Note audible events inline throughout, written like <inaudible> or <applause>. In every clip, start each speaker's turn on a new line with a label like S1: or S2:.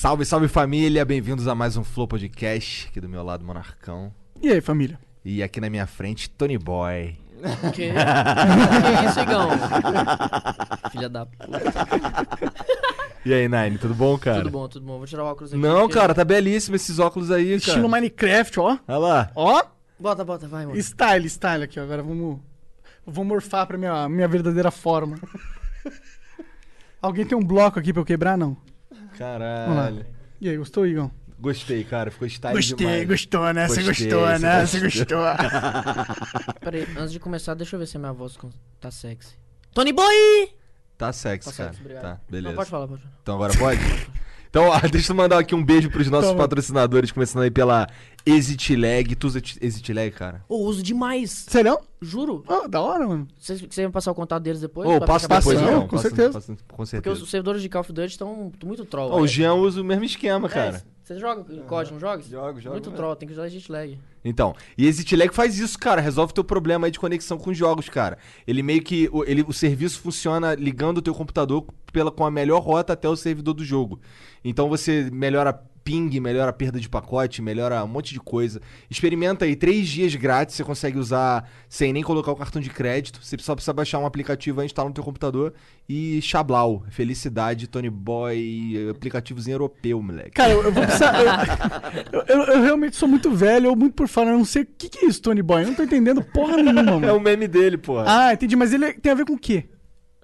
S1: Salve, salve família, bem-vindos a mais um Flow Podcast, aqui do meu lado Monarcão.
S2: E aí, família?
S1: E aqui na minha frente, Tony Boy.
S3: <laughs> Que, que isso, <laughs> Igão? Filha da puta.
S1: E aí, Nine, tudo bom, cara?
S3: Tudo bom, tudo bom. Vou tirar o óculos aqui.
S1: Não,
S3: porque-
S1: cara, tá belíssimo esses óculos aí, cara.
S2: Estilo Minecraft, ó.
S1: Olha lá.
S2: Ó.
S3: Bota, bota, vai, mano.
S2: Style, style aqui, ó. Agora vamos. eu Vou morfar pra minha, minha verdadeira forma. <laughs> Alguém tem um bloco aqui pra eu quebrar? Não.
S1: Caralho.
S2: E aí, gostou, Igão?
S1: Gostei, cara, ficou style demais.
S2: gostou, né?
S1: Você Gostei, gostou, você né? Você
S2: gostou.
S3: <laughs> Peraí, antes de começar, deixa eu ver se a minha voz con- tá sexy. Tony Boy!
S1: Tá sexy,
S3: Tá sexy,
S1: cara.
S3: obrigado.
S1: Tá, beleza.
S3: Não, pode falar, pode falar.
S1: Então agora pode? Então, ó, <laughs> deixa eu mandar aqui um beijo pros nossos
S2: Toma.
S1: patrocinadores, começando aí pela Exit Lag. Tu usa Exit Lag, cara?
S3: Ô, uso demais.
S2: Serão?
S3: Juro.
S2: Ô, da hora, mano.
S3: Vocês vocês vão passar o contato deles depois?
S1: Ô,
S3: Pra
S1: passa
S3: ficar
S1: depois,
S3: bacana?
S2: passando,
S1: então.
S2: com
S1: passa-
S2: certeza.
S1: passa- com
S3: Porque
S1: certeza.
S3: os servidores de Call of Duty estão muito troll.
S1: Ó, o
S3: velho.
S1: Jean usa o mesmo esquema, cara.
S3: É, Você joga COD, não joga?
S1: Jogo, jogo,
S3: Muito
S1: é.
S3: troll, tem que usar Legit Lag.
S1: Então, e Exit Lag faz isso, cara. Resolve teu problema aí de conexão com os jogos, cara. Ele meio que. O, ele, o serviço funciona ligando o teu computador pela, com a melhor rota até o servidor do jogo. Então você melhora ping, melhora perda de pacote, melhora um monte de coisa. Experimenta aí três dias grátis, você consegue usar sem nem colocar o cartão de crédito. Você só precisa baixar um aplicativo, aí instala no teu computador e xablau. Felicidade, Tony Boy, aplicativozinho europeu, moleque.
S2: Cara, eu, <laughs> eu vou precisar. Eu, eu- eu realmente sou muito velho, ou muito por fora. Eu não sei o que, que é isso, Tony Boy. Eu não tô entendendo porra nenhuma,
S1: É
S3: <laughs>
S2: mano.
S1: o meme dele, porra.
S2: Ah, entendi, mas ele tem a ver com o quê?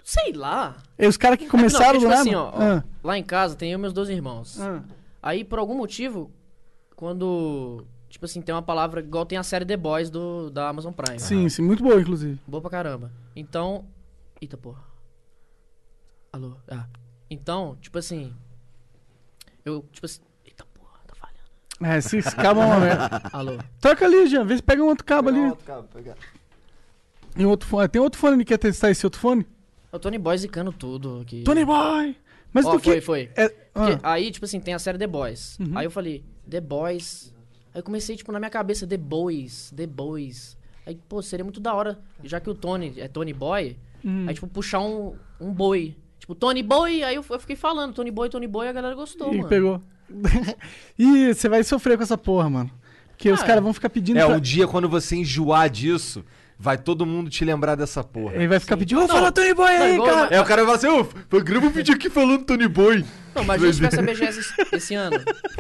S3: Sei lá.
S2: É os caras que
S3: É, não,
S2: começaram
S3: porque,
S2: do
S3: tipo
S2: nada?
S3: assim, ó, ó,
S2: Ah,
S3: Lá em casa tem eu e meus dois irmãos.
S2: ah.
S3: Aí, por algum motivo, quando. Tipo assim, tem uma palavra igual tem a série The Boys do, da Amazon Prime. Ah,
S2: Sim, sim, muito boa, inclusive.
S3: Boa pra caramba. Então. Eita porra. Alô? Ah. Então, tipo assim. Eu, tipo assim. Eita porra, tá falhando.
S2: É, se esse cabo é uma merda.
S3: Alô?
S2: Troca ali, Jean, vê se pega um outro
S1: É
S2: cabo ali.
S1: pegar.
S2: E um outro fone. Tem outro fone, ele quer testar esse outro fone?
S3: É o Tony Boy zicando tudo aqui.
S2: Tony Boy! Mas
S3: Ó,
S2: do
S3: foi,
S2: que.
S3: foi.
S2: É, ah, Uhum.
S3: Porque aí, tipo assim, tem a série The Boys. Aí eu falei, The Boys. Aí eu comecei, tipo, na minha cabeça, The Boys, The Boys. Aí, pô, seria muito da hora, já que o Tony é Tony Boy,
S2: Hum.
S3: aí, tipo, puxar um, um boi. Tipo, Tony Boy, aí eu, f- eu fiquei falando, Tony Boy, Tony Boy, a galera gostou,
S2: Ih,
S3: mano.
S2: pegou. <laughs> Ih, você vai sofrer com essa porra, mano. Porque os
S3: Ah.
S2: caras vão ficar pedindo.
S1: É,
S2: pra-
S1: um dia quando você enjoar disso, vai todo mundo te lembrar dessa porra.
S2: Ele vai ficar pedindo. Ô,
S3: Não.
S2: fala Tony Boy
S3: Não,
S2: É. aí,
S3: Tá igual- né?
S2: cara!
S1: É, o cara vai falar assim, ô, grava um vídeo aqui falando Tony
S2: <laughs>
S1: Boy.
S3: Não, imagina se tivesse a BGS esse- esse ano.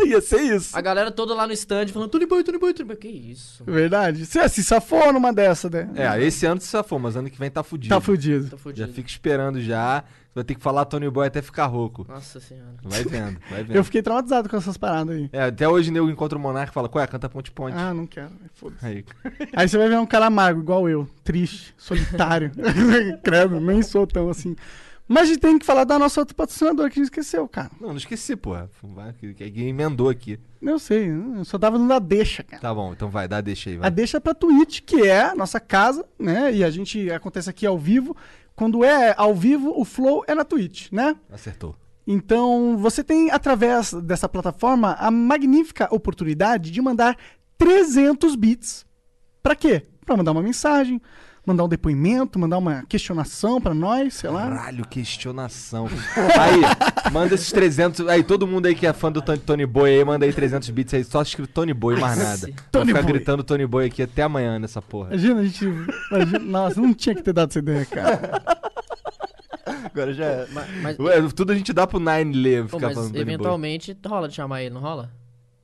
S1: Ia ser isso.
S3: A galera toda lá no stand falando, Tony Boy, Tony Boy, Tony Boy. Que isso,
S2: Verdade. Você se safou numa dessa, né?
S1: É, esse ano tu safou, mas ano que vem tá fudido.
S2: Tá fudido.
S3: tô fudido.
S1: Já fica esperando já. Vai ter que falar Tony Boy até ficar rouco.
S3: Nossa senhora.
S1: Vai vendo, vai vendo.
S2: Eu fiquei traumatizado com essas paradas aí.
S1: É, até hoje nego encontra o Monarca e fala, ué, canta Ponte Ponte.
S2: Ah, não quero. Foda-se.
S1: Aí.
S2: Aí você vai ver um cara magro, igual eu, triste, solitário. <laughs> Credo, nem sou tão assim. Mas a gente tem que falar da nossa outra patrocinadora que a gente esqueceu, cara.
S1: Não, não esqueci, porra. Vai, que, que que emendou aqui.
S2: Eu sei, eu só tava dando a deixa, cara.
S1: Tá bom, então vai, dá, deixa aí,
S2: A
S1: vai.
S2: deixa pra Twitch, que é a nossa casa, né? E a gente acontece aqui ao vivo. Quando é ao vivo, o flow é na Twitch, né?
S1: Acertou.
S2: Então, você tem, através dessa plataforma, a magnífica oportunidade de mandar 300 bits. Pra quê? Pra mandar uma mensagem, mandar um depoimento, mandar uma questionação pra nós, sei lá.
S1: Caralho, questionação. Aí, manda esses 300. Aí, todo mundo aí que é fã do Tony- Tony Boy aí, manda aí 300 bits aí. Só escrito Tony Boy, mais nada.
S3: sim.
S1: Vou
S2: Tony
S1: ficar
S2: Boy.
S1: gritando Tony Boy aqui até amanhã nessa porra.
S2: Imagina, a gente. imagina- <laughs> nossa, não tinha que ter dado essa ideia, cara.
S1: Agora já é.
S3: Ma- Mas,
S1: Ué, tudo a gente dá pro Nine ler,
S3: pô,
S1: ficar
S3: mas
S1: falando Tony Boy.
S3: eventualmente rola de chamar ele, não rola?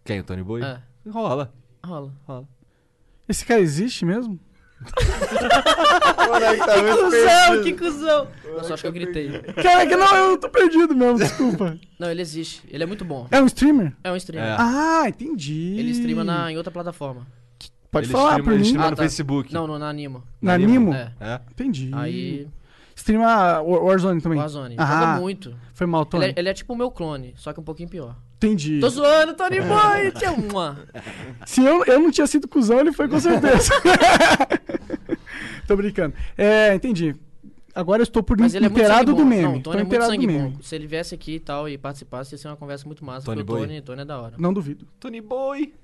S1: Quem, o Tony Boy?
S3: É,
S1: Rola.
S3: rola.
S2: Esse cara existe mesmo?
S3: cuzão, que cuzão. Eu só acho que eu gritei.
S2: Caraca, é não, eu tô perdido mesmo, desculpa.
S3: Não, ele existe. Ele é muito bom.
S2: É um streamer?
S3: É um streamer.
S1: É.
S2: Ah, entendi.
S3: Ele streama na, em outra plataforma.
S2: Pode
S1: Ele
S2: falar
S1: streama,
S2: pra
S1: ele
S2: mim.
S1: streama
S3: Ah,
S1: no
S3: tá.
S1: Facebook. É.
S3: Não, não, na Animo.
S2: na
S1: Animo.
S2: Nimo?
S3: É.
S1: É.
S2: Entendi.
S3: Aí.
S2: Streama War- Warzone também.
S3: Warzone.
S2: Ah,
S3: Joga muito.
S2: Foi mal, Tony.
S3: Ele é, ele é tipo o meu clone, só que um pouquinho pior.
S2: Entendi.
S3: Tô zoando,
S2: É.
S3: Tony Boy! Tchau, mua.
S2: Se eu, eu não tinha sido cuzão, ele foi com certeza. <laughs> Tô brincando. É, entendi. Agora eu estou por
S3: Mas ele é muito
S2: inteirado
S3: sangue
S2: do
S3: bom.
S2: meme.
S3: Não, o
S2: Tô
S3: Tony é muito
S2: inteirado
S3: sangue
S2: do meme.
S3: bom. Se ele viesse aqui e tal e participasse, ia ser uma conversa muito massa.
S1: Tony
S3: porque o
S1: Boy?
S3: Tony, Tony é da hora.
S2: Não duvido.
S1: Tony Boy.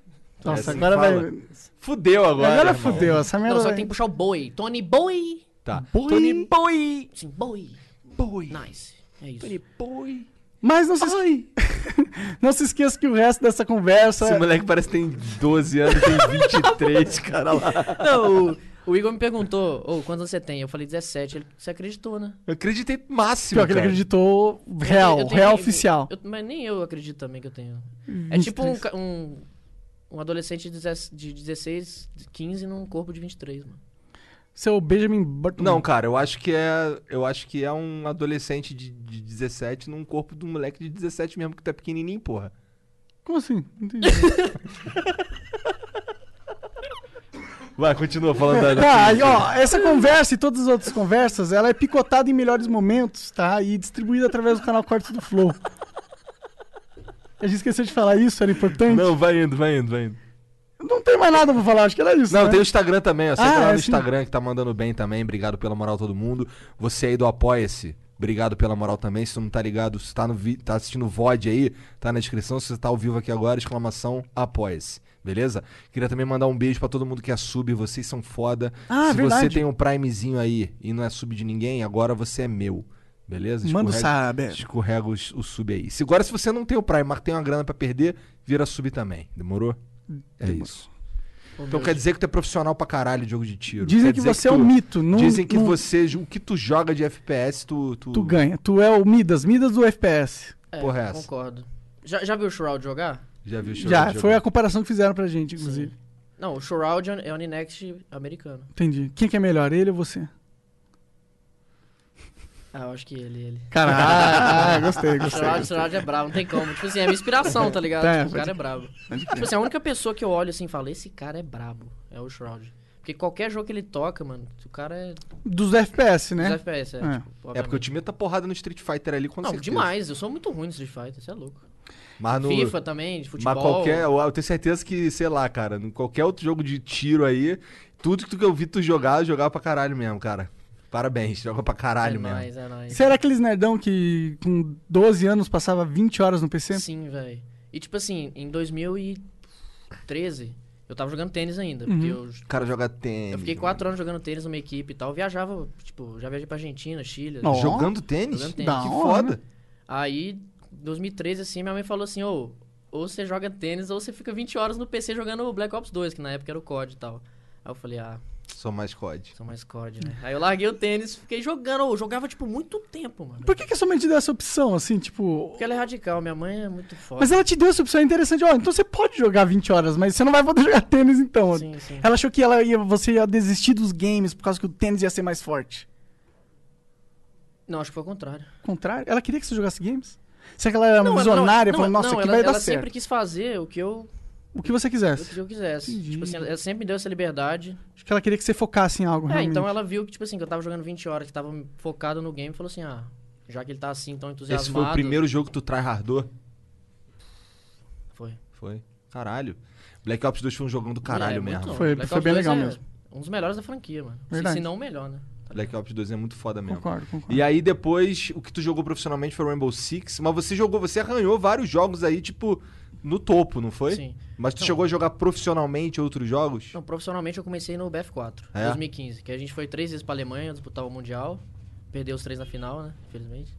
S2: Nossa,
S3: É
S1: assim que
S2: agora
S1: fala.
S2: vai.
S1: Fudeu agora.
S2: Agora
S1: irmão.
S2: fudeu. Essa merda.
S3: Não, só que
S2: vai-
S3: tem que puxar o Boy. Tony Boy!
S1: Tá.
S2: Boy.
S1: Tony Boy.
S3: Sim, Boy.
S1: Boy.
S3: Nice. É isso.
S1: Tony Boy.
S2: Mas não se, es- <laughs> não se esqueça que o resto dessa conversa.
S1: Esse moleque parece que tem 12 anos, tem 23, cara lá.
S3: Não, o- o Igor me perguntou, ô, quantos anos você tem? Eu falei 17. Ele, você acreditou, né?
S1: Eu acreditei máximo,
S2: Pior que ele
S1: cara.
S2: acreditou real,
S3: Eu tenho-
S2: real
S3: eu-
S2: oficial.
S3: eu- mas nem eu acredito também que eu tenho. É tipo um, ca- um, um adolescente de deze- de 16, 15 num corpo de 23, mano.
S2: Seu Benjamin Button.
S1: Não, cara, eu acho que é. Eu acho que é um adolescente de, de 17 num corpo de um moleque de 17 mesmo, que tá pequenininho, porra.
S2: Como assim? Não entendi.
S1: Vai, continua falando
S2: <laughs>
S1: da.
S2: Tá, aí, ó, essa conversa e todas as outras conversas, ela é picotada em melhores momentos, tá? E distribuída através do canal Cortes do Flow. A gente esqueceu de falar isso, era importante. Não,
S1: Não, vai indo, vai indo, vai indo.
S2: tem mais nada pra falar, acho que era isso.
S1: Não,
S2: né?
S1: tem o Instagram também, ó. Você
S2: Ah,
S1: entra lá
S2: é,
S1: no
S2: sim.
S1: Instagram que tá mandando bem também. Obrigado pela moral todo mundo. Você aí do Apoia-se, obrigado pela moral também. Se tu não tá ligado, se tá, no vi- tá assistindo o VOD aí, tá na descrição. Se você tá ao vivo aqui agora, exclamação Apoia-se. Beleza? Queria também mandar um beijo pra todo mundo que é sub, vocês são foda.
S2: Ah,
S1: se você
S2: verdade.
S1: tem um primezinho aí e não é sub de ninguém, agora você é meu. Beleza?
S2: Manda o
S1: Escorrega-
S2: sabe.
S1: Escorrega os- o sub aí. Se- Agora, se você não tem o Prime, mas tem uma grana pra perder, vira sub também. Demorou? É isso.
S3: Ô,
S1: Então
S3: meu
S1: quer dizer que tu é profissional pra caralho de jogo de tiro.
S2: Dizem
S1: Quer
S2: que
S1: dizer
S2: você é um
S1: tu-
S2: mito, não,
S1: Dizem que
S2: não-
S1: você, o que tu joga de FPS, tu. Tu,
S2: tu ganha. Tu é o Midas, Midas do FPS.
S3: É,
S1: Porra, é essa?
S3: Concordo. Já, já viu o Shroud jogar?
S1: Já viu o show
S2: Já,
S1: de jogo?
S2: foi a comparação que fizeram pra gente, inclusive.
S3: Não, o Shroud é o Ninext americano.
S2: Entendi. Quem que é melhor, ele ou você?
S3: Ah, eu acho que ele, ele.
S2: Caralho, Ah, gostei,
S3: O
S2: gostei.
S3: Shroud, Shroud é bravo, não tem como. Tipo assim, é minha inspiração, tá ligado?
S2: Tá,
S3: Tipo, o
S2: pode
S3: cara é brabo. Tipo assim, a única pessoa que eu olho assim e falo, esse cara é brabo, é o Shroud. Porque qualquer jogo que ele toca, mano, o cara é.
S2: Dos FPS,
S3: Dos
S2: né?
S3: FPS, é.
S2: É.
S3: tipo,
S1: É porque eu
S3: obviamente.
S1: te meto a porrada no Street Fighter ali quando
S3: Não, demais, eu sou muito ruim no Street Fighter, você é louco.
S1: Mas Ah, no.
S3: FIFA também, de futebol.
S1: Mas qualquer. é Eu tenho certeza que, sei lá, cara, em qualquer outro jogo de tiro aí, tudo que eu vi tu jogar, eu jogava pra caralho mesmo, cara. Parabéns, joga pra caralho
S3: é
S1: mesmo.
S3: nóis, é nóis.
S2: Você era aqueles nerdão que com 12 anos passava 20 horas no PC?
S3: Sim, velho. E tipo assim, em 2013, eu tava jogando tênis ainda. Porque eu,
S1: O cara joga tênis.
S3: eu fiquei quatro anos jogando tênis numa equipe e tal. Viajava, tipo, já viajei pra Argentina, Chile.
S2: Ó.
S1: Jogando tênis?
S3: Jogando
S2: Da
S3: tênis.
S1: Que
S2: hora,
S1: foda.
S3: Aí, em 2013, assim, minha mãe falou assim, ô, ou você joga tênis ou você fica 20 horas no PC jogando Black Ops 2, que na época era o COD e tal. Aí eu falei, ah,
S1: Sou mais COD.
S3: sou mais COD, né? Aí eu larguei o tênis, fiquei jogando, eu jogava, tipo, muito tempo, mano.
S2: Por que, que a sua mãe te deu essa opção, assim, tipo.
S3: Porque ela é radical, minha mãe é muito foda.
S2: Mas ela te deu essa opção é interessante, ó. Então você pode jogar 20 horas, mas você não vai poder <laughs> jogar tênis então.
S3: Sim, sim.
S2: Ela achou que ela ia, você ia desistir dos games por causa que o tênis ia ser mais forte.
S3: Não, acho que foi o contrário.
S2: Ao contrário, ela queria que você jogasse games? Será que ela era
S3: ela-
S2: visionária?
S3: não,
S2: falando,
S3: não,
S2: nossa, aqui
S3: ela,
S2: vai dar
S3: ela
S2: certo.
S3: sempre quis fazer o que eu,
S2: O que você
S3: o que
S2: quisesse.
S3: eu quisesse.
S2: Entendi.
S3: Tipo assim, ela sempre me deu essa liberdade.
S2: Acho que ela queria que você focasse em algo,
S3: É,
S2: realmente.
S3: então ela viu que, tipo assim, que eu tava jogando 20 horas, que tava focado no game, e falou assim, ah, já que ele tá assim, tão entusiasmado...
S1: Esse foi o primeiro jogo que tu tryhardou?
S3: Foi.
S1: Foi. Caralho. Black Ops 2 foi um jogão do caralho
S3: É, muito
S1: mesmo.
S3: bom.
S2: Foi-
S3: Black
S2: foi
S3: Ops
S2: bem
S3: 2
S2: legal
S3: é
S2: mesmo.
S3: Um dos melhores da franquia, mano. Se-
S2: Verdade.
S3: Se não o melhor, né?
S1: Black Ops 2 é muito foda mesmo.
S2: Concordo, concordo.
S1: E aí depois, o que tu jogou profissionalmente foi Rainbow Six, mas você jogou, você arranhou vários jogos aí, tipo, no topo, não foi?
S3: Sim.
S1: Mas tu
S3: Não.
S1: chegou a jogar profissionalmente outros jogos?
S3: Não, profissionalmente eu comecei no BF4,
S1: É?
S3: 2015. Que a gente foi três vezes pra Alemanha disputar o Mundial. Perdeu os três na final, né? Infelizmente.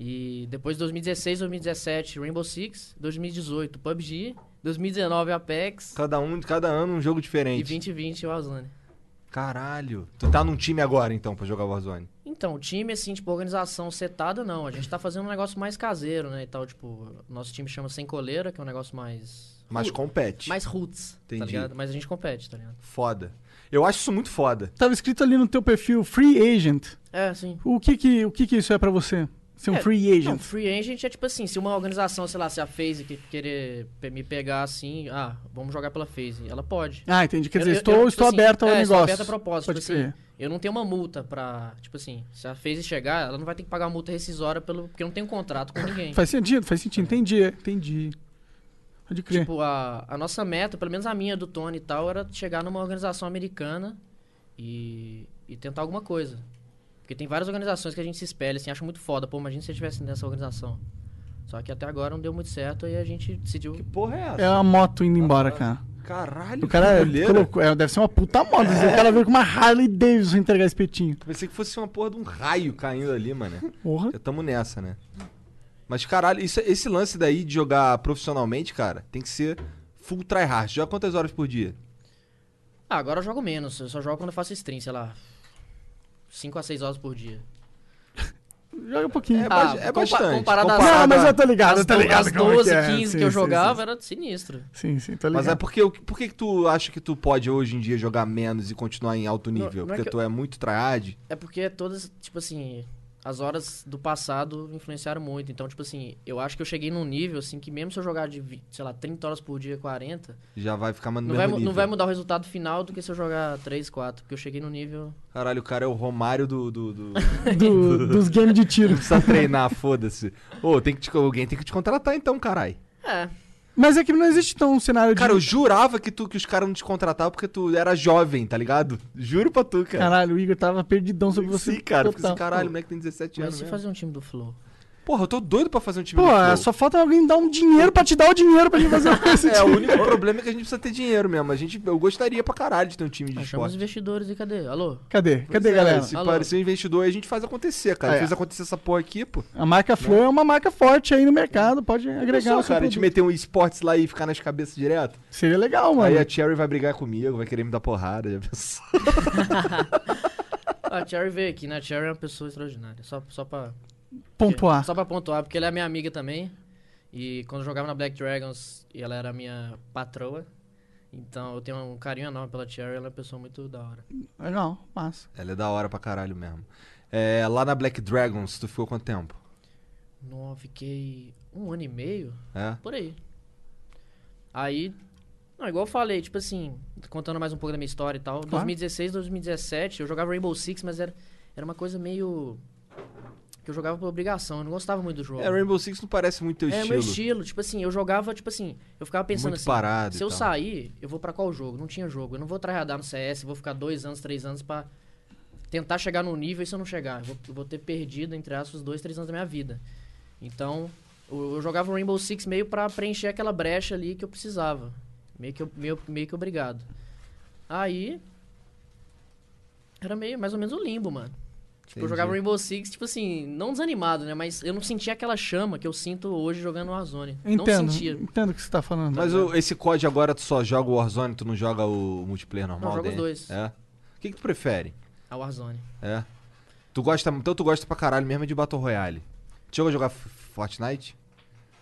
S3: E depois 2016, 2017, Rainbow Six. 2018, PUBG. 2019, Apex.
S1: Cada um, cada ano um jogo
S3: E
S1: diferente.
S3: 2020, Warzone.
S1: Caralho. Tu tá num time agora então pra jogar Warzone.
S3: Então, o time, assim, tipo, organização setada, não. A gente tá fazendo um negócio mais caseiro, né? E tal, tipo, nosso time chama Sem Coleira, que é um negócio mais.
S1: Mas compete.
S3: Mais roots,
S1: Entendi.
S3: tá ligado? Mas a gente compete, tá ligado?
S1: Foda. Eu acho isso muito foda.
S2: Tava escrito ali no teu perfil, free agent.
S3: É, sim.
S2: O que que, o que, que isso é pra você? Ser um
S3: É,
S2: free
S3: Não,
S2: agent?
S3: free agent é tipo assim, se uma organização, sei lá, se a FaZe que querer pe- me pegar assim, ah, vamos jogar pela FaZe, ela pode.
S2: Ah, entendi. Quer dizer,
S3: Eu- eu-
S2: estou,
S3: eu, tipo
S2: estou
S3: assim,
S2: aberto ao
S3: é,
S2: negócio.
S3: Estou aberto a proposta,
S2: Pode
S3: tipo assim,
S2: crer.
S3: Eu não tenho uma multa pra. Tipo assim, se a FaZe chegar, ela não vai ter que pagar uma multa rescisória pelo, porque eu não tenho contrato com ninguém.
S2: Faz sentido, faz sentido. Entendi, entendi. Pode crer.
S3: Tipo, a, a nossa meta, pelo menos a minha, do Tony e tal, era chegar numa organização americana e, e tentar alguma coisa. Porque tem várias organizações que a gente se espelha, assim, acha muito foda. Pô, imagina se eu estivesse nessa organização. Só que até agora não deu muito certo e a gente decidiu...
S1: Que porra é essa?
S2: é uma moto indo embora, cara.
S1: Caralho,
S2: É. O cara
S1: que Tá olheira.
S2: colocou, é, deve ser uma puta moto. assim. O cara veio com uma Harley Davidson entregar espetinho.
S1: Pensei que fosse uma porra de um raio caindo ali, mano. <laughs>
S2: Porra.
S1: Já tamo nessa, né? Mas caralho, isso- é, esse lance daí de jogar profissionalmente, cara, tem que ser full tryhard. Joga quantas horas por dia?
S3: Ah, agora eu jogo menos. Eu só jogo quando eu faço stream, sei lá... 5 a 6 horas por dia.
S2: Joga um pouquinho.
S1: É,
S3: Ah,
S1: ba- é
S3: compa-
S1: bastante.
S3: comparado às-
S2: não,
S1: Comparado
S2: mas
S1: a-
S2: eu tô ligado, eu
S3: As
S2: tô
S3: do-
S2: ligado.
S3: as
S2: como é
S3: 12,
S2: que é.
S3: 15
S2: Sim,
S3: que eu
S2: sim,
S3: jogava era sinistro.
S2: Sim, sim, sim, tô ligado.
S1: Mas é porque o- por que que tu acha que tu pode hoje em dia jogar menos e continuar em alto
S3: Não-
S1: nível?
S3: não é
S1: Porque
S3: que
S1: tu
S3: eu-
S1: é muito tryhard.
S3: É porque todas, tipo assim, as horas do passado influenciaram muito. Então, tipo assim, eu acho que eu cheguei num nível, assim, que mesmo se eu jogar de, vi- sei lá, 30 horas por dia, 40,
S1: Já vai ficar no
S3: não
S1: mesmo
S3: vai, mu-
S1: nível.
S3: não vai mudar o resultado final do que se eu jogar 3, 4. Porque eu cheguei no nível.
S1: Caralho, o cara é o Romário do. do, do... <laughs>
S2: Do- dos games de tiro.
S1: Precisa treinar, foda-se. Ô, tem que te- alguém tem que te contratar então, caralho.
S3: É.
S2: Mas é que não existe tão um cenário de.
S1: Cara, eu jurava que, tu, que os caras não te contratavam porque tu era jovem, tá ligado? Juro pra tu, cara.
S2: Caralho, o Igor tava perdidão sobre você.
S1: Sim, cara. Porque
S2: total.
S1: esse caralho, o moleque tem 17
S3: é Mas
S1: anos.
S3: se
S1: mesmo.
S3: fazer é um time do Flow.
S1: Porra, eu tô doido pra fazer um time
S2: Pô,
S1: do Flow.
S2: só falta alguém dar um dinheiro pra te dar o dinheiro pra gente fazer uma coisa
S1: <laughs> É,
S2: assim.
S1: o único problema é que a gente precisa ter dinheiro mesmo. A gente, eu gostaria pra caralho de ter um time de
S3: Achamos Ah, os
S1: esporte.
S3: investidores e cadê? Alô?
S2: Cadê? Cadê,
S1: Pois é,
S2: galera?
S1: Se
S3: Alô?
S1: parecer um investidor, aí a gente faz acontecer, cara.
S2: É.
S1: Fez acontecer essa porra aqui, pô.
S2: A marca Flow é uma marca forte aí no mercado, pode agregar
S1: Pessoal,
S2: o seu
S1: né? cara, a gente
S2: produto.
S1: meter um esportes lá e ficar nas cabeças direto.
S2: Seria legal, mano.
S1: Aí é- a Cherry vai brigar comigo, vai querer me dar porrada. Já pensou? <laughs>
S3: Ah, a Cherry veio aqui, né? A Cherry é uma pessoa extraordinária. Só, só pra.
S2: Pontuar.
S3: Só pra pontuar, porque ela é minha amiga também. E quando eu jogava na Black Dragons, ela era minha patroa. Então eu tenho um carinho enorme pela Cherry, ela é uma pessoa muito da hora.
S2: Legal, massa.
S1: Ela é da hora pra caralho mesmo. É, lá na Black Dragons, tu ficou quanto tempo?
S3: Não, eu fiquei um ano e meio,
S1: É?
S3: por aí. Aí, não, igual eu falei, tipo assim, contando mais um pouco da minha história e tal. 2016, 2017, eu jogava Rainbow Six, mas era, era uma coisa meio. que eu jogava por obrigação, eu não gostava muito do jogo.
S1: É, Rainbow Six não parece muito teu
S3: É,
S1: estilo.
S3: meu estilo. Tipo assim, eu jogava, tipo assim, eu ficava pensando
S1: Muito
S3: assim,
S1: parado e
S3: se eu
S1: tal.
S3: sair, eu vou pra qual jogo? Não tinha jogo. Eu não vou tryhardar no CS, vou ficar dois anos, três anos pra tentar chegar no nível e se eu não chegar, eu vou, eu vou ter perdido, entre aspas, dois, três anos da minha vida. Então, eu, eu jogava o Rainbow Six meio pra preencher aquela brecha ali que eu precisava. Meio que, eu- meio, meio que obrigado. Aí, era meio, mais ou menos o limbo, mano. Tipo, eu
S1: Entendi.
S3: jogava Rainbow Six, tipo assim, não desanimado, né? Mas eu não sentia aquela chama que eu sinto hoje jogando Warzone. Não
S2: Entendo.
S3: sentia.
S2: Entendo o que você tá falando.
S1: Mas o- esse COD agora tu só joga o Warzone, tu não joga o multiplayer normal?
S3: jogo os
S1: daí?
S3: dois.
S1: É? O que, que tu prefere?
S3: A Warzone.
S1: É. Tu gosta, então tu gosta pra caralho mesmo de Battle Royale. Tu chegou a jogar F- Fortnite?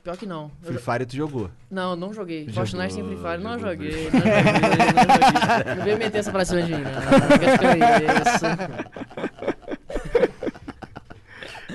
S3: Pior que não. Eu
S1: Free
S3: jo-
S1: Fire tu jogou.
S3: Não, não joguei.
S1: Jogou,
S3: Fortnite tem Free Fire. Não
S1: jogou.
S3: joguei, não joguei, não
S2: <laughs>
S3: joguei. Não veio meter essa pra cima de mim, não. Fica de cabeça.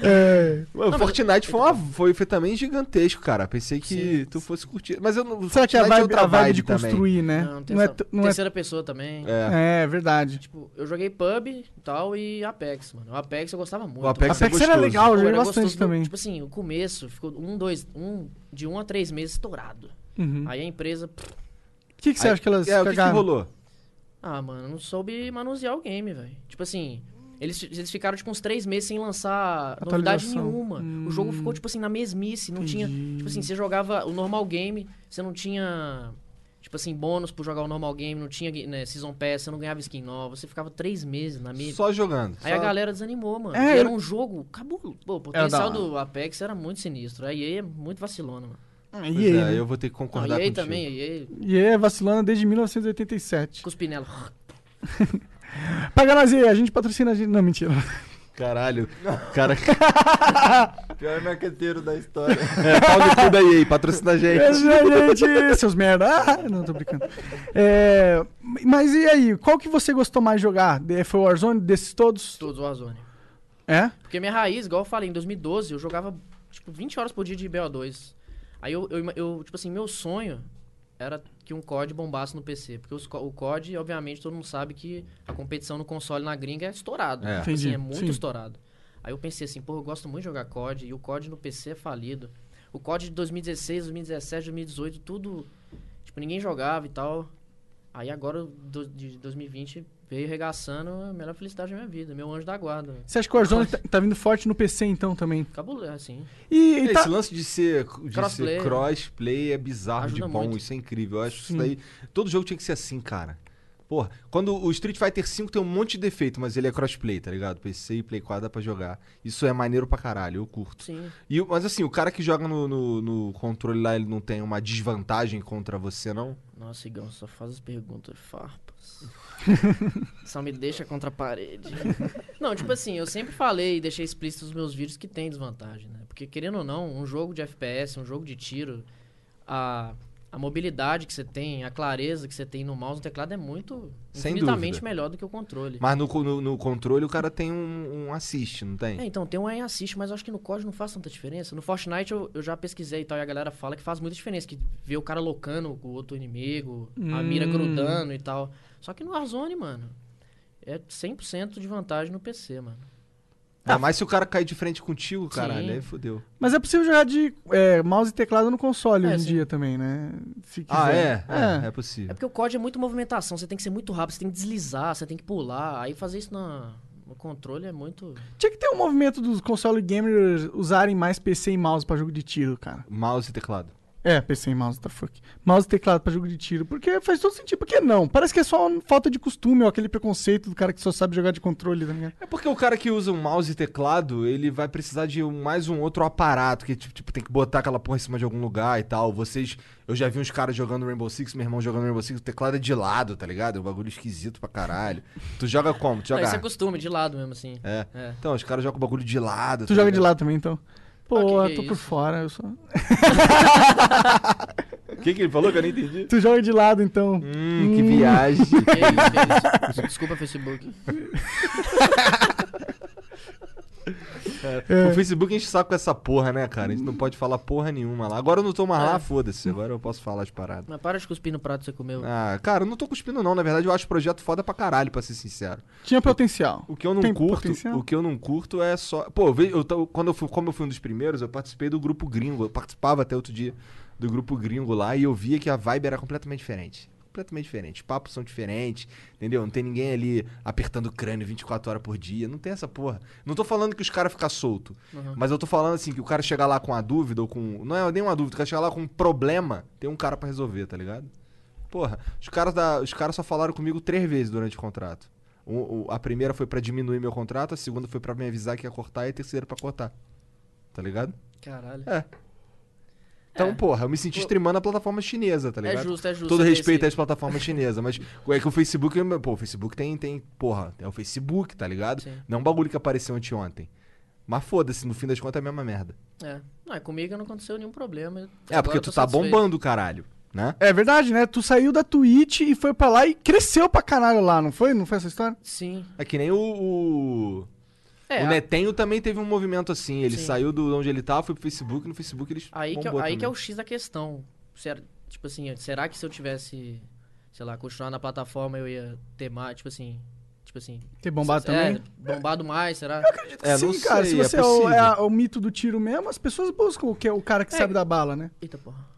S2: É,
S1: Mano, Fortnite foi, uma, foi, foi também gigantesco, cara. Pensei que
S3: Sim.
S1: tu fosse curtir. Mas eu não.
S2: Será que a
S1: Fortnite é
S2: vibe,
S1: outra
S2: a vibe de
S1: também.
S2: construir, né?
S3: Não, tem
S2: é,
S3: essa-
S2: t- não é,
S3: terceira pessoa também.
S1: É.
S2: é verdade.
S3: Tipo, eu joguei pub e tal e Apex, mano. O Apex eu gostava muito.
S1: O Apex
S2: A
S1: Isso é
S2: Pex era
S1: gostoso.
S2: legal, eu
S3: Pô,
S2: joguei
S3: era
S2: bastante
S3: gostoso,
S2: também.
S3: Tipo assim, o começo ficou um, dois, um, de um a três meses estourado.
S2: Uhum.
S3: Aí a empresa. pff,
S2: O que, que você
S1: Aí-
S2: acha que elas
S1: É, o que, que
S2: cagaram?
S1: rolou?
S3: Ah, mano, eu não soube manusear o game, velho. Tipo assim, eles, eles ficaram tipo uns três meses sem lançar novidade
S2: Atualização.
S3: nenhuma. O jogo ficou, tipo assim, na mesmice. Não tinha. Tipo assim, você jogava o normal game, você não tinha. Tipo assim, bônus por jogar o normal game, não tinha né, Season Pass, você não ganhava skin nova, você ficava três meses na mesma.
S1: Só jogando.
S3: Aí
S1: só-
S3: a galera desanimou, mano.
S2: É,
S3: E era
S2: eu-
S3: um jogo cabuloso. Pô,
S1: É,
S3: o
S2: da
S3: potencial
S2: hora.
S3: do Apex era muito sinistro. A EA é muito vacilona, mano.
S2: Ah,
S1: Pois
S2: E aí,
S1: é,
S2: né?
S1: eu vou ter que
S3: A
S1: concordar
S3: EA
S1: contigo.
S3: também, a EA
S2: E aí é vacilona desde 1987.
S3: cuspinela. <sniffs>
S2: Paga nós aí, a gente patrocina a gente. Não, mentira.
S1: Caralho. <laughs> Cara,
S4: Pior marqueteiro da história.
S1: é, pau no cu da EA, patrocina a gente.
S2: Beijo, gente, seus merda. Ah, não, tô brincando. É, mas e aí, qual que você gostou mais de jogar? De- Foi o Warzone desses todos?
S3: Todos Warzone.
S2: É?
S3: Porque minha raiz, igual eu falei, em 2012 eu jogava, tipo, 20 horas por dia de BO2. Aí eu, eu, eu, tipo assim, meu sonho era que um COD bombasse no PC. Porque os co- o COD, obviamente, todo mundo sabe que a competição no console na gringa é estourado.
S1: É.
S3: Assim,
S2: Entendi,
S3: é muito
S2: sim.
S3: estourado. Aí eu pensei assim, pô, eu gosto muito de jogar COD e o COD no PC é falido. O COD de 2016, 2017, 2018, tudo. Tipo, ninguém jogava e tal. Aí agora, do- de 2020, veio regaçando a melhor felicidade da minha vida, meu anjo da guarda. velho.
S2: Você acha que o Warzone tá, tá vindo forte no PC então também?
S3: Cabulé, assim.
S2: E, e
S1: É,
S2: tá-
S1: Esse lance de ser de
S3: Crossplay,
S1: ser
S3: né?
S1: crossplay é bizarro
S3: Ajuda
S1: de bom,
S3: muito.
S1: isso é incrível. Eu acho isso daí. Todo jogo tinha que ser assim, cara. Porra, quando o Street Fighter V tem um monte de defeito, mas ele é crossplay, tá ligado? PC e Play 4 dá pra jogar. Isso é maneiro pra caralho, eu curto.
S3: Sim.
S1: E, o- mas assim, o cara que joga no, no- no controle lá, ele não tem uma desvantagem contra você, não?
S3: Nossa, Igão, só faz as perguntas farpas. só me deixa contra a parede. não, tipo assim, eu sempre falei e deixei explícito nos meus vídeos que tem desvantagem, né? Porque, querendo ou não, um jogo de FPS, um jogo de tiro, a, a mobilidade que você tem, a clareza que você tem no mouse e no teclado é muito
S1: Sem
S3: infinitamente
S1: dúvida.
S3: melhor do que o controle.
S1: Mas no, co- no- no controle o cara tem um, um assist, não
S3: É,
S1: tem?
S3: então, tem um aí assiste, mas eu acho que no COD não faz tanta diferença. No Fortnite eu, eu já pesquisei e tal, e a galera fala que faz muita diferença, que vê o cara locando o outro inimigo, a mira
S2: Hum.
S3: grudando e tal. Só que no Warzone, mano, é 100% de vantagem no PC, mano.
S1: Ainda mais se o cara cair de frente contigo, caralho,
S3: Sim.
S1: aí fodeu.
S2: Mas é possível jogar de é, mouse e teclado no console
S3: É,
S2: hoje em
S3: sim.
S2: dia também, né? Se quiser.
S1: Ah, é? É,
S2: É.
S1: é possível.
S3: É porque o COD é muito movimentação, você tem que ser muito rápido, você tem que deslizar, você tem que pular. Aí fazer isso na- no controle é muito.
S2: Tinha que ter um movimento dos console gamers usarem mais PC e mouse pra jogo de tiro, cara.
S1: Mouse e teclado.
S2: É, PC e mouse, tá fuck. Mouse e teclado pra jogo de tiro, porque faz todo sentido. Por que não? Parece que é só uma falta de costume ou aquele preconceito do cara que só sabe jogar de controle, tá ligado?
S1: É porque o cara que usa um mouse e teclado, ele vai precisar de um- mais um outro aparato, que tipo, tipo, tem que botar aquela porra em cima de algum lugar e tal. Vocês, eu já vi uns caras jogando Rainbow Six, meu irmão jogando Rainbow Six, o teclado é de lado, tá ligado? É um bagulho esquisito pra caralho. Tu joga como? Tu
S3: Não,
S1: joga...
S3: isso é costume, de lado mesmo, assim.
S1: É.
S3: É.
S1: Então, os caras jogam o bagulho de lado. tá
S2: Tu joga de lado também, então? Pô,
S3: Ah, que que
S2: eu tô
S3: é
S2: por
S3: isso?
S2: fora, eu só.
S1: O que, que ele falou que eu não entendi?
S2: Tu joga de lado, então.
S1: Hum, que
S2: <laughs>
S1: viagem.
S3: Que isso, que isso. Desculpa, Facebook.
S2: É.
S1: O Facebook enche o saco com essa porra, né, cara? A gente não pode falar porra nenhuma lá. Agora eu não tô mais
S2: É.
S1: lá, foda-se. Agora eu posso falar as paradas.
S3: Mas para de cuspir no prato que você comeu.
S1: Ah, cara, eu não tô cuspindo não. Na verdade, eu acho o projeto foda pra caralho, pra ser sincero.
S2: Tinha potencial.
S1: O que eu não
S2: Tem
S1: curto,
S2: potencial?
S1: o que eu não curto é só, pô, eu vejo- eu tô- quando eu fui, como eu fui um dos primeiros, eu participei do grupo gringo, eu participava até outro dia do grupo gringo lá e eu via que a vibe era completamente diferente. Completamente diferente. Os papos são diferentes, entendeu? Não tem ninguém ali apertando o crânio 24 horas por dia. Não tem essa porra. Não tô falando que os caras ficam solto.
S2: Uhum.
S1: Mas eu tô falando assim, que o cara chegar lá com a dúvida ou com. Não é nem uma dúvida, o cara chegar lá com um problema, tem um cara pra resolver, tá ligado? Porra, os caras, da, os caras só falaram comigo três vezes durante o contrato. Um, O- o- a primeira foi pra diminuir meu contrato, a segunda foi pra me avisar que ia cortar e a terceira pra cortar. Tá ligado?
S3: Caralho.
S1: É. Então,
S3: É.
S1: porra, eu me senti
S3: Pô.
S1: streamando a plataforma chinesa, tá
S3: É
S1: ligado?
S3: justo, é justo.
S1: Todo
S3: você ter
S1: respeito
S3: esse-
S1: às plataformas chinesas, mas é que o Facebook. Pô, o Facebook tem, tem. Porra, é o Facebook, tá ligado?
S3: Sim.
S1: Não é um bagulho que apareceu anteontem. Mas foda-se, no fim das contas é a mesma merda.
S3: É. Não, é comigo não aconteceu nenhum problema.
S1: É, porque tu tá bombando, caralho, né?
S2: É verdade, né? Tu saiu da Twitch e foi pra lá e cresceu pra caralho lá, não foi? Não foi essa história?
S3: Sim.
S1: É que nem o. O,
S3: É,
S1: o
S3: a-
S1: Netenho também teve um movimento assim. Ele
S3: Sim.
S1: saiu do onde ele tava, foi pro Facebook, no Facebook eles.
S3: aí, que,
S1: bombou
S3: aí que é o
S1: também.
S3: X da questão. Será, tipo assim, será que se eu tivesse, sei lá, continuar na plataforma eu ia ter mais, tipo assim... Tipo assim...
S2: Ter bombado
S3: se- é,
S2: também?
S3: bombado mais, será?
S1: É,
S2: Sim,
S1: não
S2: cara,
S1: sei,
S2: se
S1: é
S2: você é, o,
S1: possível.
S2: é a- o mito do tiro mesmo, as pessoas buscam o, que, é o cara que
S3: É.
S2: sabe da bala, né?
S3: Eita porra.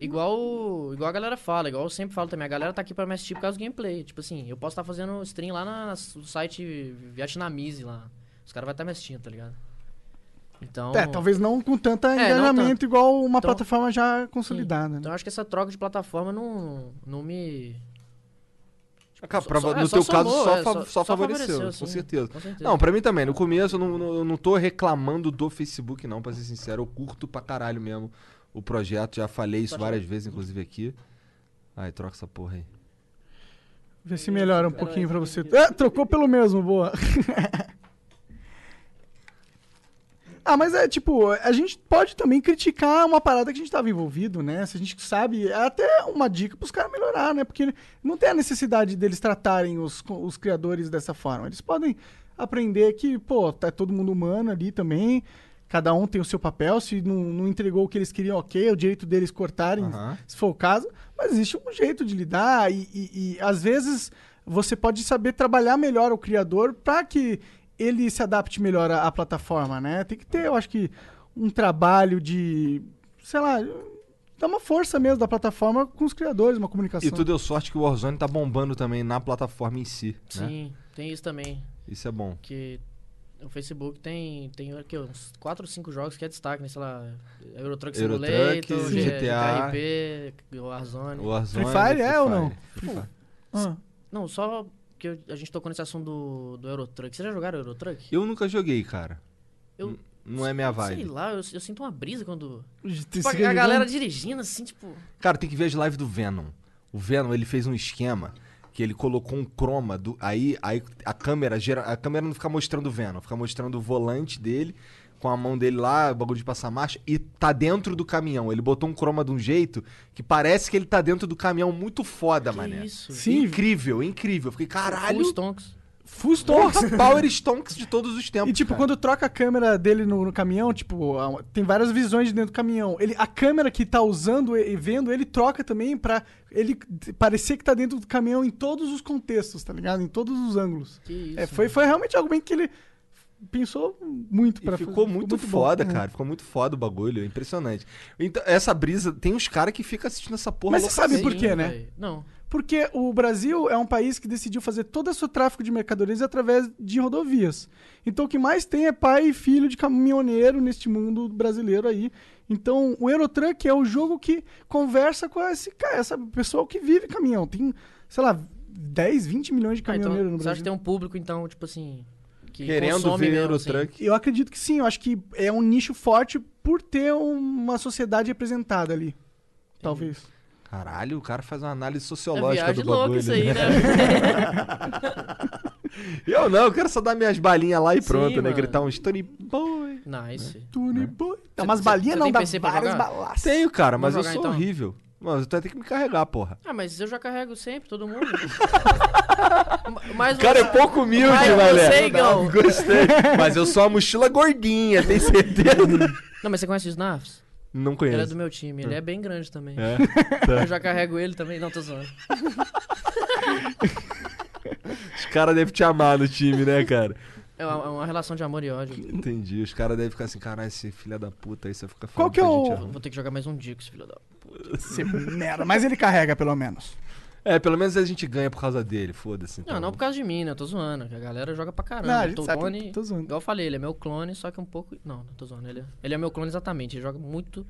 S3: Igual, o- igual a galera fala, igual eu sempre falo também, a galera tá aqui pra me assistir por causa do gameplay. Tipo assim, eu posso estar fazendo stream lá na- no site Vietnamese lá. Os caras vão estar me assistindo, tá ligado? Então.
S2: É, talvez não com tanto
S3: não
S2: engajamento
S3: tanto.
S2: igual uma
S3: Então-
S2: plataforma já
S3: sim.
S2: consolidada, né?
S3: Então eu acho que essa troca de plataforma não, não me.
S1: Cara, Ah,
S3: só-
S1: pra-
S3: só- é,
S1: no
S3: só
S1: teu caso,
S3: somou,
S1: só, fa-
S3: é, só-
S1: só
S3: só
S1: favoreceu,
S3: favoreceu,
S1: com
S3: sim.
S1: certeza.
S3: Com certeza.
S1: Não, pra mim também. No começo, eu não, não, eu não tô reclamando do Facebook, não, pra ser sincero. Eu curto pra caralho mesmo o projeto. Já falei isso
S3: Pode
S1: várias vezes, inclusive aqui. Ai, troca essa porra aí.
S2: Vê se melhora um pouquinho pra você. É, trocou pelo mesmo, boa. <laughs> ah, mas é tipo, a gente pode também criticar uma parada que a gente tava envolvido, né? Se a gente sabe, é até uma dica pros caras melhorar, né? Porque não tem a necessidade deles tratarem os, co- os criadores dessa forma. Eles podem aprender que, pô, tá todo mundo humano ali também. Cada um tem o seu papel. Se não, não entregou o que eles queriam, ok, é o direito deles cortarem,
S1: Aham.
S2: se for o caso. Mas existe um jeito de lidar e, e- e, às vezes você pode saber trabalhar melhor o criador para que ele se adapte melhor à, à plataforma, né? Tem que ter, eu acho que, um trabalho de, sei lá, dar uma força mesmo da plataforma com os criadores, uma comunicação.
S1: E tu deu sorte que o Warzone tá bombando também na plataforma em si. né?
S3: Sim, tem isso também.
S1: Isso é bom.
S3: Que o Facebook tem, tem aqui, uns 4 ou 5 jogos que é destaque, né? Sei lá, Eurotruck
S1: Eurotruck,
S3: Simulator, é,
S1: sim.
S3: G-
S1: GTA.
S3: KRP, Warzone.
S1: O Warzone,
S2: Free Fire é ou não?
S1: Free Fire.
S2: Ah,
S3: Não, só que eu- a gente tocou nesse assunto do, do Eurotruck. Vocês já jogaram Eurotruck?
S1: Eu nunca joguei, cara.
S3: Eu-
S1: N- Não é minha vibe.
S3: Sei lá, eu, eu sinto uma brisa quando...
S2: tu
S3: Tipo,
S2: se
S3: a galera
S2: ligando?
S3: dirigindo, assim, tipo...
S1: Cara, tem que ver as lives do Venom. O Venom, ele fez um esquema que ele colocou um croma do aí aí a câmera gera, a câmera não fica mostrando o Venom, fica mostrando o volante dele com a mão dele lá, o bagulho de passar marcha e tá dentro do caminhão. Ele botou um croma de um jeito que parece que ele tá dentro do caminhão muito foda,
S3: que
S1: mané.
S3: isso?
S2: Sim.
S1: Incrível, incrível. Eu Fiquei,
S3: Full
S1: Tá caralho,
S3: Stonks.
S2: Fustou.
S1: porra, Power Stonks de todos os tempos.
S2: E tipo,
S1: cara.
S2: quando troca a câmera dele no, no caminhão, tipo, a- tem várias visões de dentro do caminhão. Ele, a câmera que tá usando e e vendo, ele troca também pra ele d- parecer que tá dentro do caminhão em todos os contextos, tá ligado? Em todos os ângulos.
S3: Que isso,
S2: É, foi, foi realmente algo bem que ele pensou
S1: né?
S2: muito
S1: E
S2: pra
S1: ficou
S2: fazer,
S1: muito,
S2: bom.
S1: foda,
S2: É.
S1: cara. Ficou muito foda o bagulho. é Impressionante. Então, essa brisa, tem uns caras que ficam assistindo essa porra.
S2: Mas você
S1: loucaço.
S2: sabe por
S3: Sim,
S2: quê, né?
S3: véi. Não.
S2: Porque o Brasil é um país que decidiu fazer todo o seu tráfico de mercadorias através de rodovias. Então o que mais tem é pai e filho de caminhoneiro neste mundo brasileiro aí. Então o Eurotruck é o jogo que conversa com esse cara, essa pessoa que vive caminhão. Tem, sei lá, 10, 20 milhões de
S3: Ah, então,
S2: caminhoneiros no
S3: você acha que
S2: Brasil.
S3: tem um público, então, tipo assim... Que
S1: Querendo
S3: consome
S1: ver
S3: mesmo, assim?
S1: Eurotruck.
S2: Eu acredito que sim, eu acho que é um nicho forte por ter uma sociedade representada ali. Talvez.
S1: Caralho, o cara faz uma análise
S3: É
S1: sociológica do
S3: viagem
S1: bagulho.
S3: louca isso aí,
S1: né?
S3: né?
S1: Eu não, eu quero só dar minhas balinhas lá e
S3: Sim,
S1: pronto, né?
S3: mano.
S1: Gritar um Stone Boy.
S3: né?
S1: <laughs>
S3: nice.
S2: Tune boy. Dá
S3: Você-
S2: umas
S3: você-
S2: balinhas
S3: você
S2: não,
S3: tem
S2: dá
S3: PC pra
S2: várias
S3: jogar?
S2: balas.
S1: Tenho, cara, mas
S3: Vamos
S1: eu
S3: jogar,
S1: sou
S3: então.
S1: horrível. Mano, tu vai ter que me carregar, porra.
S3: Ah, mas eu já carrego sempre,
S1: <laughs>
S3: todo mundo. Ma- um mas
S1: O cara é
S3: você-
S1: pouco humilde,
S3: Vai, eu
S1: mané.
S3: sei, Igão.
S1: <laughs> Gostei. Mas eu sou uma mochila gordinha, tem certeza?
S3: <laughs> Não, mas você conhece o Snafs?
S1: Não
S3: Ele é do
S1: conheço.
S3: meu time, ele é bem grande também.
S1: É?
S3: <laughs> Eu já carrego ele também. Não, tô zoando.
S1: Os caras devem te amar no time, né, cara?
S3: É uma, é uma relação de amor e ódio.
S1: Entendi. Os caras devem ficar assim, caralho, esse filho da puta aí, você fica falando
S2: Qual que é
S1: pra
S2: o-
S1: gente
S3: Vou,
S1: arrumar."
S3: vou ter que jogar mais um dia com esse filho da...
S2: Você merda, mas ele carrega pelo menos.
S1: É, pelo menos a gente ganha por causa dele, foda-se.
S3: Não,
S1: então.
S3: não por causa de mim, né? Eu tô zoando. que A galera joga pra caramba.
S2: Não, a gente
S3: Tô- né?
S2: sabe,
S3: Tony-
S2: tô zoando.
S3: Igual eu falei, ele é meu clone, só que um pouco... Não, não tô zoando. Ele é, ele é meu clone exatamente. Ele joga muito...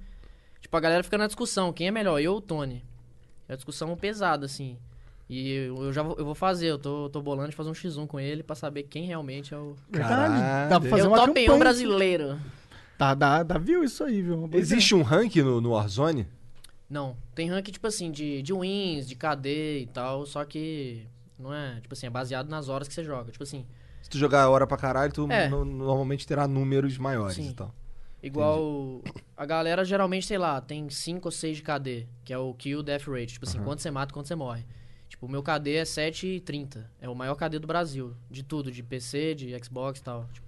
S3: Tipo, a galera fica na discussão. Quem é melhor, eu ou o Tony? É uma discussão pesada, assim. E eu, eu já vou, eu vou fazer. Eu tô, tô bolando de fazer um X1 com ele pra saber quem realmente é o...
S1: Caralho.
S2: Dá pra fazer um
S3: é o
S2: uma
S3: top
S2: campanha.
S3: 1 brasileiro.
S2: Tá, dá, dá, viu isso aí, viu? Uma boa
S1: Existe
S3: é.
S1: um rank no, no Warzone?
S3: Não, tem rank, tipo assim, de, de wins, de KD e tal, só que não é, tipo assim, é baseado nas horas que você joga. Tipo assim,
S1: Se tu jogar a hora pra caralho, tu
S3: É.
S1: no- normalmente terá números maiores
S3: Sim.
S1: e tal.
S3: igual a galera geralmente, sei lá, tem 5 ou 6 de KD, que é o kill death rate, tipo assim, quanto você mata, quanto você morre. Tipo, o meu KD é 7,30, é o maior KD do Brasil, de tudo, de PC, de Xbox e tal, tipo.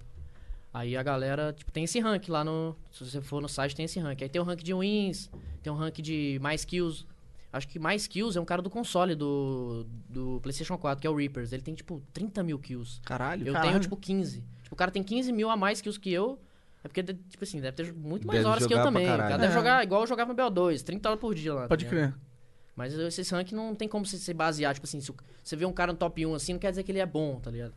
S3: Aí a galera, tipo, tem esse rank lá no, se você for no site tem esse rank. Aí tem o rank de wins, tem o rank de mais kills. Acho que mais kills é um cara do console do, do PlayStation 4, que é o Reapers. Ele tem, tipo, 30 mil kills.
S1: Caralho.
S3: Eu tenho, tipo, 15. Tipo, o cara tem 15 mil a mais que os que eu. É porque, de- tipo assim, deve ter muito mais
S1: Deve
S3: horas que eu
S1: jogar pra
S3: também. O cara
S1: caralho.
S3: deve
S2: É.
S3: jogar igual eu jogava no BO2, 30 horas por dia lá. tá
S2: Pode
S3: ligado?
S2: crer.
S3: Mas esse rank não tem como se, se basear. Tipo assim, se o- você vê um cara no top 1 assim, não quer dizer que ele é bom, tá ligado?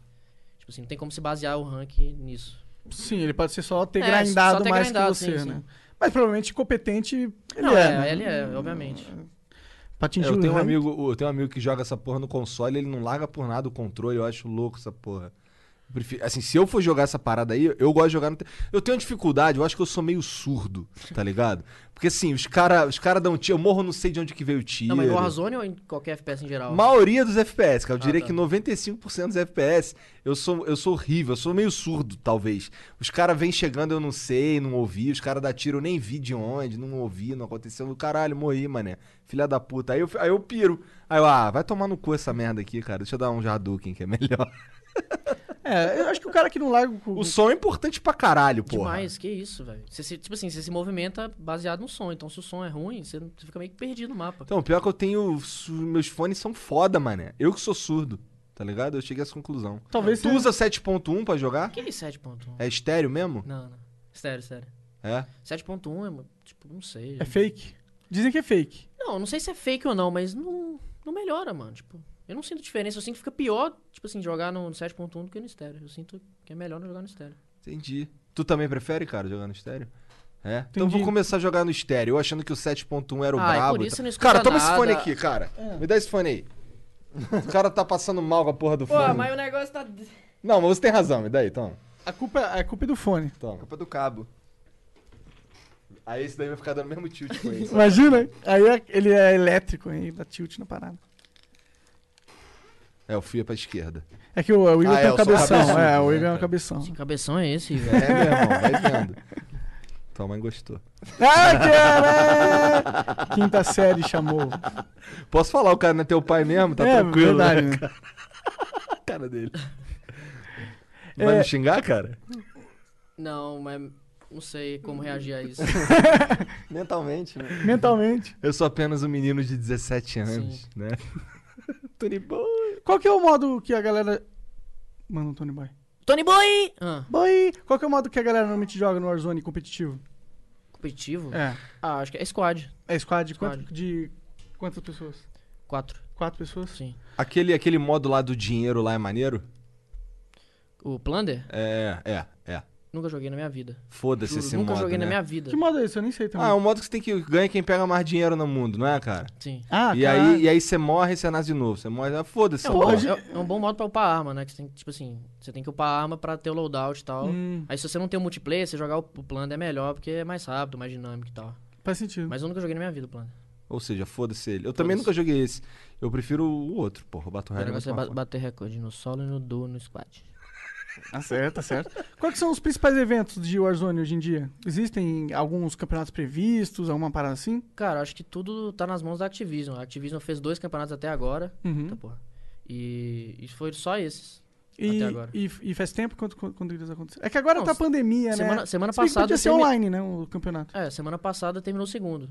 S3: Tipo assim, não tem como se basear o rank nisso.
S2: Sim, ele pode ser só ter
S3: É,
S2: grindado
S3: só ter
S2: mais
S3: grindado,
S2: que você,
S3: sim,
S2: né?
S3: sim.
S2: Mas provavelmente competente ele
S3: não,
S2: é,
S3: é,
S2: né?
S3: ele é, obviamente.
S2: Pra
S1: É,
S2: atingir
S1: eu,
S2: o
S1: tenho um
S2: rank.
S1: amigo, eu tenho um amigo que joga essa porra no console, ele não larga por nada o controle, eu acho louco essa porra. Eu prefiro- assim, se eu for jogar essa parada aí, eu gosto de jogar no. te- Eu tenho dificuldade, eu acho que eu sou meio surdo, tá ligado? Porque assim, os caras os cara dão tiro, eu morro, não sei de onde que veio o tiro.
S3: Não, mas no Warzone ou em qualquer FPS em geral?
S1: maioria dos FPS, cara. Eu diria
S3: tá.
S1: que 95% dos FPS eu sou, eu sou horrível, eu sou meio surdo, talvez. Os caras vêm chegando, eu não sei, não ouvi. Os caras dá tiro, eu nem vi de onde, não ouvi, não aconteceu. Eu, Caralho, morri, mané. Filha da puta. Aí eu, aí eu
S3: <laughs>
S1: piro. Aí eu, ah, vai tomar no cu essa merda aqui, cara. Deixa eu dar um Hadouken que é melhor.
S2: É, eu acho que o cara que não larga o.
S1: O som é importante pra caralho, porra.
S3: Demais, que isso, velho. Você se- Tipo assim, você se movimenta baseado no som. Então, se o som é ruim, você não- você fica meio que perdido no mapa.
S1: Então, pior que eu tenho. su- Meus fones são foda, mané. Eu que sou surdo, tá ligado? Eu cheguei a essa conclusão.
S2: Talvez
S1: Tu
S2: seja-
S1: usa 7.1 pra jogar?
S3: Que 7.1?
S1: É estéreo mesmo?
S3: Não, não. Sério, sério.
S1: É.
S3: 7.1 é, mo- tipo, não sei.
S2: É fake. Dizem que é fake.
S3: Não, não sei se é fake ou não, mas não, não melhora, mano. Tipo, eu não sinto diferença. Eu sinto que fica pior, tipo assim, jogar no 7.1 do que no estéreo. Eu sinto que é melhor não jogar no estéreo.
S1: Entendi. Tu também prefere, cara, jogar no estéreo? É. Então eu
S2: Entendi.
S1: vou começar a jogar no estéreo, eu achando que o 7.1 era o
S3: Ah, é
S1: brabo.
S3: por
S1: e
S3: isso
S1: tal.
S3: não escuta
S1: cara, toma esse
S3: nada.
S1: fone aqui, cara. Me dá esse fone aí. O cara tá passando mal com a porra do fone.
S3: o negócio tá.
S1: Não, mas você tem razão, me dá aí, toma.
S2: A culpa, a culpa é do fone.
S1: Toma.
S4: Culpa do cabo.
S1: Aí esse daí vai ficar dando mesmo tilt com
S2: <laughs>
S1: isso.
S2: Imagina, aí é- ele é elétrico, aí dá tilt na parada.
S1: É, o fio é pra esquerda.
S2: É que o, o Igor
S1: Ah, é,
S2: tem um
S1: eu sou
S2: cabeção.
S1: cabeçudo,
S2: É, o
S1: né,
S2: Igor é um
S1: cara?
S2: cabeção.
S3: Que cabeção é esse,
S1: É,
S3: velho?
S1: meu irmão, vai vendo. Tua mãe gostou.
S2: Ah, caralho! Ah, Quinta série chamou.
S1: Posso falar, o cara não é teu pai mesmo? Tá tranquilo. né?
S2: verdade, né?
S1: <laughs> A cara dele. Vai
S2: É.
S1: me xingar, cara?
S3: <laughs> Não, mas não sei como reagir a isso. <laughs>
S4: Mentalmente, né?
S2: Mentalmente.
S1: Eu sou apenas um menino de 17 anos,
S3: Sim. <laughs>
S1: né?
S2: Tony Boy. Qual que é o modo que a galera. Mano, Tony Boy.
S3: Tony Boy! Ah,
S2: Boy! Qual que é o modo que a galera normalmente joga no Warzone competitivo?
S3: competitivo?
S2: É.
S3: Ah, acho que é squad.
S2: É squad de, quanto-
S3: Squad.
S2: de quantas pessoas?
S3: Quatro.
S2: Quatro pessoas?
S3: Sim.
S1: Aquele, aquele modo lá do dinheiro lá é maneiro?
S3: O Plunder?
S1: É, é, é.
S3: Nunca joguei na minha vida.
S1: Foda-se
S3: Juro,
S1: esse
S3: nunca
S1: modo,
S3: joguei
S1: né?
S3: na minha vida.
S2: Que modo é esse? Eu nem sei também.
S1: Ah, é um modo que você tem que ganha quem pega mais dinheiro no mundo, não é, cara?
S3: Sim.
S2: Ah,
S1: e,
S2: caralho.
S1: aí, e aí você morre e você nasce de novo. Você morre, ah, foda-se.
S3: É um,
S1: porra.
S3: bom, é- é um bom modo pra upar arma, né? Que você tem, que, tipo assim, você tem que upar a arma pra ter o loadout e tal.
S2: Hum.
S3: Aí se você não tem o multiplayer, você jogar o, o Plunder é melhor, porque é mais rápido, mais dinâmico e tal.
S2: Faz sentido.
S3: Mas eu nunca joguei na minha vida o Plunder.
S1: Ou seja, foda-se ele. Eu também
S3: Foda-se.
S1: nunca joguei esse. Eu prefiro o outro, porra. O Battle
S3: O
S1: Royale. é
S3: negócio é
S1: muito
S3: ba-
S1: mais foda.
S3: bater recorde no solo e no duo, no squad.
S2: Tá certo, tá certo. Quais que são os principais eventos de Warzone hoje em dia? Existem alguns campeonatos previstos, alguma parada assim?
S3: Cara, acho que tudo tá nas mãos da Activision. A Activision fez dois campeonatos até agora.
S2: Uhum.
S3: Eita porra. E, e foi só esses.
S2: E,
S3: Até agora.
S2: E, e faz tempo quando, quando, quando isso aconteceu? É que agora
S3: Não,
S2: tá pandemia, né?
S3: semana- semana
S2: Se bem que
S3: passada
S2: Podia ser
S3: termi-
S2: online, né? O campeonato.
S3: É, semana passada terminou o segundo.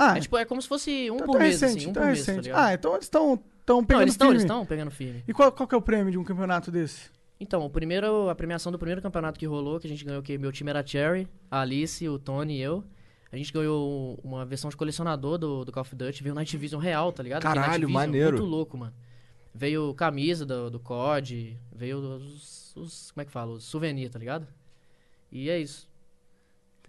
S2: Ah,
S3: É tipo, é como se fosse um
S2: tá,
S3: por
S2: tá
S3: mês,
S2: recente,
S3: assim, um
S2: tá
S3: por mês, tá
S2: recente.
S3: ligado?
S2: ah, então eles estão tão pegando
S3: não, eles estão, eles
S2: firme.
S3: estão pegando firme.
S2: E qual, qual que é o prêmio de um campeonato desse?
S3: Então, o primeiro, a premiação do primeiro campeonato que rolou, que a gente ganhou, que meu time era a Cherry, a Alice, o Tony e eu. A gente ganhou uma versão de colecionador do, do Call of Duty, veio o Night Vision real, tá ligado? Porque
S1: Caralho,
S3: Night Vision é
S1: maneiro.
S3: Muito louco, mano. Veio camisa do, do COD, veio os, os- como é que fala, os souvenir, tá ligado? E é isso.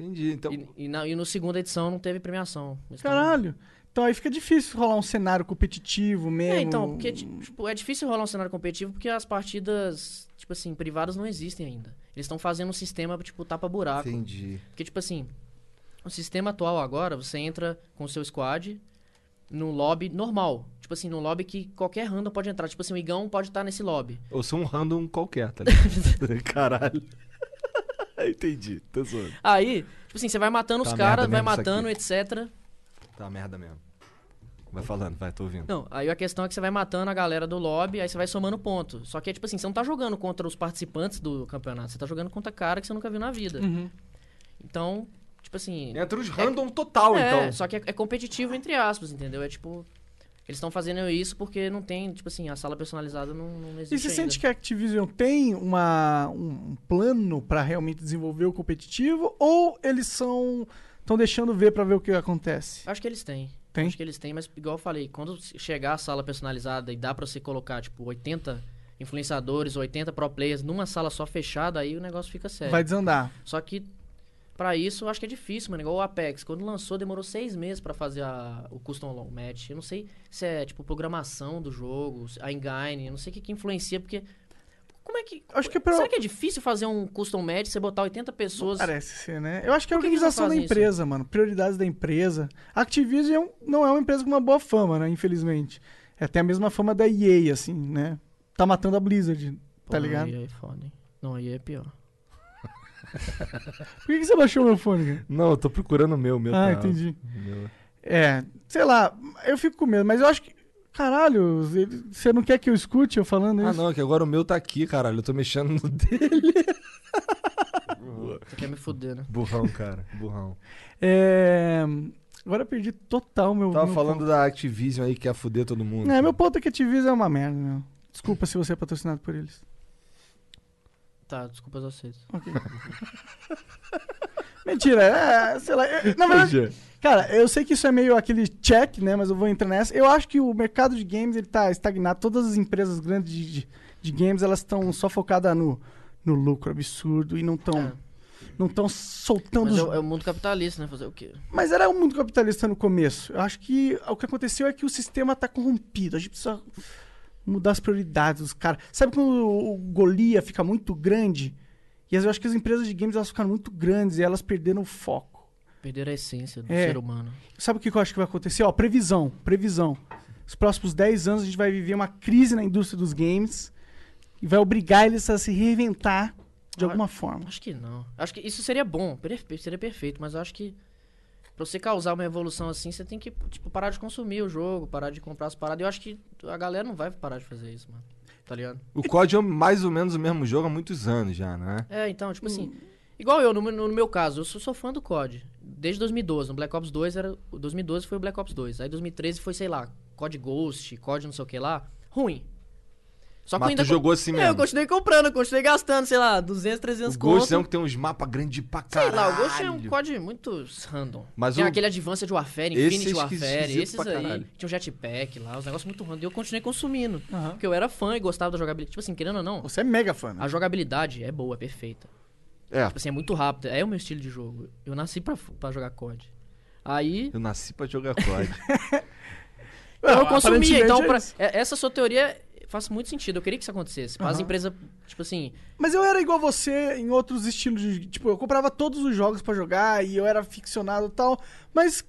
S1: Entendi. Então,
S3: E, e na, e no segunda edição não teve premiação. Eles tão-
S2: Caralho. Então aí fica difícil rolar um cenário competitivo mesmo.
S3: É, então, porque ti- tipo, é difícil rolar um cenário competitivo porque as partidas, tipo assim, privadas não existem ainda. Eles estão fazendo um sistema, tipo, tapa-buraco.
S1: entendi.
S3: Porque, tipo assim, o sistema atual agora, você entra com o seu squad num lobby normal. Tipo assim, num lobby que qualquer random pode entrar. Tipo assim, o Igão pode estar nesse lobby.
S1: Ou sou um random qualquer,
S3: <laughs>
S1: tá ligado? Caralho. <laughs> entendi. Tô zoando.
S3: Aí, tipo assim, você vai matando
S1: Tá
S3: os
S1: uma
S3: caras,
S1: merda
S3: vai
S1: mesmo isso
S3: matando, etc.
S1: Tá merda mesmo. Vai falando, vai, tô ouvindo.
S3: Não, aí a questão é que você vai matando a galera do lobby, aí você vai somando ponto. Só que é tipo assim, você não tá jogando contra os participantes do campeonato, você tá jogando contra cara que você nunca viu na vida. Então, tipo assim.
S1: Entra os random total,
S3: é,
S1: então.
S3: só que é, é competitivo entre aspas, entendeu? É tipo. Eles estão fazendo isso porque não tem, tipo assim, a sala personalizada não, não existe.
S2: E você
S3: ainda.
S2: sente que a Activision tem uma, um um plano pra realmente desenvolver o competitivo ou eles são estão deixando ver pra ver o que acontece?
S3: Acho que eles têm.
S2: Tem?
S3: Acho que eles têm, mas igual eu falei, quando chegar a sala personalizada e dá pra você colocar, tipo, 80 influenciadores, 80 pro players numa sala só fechada, aí o negócio fica sério.
S2: Vai desandar.
S3: Só que pra isso eu acho que é difícil, mano. Igual o Apex, quando lançou demorou seis meses pra fazer a- o custom long match. Eu não sei se é tipo programação do jogo, se- a engine, eu não sei o que, que influencia porque que.
S2: Acho que é pra-
S3: Será que é difícil fazer um custom match, você botar 80 pessoas?
S2: Parece ser, né? Eu acho que é a
S3: Por que eles não
S2: organização da
S3: fazem isso?
S2: empresa, mano. Prioridades da empresa. A Activision não é uma empresa com uma boa fama, né? Infelizmente. É até a mesma fama da EA, assim, né? Tá matando a Blizzard, tá
S3: Pô,
S2: ligado?
S3: Aí é foda, hein? Não, aí é pior.
S2: Por que, que você baixou meu fone, cara?
S1: Não, eu tô procurando o meu, o meu
S2: Ah,
S1: tá-
S2: entendi.
S1: meu-
S2: É, sei lá, eu fico com medo, mas eu acho que. Caralho, ele- você não quer que eu escute eu falando
S1: Ah,
S2: isso?
S1: não, que agora o meu tá aqui, caralho. Eu tô mexendo no dele.
S3: Você quer me foder, né?
S1: Burrão, cara. Burrão.
S2: É. Agora eu perdi total
S1: <laughs>
S2: meu.
S1: Tava
S2: meu
S1: falando da Activision aí que ia fuder todo mundo.
S2: ponto. É, meu ponto é que a Activision é uma merda, meu. Desculpa se você é patrocinado por eles.
S3: Tá, desculpa a vocês.
S2: Mentira, é, sei lá. eu- na verdade,
S1: Veja.
S2: cara, eu sei que isso é meio aquele check, né? Mas eu vou entrar nessa. Eu acho que o mercado de games ele tá estagnado. Todas as empresas grandes de, de- de games elas estão só focadas no, no lucro absurdo e não estão
S3: É.
S2: não estão soltando
S3: Mas
S2: os
S3: é, o- é o mundo capitalista, né? Fazer o quê?
S2: Mas era um mundo capitalista no começo. Eu acho que o que aconteceu é que o sistema tá corrompido. A gente precisa mudar as prioridades dos caras. Sabe quando o Golia fica muito grande? E eu acho que as empresas de games elas ficaram muito grandes e elas perderam o foco.
S3: Perder a essência do
S2: É.
S3: ser humano.
S2: Sabe o que eu acho que vai acontecer? Ó, previsão, previsão. Os próximos 10 anos a gente vai viver uma crise na indústria dos games e vai obrigar eles a se reinventar de alguma forma.
S3: Acho que não. Acho que isso seria bom, perfe- seria perfeito, mas eu acho que pra você causar uma revolução assim, você tem que, tipo, parar de consumir o jogo, parar de comprar as paradas. E eu acho que a galera não vai parar de fazer isso, mano. Tá ligado?
S1: O COD é mais ou menos o mesmo jogo há muitos anos já, né?
S3: É, então, tipo assim. Igual eu, no, meu- no meu caso, eu sou, sou fã do COD. Desde 2012. No Black Ops 2 era. o 2012 foi o Black Ops 2. Aí 2013 foi, sei lá, COD Ghost, COD não sei o que lá. Ruim. Só
S1: Mas tu
S3: co-
S1: jogou assim
S3: É,
S1: mesmo?
S3: Eu continuei comprando, eu continuei gastando, sei lá, 200, 300
S1: O Ghost é um
S3: conto.
S1: que tem uns mapas grandes pra
S3: Sei
S1: caralho.
S3: lá, o Ghost é um COD muito random.
S1: Mas
S3: Tem
S1: o-
S3: aquele Advanced Warfare,
S1: Esse é
S3: Infinity
S1: esquisito
S3: Warfare,
S1: pra
S3: esses aí.
S1: caralho.
S3: Tinha um jetpack lá, os negócios muito random. E eu continuei consumindo. Porque eu era fã e gostava da jogabilidade. Tipo assim, querendo ou não,
S2: Você é mega fã, né?
S3: a jogabilidade é boa, é perfeita.
S1: É.
S3: Tipo assim, é muito rápido. É o meu estilo de jogo. Eu nasci pra, pra jogar COD. Aí.
S1: Eu nasci pra jogar COD. <laughs>
S3: Eu, consumia.
S2: aparentemente
S3: Então,
S2: é
S3: pra-
S2: isso.
S3: é- essa sua teoria faz muito sentido. Eu queria que isso acontecesse. Pra as
S2: Aham.
S3: empresas, tipo assim.
S2: Mas eu era igual você em outros estilos de. Tipo, eu comprava todos os jogos pra jogar e eu era aficionado e tal. Mas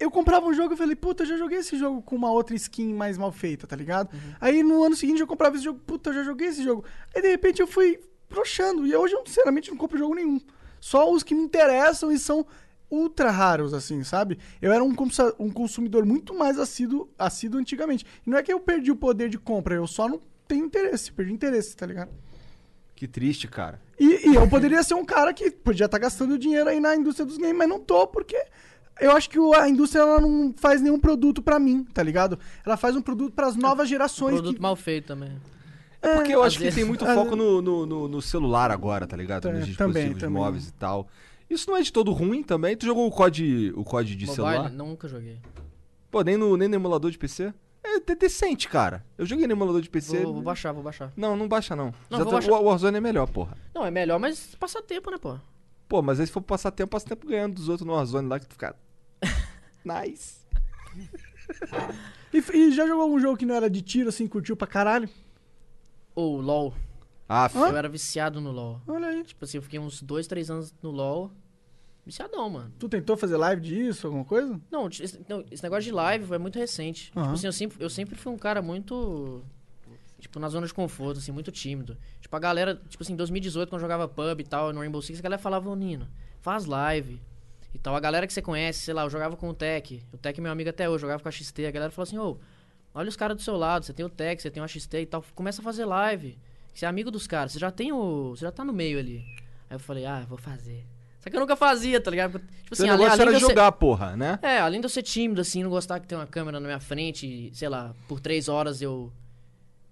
S2: eu comprava um jogo e falei, puta, eu já joguei esse jogo com uma outra skin mais mal feita, tá ligado? Aí no ano seguinte eu comprava esse jogo, puta, eu já joguei esse jogo. Aí de repente eu fui broxando. E hoje eu, sinceramente, não compro jogo nenhum. Só os que me interessam e são ultra raros, assim, sabe? Eu era um, consa- um consumidor muito mais assíduo, assíduo antigamente. E não é que eu perdi o poder de compra, eu só não tenho interesse, perdi interesse, tá ligado?
S1: que triste, cara.
S2: E, e eu poderia ser um cara que podia estar gastando dinheiro aí na indústria dos games, mas não tô, porque eu acho que o- a indústria ela não faz nenhum produto pra mim, tá ligado? Ela faz um produto pras novas gerações.
S3: Produto
S2: que...
S3: mal feito também.
S1: É porque eu
S3: às
S1: acho que
S3: vezes-
S1: tem muito
S2: às
S1: foco no, no, no- no celular agora, tá ligado?
S2: É,
S1: Nos
S2: também,
S1: dispositivos
S2: também.
S1: móveis e tal. Isso não é de todo ruim também. Tu jogou o COD, o COD de
S3: Mobile, né?
S1: celular?
S3: nunca joguei.
S1: Pô, nem no, nem no emulador de PC? É de- decente, cara. Eu joguei no emulador de PC.
S3: Vou, vou baixar, vou baixar.
S1: Não, não baixa não.
S3: Não,
S1: Já
S3: vou
S1: tá-
S3: baixar.
S1: O Warzone é melhor, porra.
S3: Não, é melhor, mas passa tempo, né, pô?
S1: Pô, mas aí se for passar tempo, passa tempo ganhando dos outros no Warzone lá que tu
S3: <laughs>
S1: fica. nice.
S2: E, e já jogou um jogo que não era de tiro, assim, curtiu pra caralho?
S3: Ou LOL.
S1: Ah, filho.
S3: Eu era viciado no LOL.
S2: Olha aí.
S3: Tipo assim, eu fiquei uns dois, três anos no LOL. Viciadão, mano.
S2: Tu tentou fazer live disso, alguma coisa?
S3: Não, t- esse, não, esse negócio de live é muito recente.
S2: Aham.
S3: Tipo assim, eu sempre, eu sempre fui um cara muito. Tipo, na zona de conforto, assim, muito tímido. Tipo, a galera, tipo assim, em 2018, quando eu jogava pub e tal, no Rainbow Six, a galera falava, ô Nino, faz live. E tal, a galera que você conhece, sei lá, eu jogava com o Tech. O Tech é meu amigo até hoje, eu jogava com a XT. A galera falou assim, ô, olha os caras do seu lado, você tem o Tech, você tem o XT e tal. Começa a fazer live. Você é amigo dos caras, você já tem o. Você já tá no meio ali. Aí eu falei, ah, vou fazer. Só que eu nunca fazia, tá ligado? Tipo
S1: Seu
S3: assim, ale-
S1: negócio
S3: além de
S1: era
S3: eu ser-
S1: jogar, porra, né?
S3: é, além de eu ser tímido, assim, não gostar que tem uma câmera na minha frente, e, sei lá, por três horas eu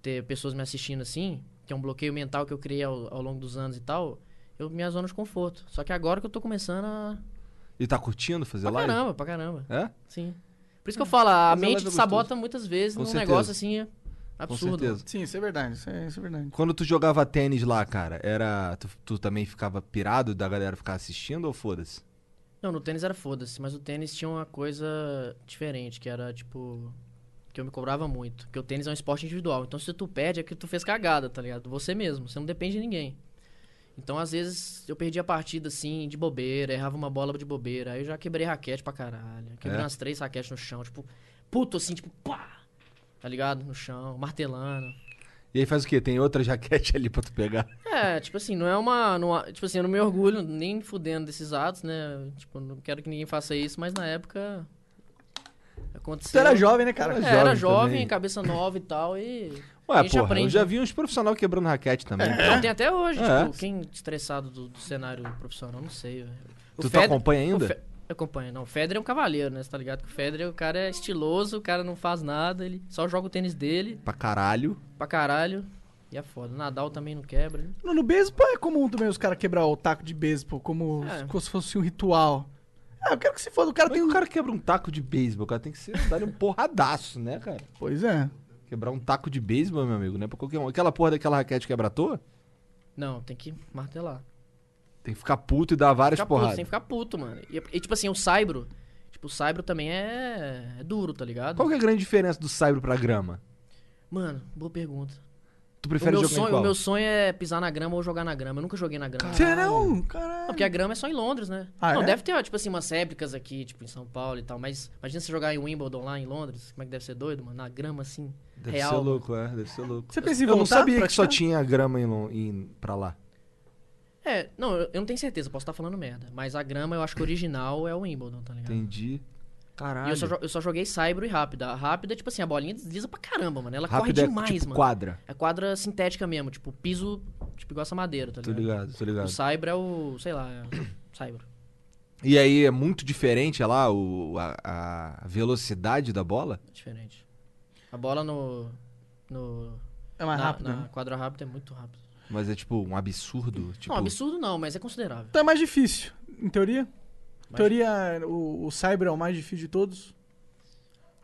S3: ter pessoas me assistindo assim, que é um bloqueio mental que eu criei ao, ao longo dos anos e tal, eu minha zona de conforto. Só que agora que eu tô começando a.
S1: E tá curtindo fazer
S3: Pra
S1: live?
S3: caramba, pra caramba.
S1: É?
S3: Sim. Por isso que eu falo,
S1: Mas
S3: a
S1: a
S3: mente
S1: live é
S3: te sabota muitas vezes
S1: Com
S3: num
S1: certeza.
S3: negócio assim absurdo.
S1: Com certeza.
S2: Sim, isso é verdade, isso é, isso é verdade.
S1: Quando tu jogava tênis lá, cara, era. Tu, tu também ficava pirado da galera ficar assistindo ou foda-se?
S3: Não, no tênis era foda-se, mas o tênis tinha uma coisa diferente, que era tipo. que eu me cobrava muito. Porque o tênis é um esporte individual. Então, se tu perde, é que tu fez cagada, tá ligado? Você mesmo. Você não depende de ninguém. Então, às vezes, eu perdi a partida, assim, de bobeira. Errava uma bola de bobeira. Aí eu já quebrei raquete pra caralho. Quebrei
S1: É?
S3: umas três raquetes no chão. Tipo, puto, assim, tipo, pá! Tá ligado? No chão, martelando.
S1: E aí faz o quê? Tem outra <laughs> jaquete ali pra tu pegar.
S3: É, tipo assim, não é uma. não há- tipo assim, eu não me orgulho nem fudendo desses atos, né? Tipo, não quero que ninguém faça isso, mas na época. Aconteceu.
S2: Tu era jovem, né, cara?
S3: É,
S1: Era
S3: era
S1: jovem
S3: jovem,
S1: também.
S3: cabeça nova e tal, e. a
S1: Ué,
S3: gente
S1: porra, eu
S3: aprende,
S1: já
S3: né?
S1: vi uns profissionais quebrando raquete também.
S3: Não, tem até hoje,
S1: É.
S3: tipo, quem estressado do, do cenário profissional, não sei, velho. O
S1: Tu tá acompanha ainda?
S3: o Fe- Eu acompanho, não. O Federer é um cavaleiro, né? Você tá ligado que o Federer, o cara é estiloso, o cara não faz nada, ele só joga o tênis dele
S1: Pra caralho.
S3: pra caralho. E é foda. O Nadal também não quebra, né?
S2: No, no beisebol é comum também os caras quebrar o taco de beisebol, como
S3: É.
S2: como se fosse um ritual. Ah, eu quero que se foda, o cara
S1: Como é
S2: tem
S1: que
S2: um...
S1: o cara quebra um taco de beisebol? O cara tem que ser dar um porradaço, né, cara?
S2: Pois é.
S1: Quebrar um taco de beisebol, meu amigo, não é pra qualquer um. Aquela porra daquela raquete quebra à toa?
S3: Não, tem que martelar.
S1: Tem que ficar puto e dar várias
S3: ficar puto,
S1: porradas.
S3: sem ficar puto, mano. E, e, tipo assim, o Saibro. Tipo, o Saibro também é, é duro, tá ligado?
S1: Qual que é a grande diferença do saibro pra grama?
S3: Mano, boa pergunta.
S1: Tu
S3: O
S1: prefere
S3: meu,
S1: jogar em
S3: sonho,
S1: qual?
S3: o meu sonho é pisar na grama ou jogar na grama. Eu nunca joguei na grama.
S2: Será um, caralho.
S3: Não, porque a grama é só em Londres, né?
S2: Ah,
S3: não,
S2: é?
S3: deve ter, ó, tipo assim, umas réplicas aqui, tipo, em São Paulo e tal. Mas imagina você jogar em Wimbledon lá em Londres. Como é que deve ser doido, mano? Na grama, assim,
S1: Deve
S3: real.
S1: ser
S3: mano.
S1: louco, é, deve ser louco.
S2: Você pensa em
S1: Eu não
S2: voltar
S1: sabia
S2: pra
S1: que só
S2: tirar?
S1: tinha grama em, Lon- em, pra lá.
S3: É, não, eu, eu não tenho certeza, posso estar falando merda. Mas a grama, eu acho que o original é o Wimbledon, tá ligado?
S1: Entendi. Caralho.
S3: E eu só, jo- eu só joguei Saibro e Rápida. A Rápida, tipo assim, a bolinha desliza pra caramba, mano. Ela
S1: Rápido
S3: corre
S1: é
S3: demais,
S1: tipo
S3: mano.
S1: quadra.
S3: É quadra sintética mesmo, tipo, piso, tipo, igual essa madeira, tá
S1: Tô
S3: ligado?
S1: ligado, tô ligado.
S3: O Saibro é o, sei lá, é o Saibro.
S1: E aí é muito diferente, olha lá, o, a, a velocidade da bola?
S3: É diferente. A bola no... no
S2: É mais
S3: na,
S2: rápido.
S3: na
S2: né?
S3: quadra rápida é muito rápido.
S1: Mas é tipo um absurdo. Tipo,
S3: Não, absurdo não, mas é considerável.
S2: Então é mais difícil, em teoria. Em teoria, o, o cyber é o mais difícil de todos.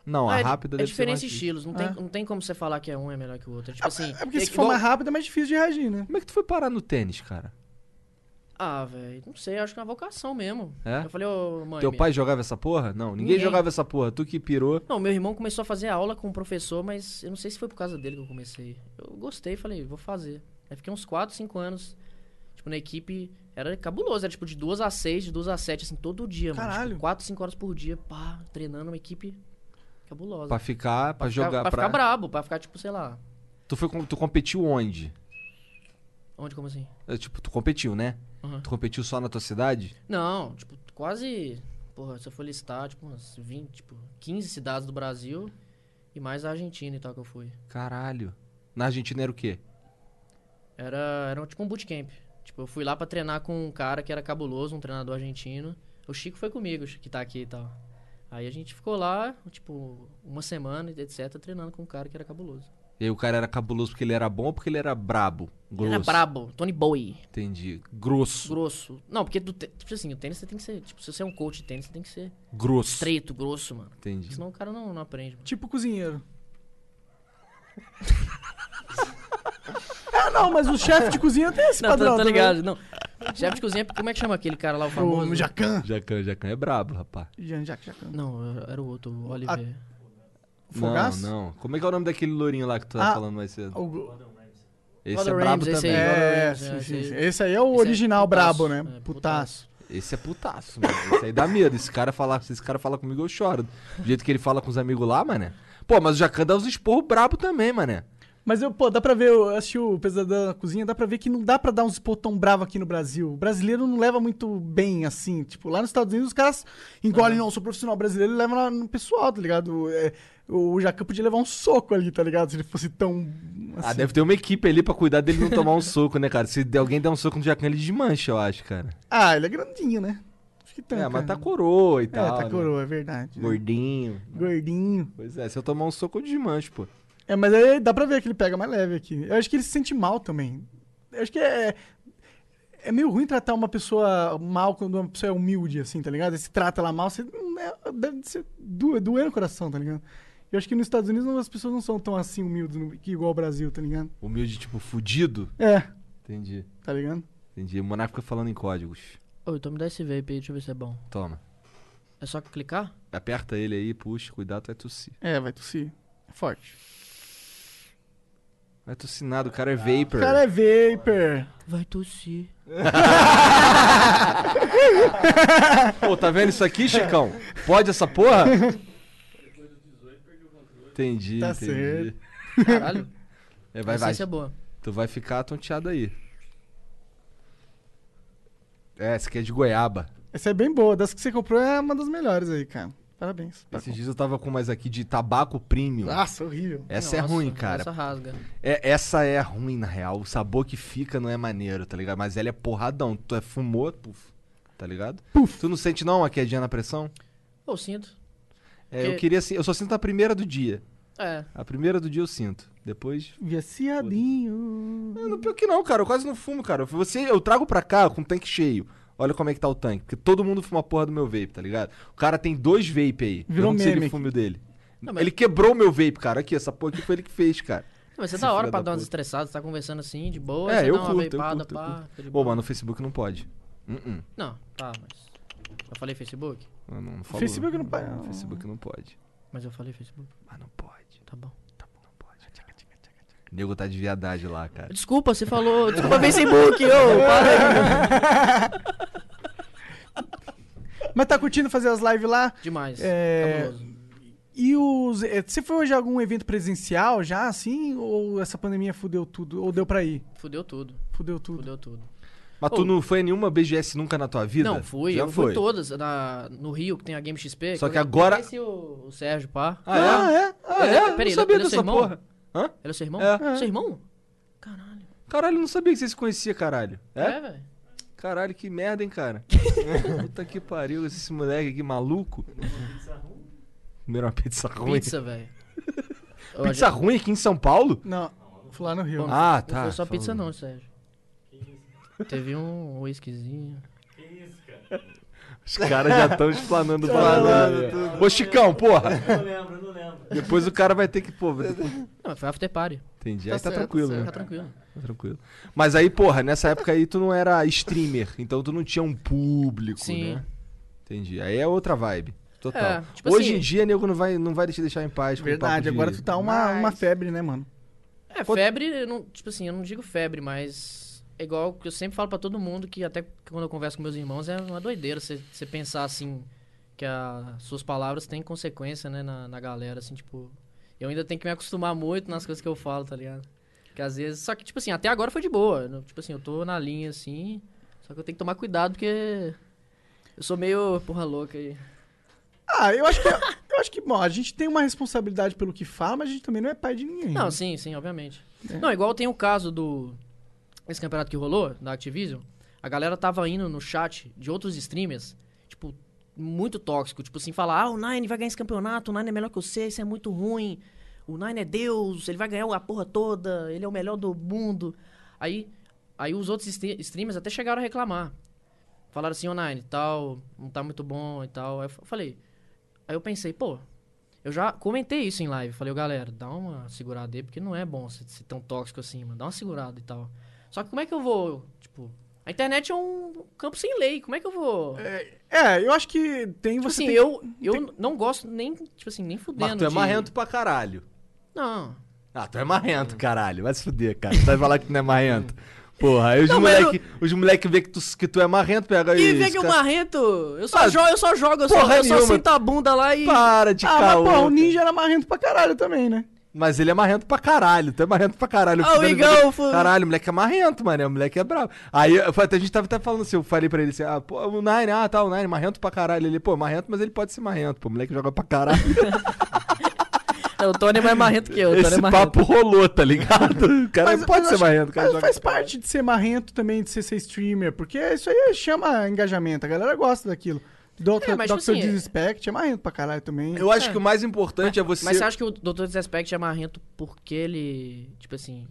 S1: Não,
S3: Ah,
S1: a
S3: é,
S1: rápida
S3: é
S1: deve ser mais
S3: diferença em
S1: difícil.
S3: estilos, não tem,
S2: É.
S3: não tem como você falar que é um é melhor que o outro. É tipo assim...
S2: É porque se
S3: é
S2: for
S3: igual-
S2: mais rápido, é mais difícil de reagir, né?
S1: Como é que tu foi parar no tênis, cara?
S3: Ah, velho, não sei, acho que é uma vocação mesmo.
S1: É?
S3: Eu falei, ô mãe...
S1: Teu
S3: minha-
S1: pai jogava essa porra? Não, ninguém,
S3: Ninguém.
S1: jogava essa porra. Tu que pirou.
S3: Não, meu irmão começou a fazer aula com o professor, mas eu não sei se foi por causa dele que eu comecei. Eu gostei, falei, vou fazer. Aí fiquei uns 4, 5 anos, tipo, na equipe. Era cabuloso, era tipo de 2 a 6, de 2 a 7, assim, todo dia, mano.
S2: Caralho.
S3: Tipo, 4, 5 horas por dia, pá, treinando uma equipe cabulosa.
S1: Pra ficar, pra,
S3: Ficar-
S1: jogar. Pra
S3: pra ficar brabo, pra ficar, tipo, sei lá.
S1: Tu, foi, com- tu competiu onde?
S3: Onde, como assim?
S1: É, tipo, tu competiu, né?
S3: Aham.
S1: Tu competiu só na tua cidade?
S3: Não, tipo, quase. Porra, se eu for listar, tipo, umas 20, tipo, 15 cidades do Brasil e mais a Argentina e tal que eu fui.
S1: Caralho. Na Argentina era o quê?
S3: Era, era um- tipo um bootcamp. Tipo, eu fui lá pra treinar com um cara que era cabuloso, um treinador argentino. O Chico foi comigo, que tá aqui e tal. Aí a gente ficou lá, tipo, uma semana, e etc, treinando com um cara que era cabuloso.
S1: E aí o cara era cabuloso porque ele era bom ou porque ele era brabo? Grosso.
S3: Ele era brabo, Tony Boy,
S1: Entendi. Grosso.
S3: grosso. Não, porque do tê- tipo assim, o tênis você tem que ser, tipo, se você é um coach de tênis, você tem que ser
S1: Grosso.
S3: estreito, grosso, mano.
S1: Entendi.
S3: Senão o cara não, não aprende, mano.
S2: Tipo cozinheiro. ah, não, mas o chefe de cozinha tem esse
S3: Não,
S2: padrão.
S3: tô, tô
S2: também.
S3: ligado, não. Chefe de cozinha, como é que chama aquele cara lá, o famoso?
S2: O Jacan.
S1: Jacan, Jacan é brabo, rapaz.
S2: Jean Jacques Jacan.
S3: Não, era o outro, o Oliver.
S2: Fogaço?
S1: Não, não. Como é que é o nome daquele lourinho lá que tu tá
S2: Ah,
S1: falando mais cedo?
S2: O-
S1: Esse
S3: Gordon
S1: é brabo
S3: Ramsay, esse
S1: também.
S3: aí. Gordon
S2: É,
S3: Ramsay,
S2: sim,
S3: é,
S2: sim,
S3: esse-
S2: sim. Esse aí é o
S3: esse é
S2: original brabo,
S3: putaço,
S2: né?
S3: é,
S2: Putaço.
S1: Esse é putaço, mano. Esse aí dá medo. Esse cara falar, se esse cara falar comigo, eu choro. Do jeito que ele fala com os amigos lá, mané. Pô, mas o Jacan dá uns esporros brabo também, mané.
S2: Mas eu, pô, dá pra ver, eu assisti o Pesadelo na Cozinha, dá pra ver que não dá pra dar uns pô tão bravo aqui no Brasil. O brasileiro não leva muito bem, assim. Tipo, lá nos Estados Unidos os caras engolem, não, sou profissional brasileiro, ele leva lá no pessoal, tá ligado? É, o Jacan podia levar um soco ali, tá ligado? Se ele fosse tão.
S1: Ah,
S2: assim.
S1: deve ter uma equipe ali pra cuidar dele não tomar um soco, né, cara? Se der- alguém der um soco no Jacan, ele desmancha, eu acho, cara.
S2: Ah, ele é grandinho, né? Acho que tanto.
S1: É, mas tá coroa e tal.
S2: É, tá
S1: né?
S2: coroa, é verdade. né?
S1: Gordinho.
S2: Gordinho.
S1: Pois é, se eu tomar um soco, eu desmancho, pô.
S2: É, mas aí dá pra ver que ele pega mais leve aqui. Eu acho que ele se sente mal também. Eu acho que é. É meio ruim tratar uma pessoa mal quando uma pessoa é humilde, assim, tá ligado? Se trata ela mal, você. é, Deve ser doer, doer no coração, tá ligado? Eu acho que nos Estados Unidos não, as pessoas não são tão assim humildes no- que igual o Brasil, tá ligado?
S1: Humilde, tipo, fudido.
S2: É,
S1: Entendi.
S2: tá ligado?
S1: Entendi. O Monarca fica falando em códigos.
S3: Ô, então me dá esse vape aí, deixa eu ver se é bom.
S1: Toma.
S3: É só clicar?
S1: Aperta ele aí, puxa, cuidado, vai tossir.
S2: É, vai tossir. É
S3: Forte.
S1: Não é tocinado, o cara é vapor.
S2: O
S1: <laughs>
S2: cara é vapor.
S3: Vai tossir.
S1: Pô, tá vendo isso aqui, Chicão? Pode essa porra? Entendi,
S2: Tá
S1: entendi.
S2: certo.
S3: Caralho.
S1: É, vai, vai.
S3: Essência é boa.
S1: Tu vai ficar tonteado aí. É, essa aqui é de goiaba.
S2: Essa é bem boa. Das que você comprou é uma das melhores aí, cara. Parabéns.
S3: Tá
S1: Esses dias eu tava com mais aqui de tabaco premium.
S2: Nossa, horrível.
S1: essa é
S3: Ah, Nossa,
S1: ruim, cara.
S3: Essa rasga.
S1: É, essa é ruim, na real. O sabor que fica não é maneiro, tá ligado? Mas ela é porradão. Tu é fumou, puf, tá ligado? Tu não sente não uma quedinha na pressão?
S3: Eu sinto.
S1: É, eu
S3: Que-
S1: queria assim, eu só sinto a primeira do dia.
S3: É.
S1: A primeira do dia eu sinto. Depois. Ah,
S2: Viciadinho.
S1: Não, não pior que não, cara. Eu quase não fumo, cara. Você, eu trago pra cá com o tanque cheio. Olha como é que tá o tanque. Porque todo mundo fuma a porra do meu vape, tá ligado? O cara tem dois vape aí.
S2: Virou
S1: eu não sei
S2: meme
S1: ele fume o dele.
S3: Não, mas-
S1: Ele quebrou o meu vape, cara. Aqui, essa porra aqui foi ele que fez, cara.
S3: Não, mas é
S1: Esse
S3: da hora
S1: filho
S3: pra
S1: da
S3: dar umas
S1: puta.
S3: estressadas, tá conversando assim, de boa.
S1: é,
S3: você
S1: eu
S3: dá uma
S1: curto, eu
S3: veipada,
S1: curto, eu
S3: pá,
S1: curto.
S3: fica de
S1: Pô,
S3: boa.
S1: mas no Facebook não pode. Uh-uh.
S3: Não, tá, mas. Eu falei Facebook?
S1: Eu não, não falo-
S2: Facebook não pode.
S1: Facebook não pode.
S3: Mas eu falei Facebook.
S1: Mas não pode.
S3: Tá bom.
S1: O nego tá de viadagem lá, cara.
S3: Desculpa,
S1: <laughs>
S3: você falou. Desculpa, Facebook, ô. para aí.
S2: Mas tá curtindo fazer as lives lá?
S3: Demais.
S2: É,
S3: Cabuloso.
S2: E os. eh, Você foi hoje a algum evento presencial já, assim? Ou essa pandemia fudeu tudo? Ou deu pra ir?
S3: Fudeu tudo.
S2: Fudeu tudo.
S3: Fudeu tudo.
S1: Mas tu
S3: Ô.
S1: não foi a nenhuma BGS nunca na tua vida?
S3: Não, fui.
S1: Já
S3: eu fui
S1: foi.
S3: todas. Na, no Rio, que tem a Game XP.
S1: Só
S3: quando
S1: que
S3: eu
S1: agora-
S3: conheci o, o Sérgio, pá.
S1: Ah, é?
S2: Ah, é?
S1: Ah, é?
S3: Peraí,
S1: não
S3: ele-
S1: sabia
S3: ele é
S1: dessa
S3: seu irmão?
S1: porra. Hã?
S3: Ele é seu irmão?
S1: É.
S3: Seu irmão? Caralho.
S1: Caralho, eu não sabia que você se conhecia, caralho. É?
S3: É, velho.
S1: Caralho, que merda, hein,
S3: <laughs>
S1: cara? Puta que pariu, esse moleque aqui maluco. Comeram uma pizza ruim. <laughs>
S3: Pizza, velho. Ô, a
S1: Pizza
S3: gente-
S1: ruim aqui em São Paulo?
S2: Não, fui lá no Rio.
S3: Bom,
S1: Ah,
S3: Não
S1: tá.
S3: foi só pizza,
S1: falou.
S3: não, Sérgio. Teve um whiskyzinho.
S1: Os caras já estão
S3: <laughs>
S1: explanando o planeta. Ô, Chicão, porra. Eu não lembro, eu não lembro. Depois o cara vai ter que, pô...
S3: Não, mas foi after party.
S1: Entendi, aí tá tranquilo, né?
S3: Tá tranquilo.
S1: Tá tranquilo. Mas aí, porra, nessa época aí tu não era streamer, então tu não tinha um público,
S3: Sim.
S1: né? Entendi. Aí é outra vibe. Total.
S3: É, tipo
S1: Hoje
S3: assim-
S1: em dia, nego, não vai, não vai te deixar em paz. com
S2: Verdade,
S1: papo de-
S2: agora tu tá uma, uma febre, né, mano?
S3: É, febre, eu não, tipo assim, eu não digo febre, mas é igual que eu sempre falo pra todo mundo que até quando eu converso com meus irmãos é uma doideira você você pensar assim que as suas palavras têm consequência, né, na, na galera, assim, tipo. Eu ainda tenho que me acostumar muito nas coisas que eu falo, tá ligado? Que às vezes. Só que, tipo assim, até agora foi de boa. eu não- Tipo assim, eu tô na linha, assim. Só que eu tenho que tomar cuidado porque. Eu sou meio porra louca aí.
S2: Ah, eu acho que. Eu acho que, bom, a gente tem uma responsabilidade pelo que fala, mas a gente também não é pai de ninguém.
S3: Não,
S2: né?
S3: sim, sim, obviamente. Não, igual tem o caso do. Esse campeonato que rolou, da Activision. A galera tava indo no chat de outros streamers, tipo, muito tóxico. Tipo assim, falar: ah, o Nine vai ganhar esse campeonato, o Nine é melhor que você, isso é muito ruim. O Nine é Deus, ele vai ganhar a porra toda, ele é o melhor do mundo. Aí, aí os outros stre- streamers até chegaram a reclamar. Falaram assim, ô Nine, tal, não tá muito bom e tal. Aí eu fa- falei. Aí eu pensei, pô, eu já comentei isso em live. Falei, ô, galera, dá uma segurada aí, porque não é bom ser, ser tão tóxico assim, mano. Dá uma segurada e tal. Só que como é que eu vou, tipo... A internet é um campo sem lei. Como é que eu vou... É,
S2: É, eu acho que tem
S3: tipo
S2: você.
S3: assim,
S2: tem-
S3: eu, eu não gosto nem, tipo assim, nem fudendo
S1: Mas tu é
S3: de-
S1: marrento pra caralho.
S3: Não.
S1: Ah, tu é marrento, caralho. Vai se fuder, cara. Tu vai falar que tu não é
S3: <laughs>
S1: marrento. Porra, aí os
S3: Não, mas
S1: moleque, os moleque vê que tu, que tu é marrento, pega
S3: E
S1: isso.
S3: vê que eu
S1: cara.
S3: marrento... Eu só,
S1: Ah,
S3: jo- eu só jogo, eu só,
S1: porra
S3: eu só
S1: nenhuma.
S3: sinto a bunda lá e...
S1: Para de
S2: Ah, mas
S1: caô.
S2: pô, o ninja era marrento pra caralho também, né?
S1: Mas ele é marrento pra caralho. Tu é marrento pra caralho.
S3: Ah, o
S1: Fudendo,
S3: Igão,
S1: moleque-
S3: fu-
S1: Caralho, o moleque é marrento, mano. O moleque é brabo. Aí eu- até a gente tava até falando assim, eu falei pra ele assim, ah, pô, o Nine, ah, tá, o Nine, marrento pra caralho. Ele, pô, marrento, mas ele pode ser marrento. Pô, o moleque joga pra
S2: <laughs>
S1: caralho.
S3: É, O Tony é mais marrento que eu, o Tony é
S1: Esse
S3: marrento.
S1: papo rolou, tá ligado? O cara
S2: Mas-
S1: pode
S2: mas
S1: ser
S2: acho-
S1: marrento. o cara
S2: mas
S1: joga
S2: faz
S1: pra caralho.
S2: parte de ser marrento também, de ser, ser streamer, porque isso aí chama engajamento, a galera gosta daquilo. Dr.
S3: É, mas, tipo
S2: Dr.
S3: assim,
S2: Disrespect é marrento pra caralho também.
S1: Eu acho que o mais importante é você...
S3: Mas você acha que o Dr. Disrespect é marrento porque ele, tipo assim,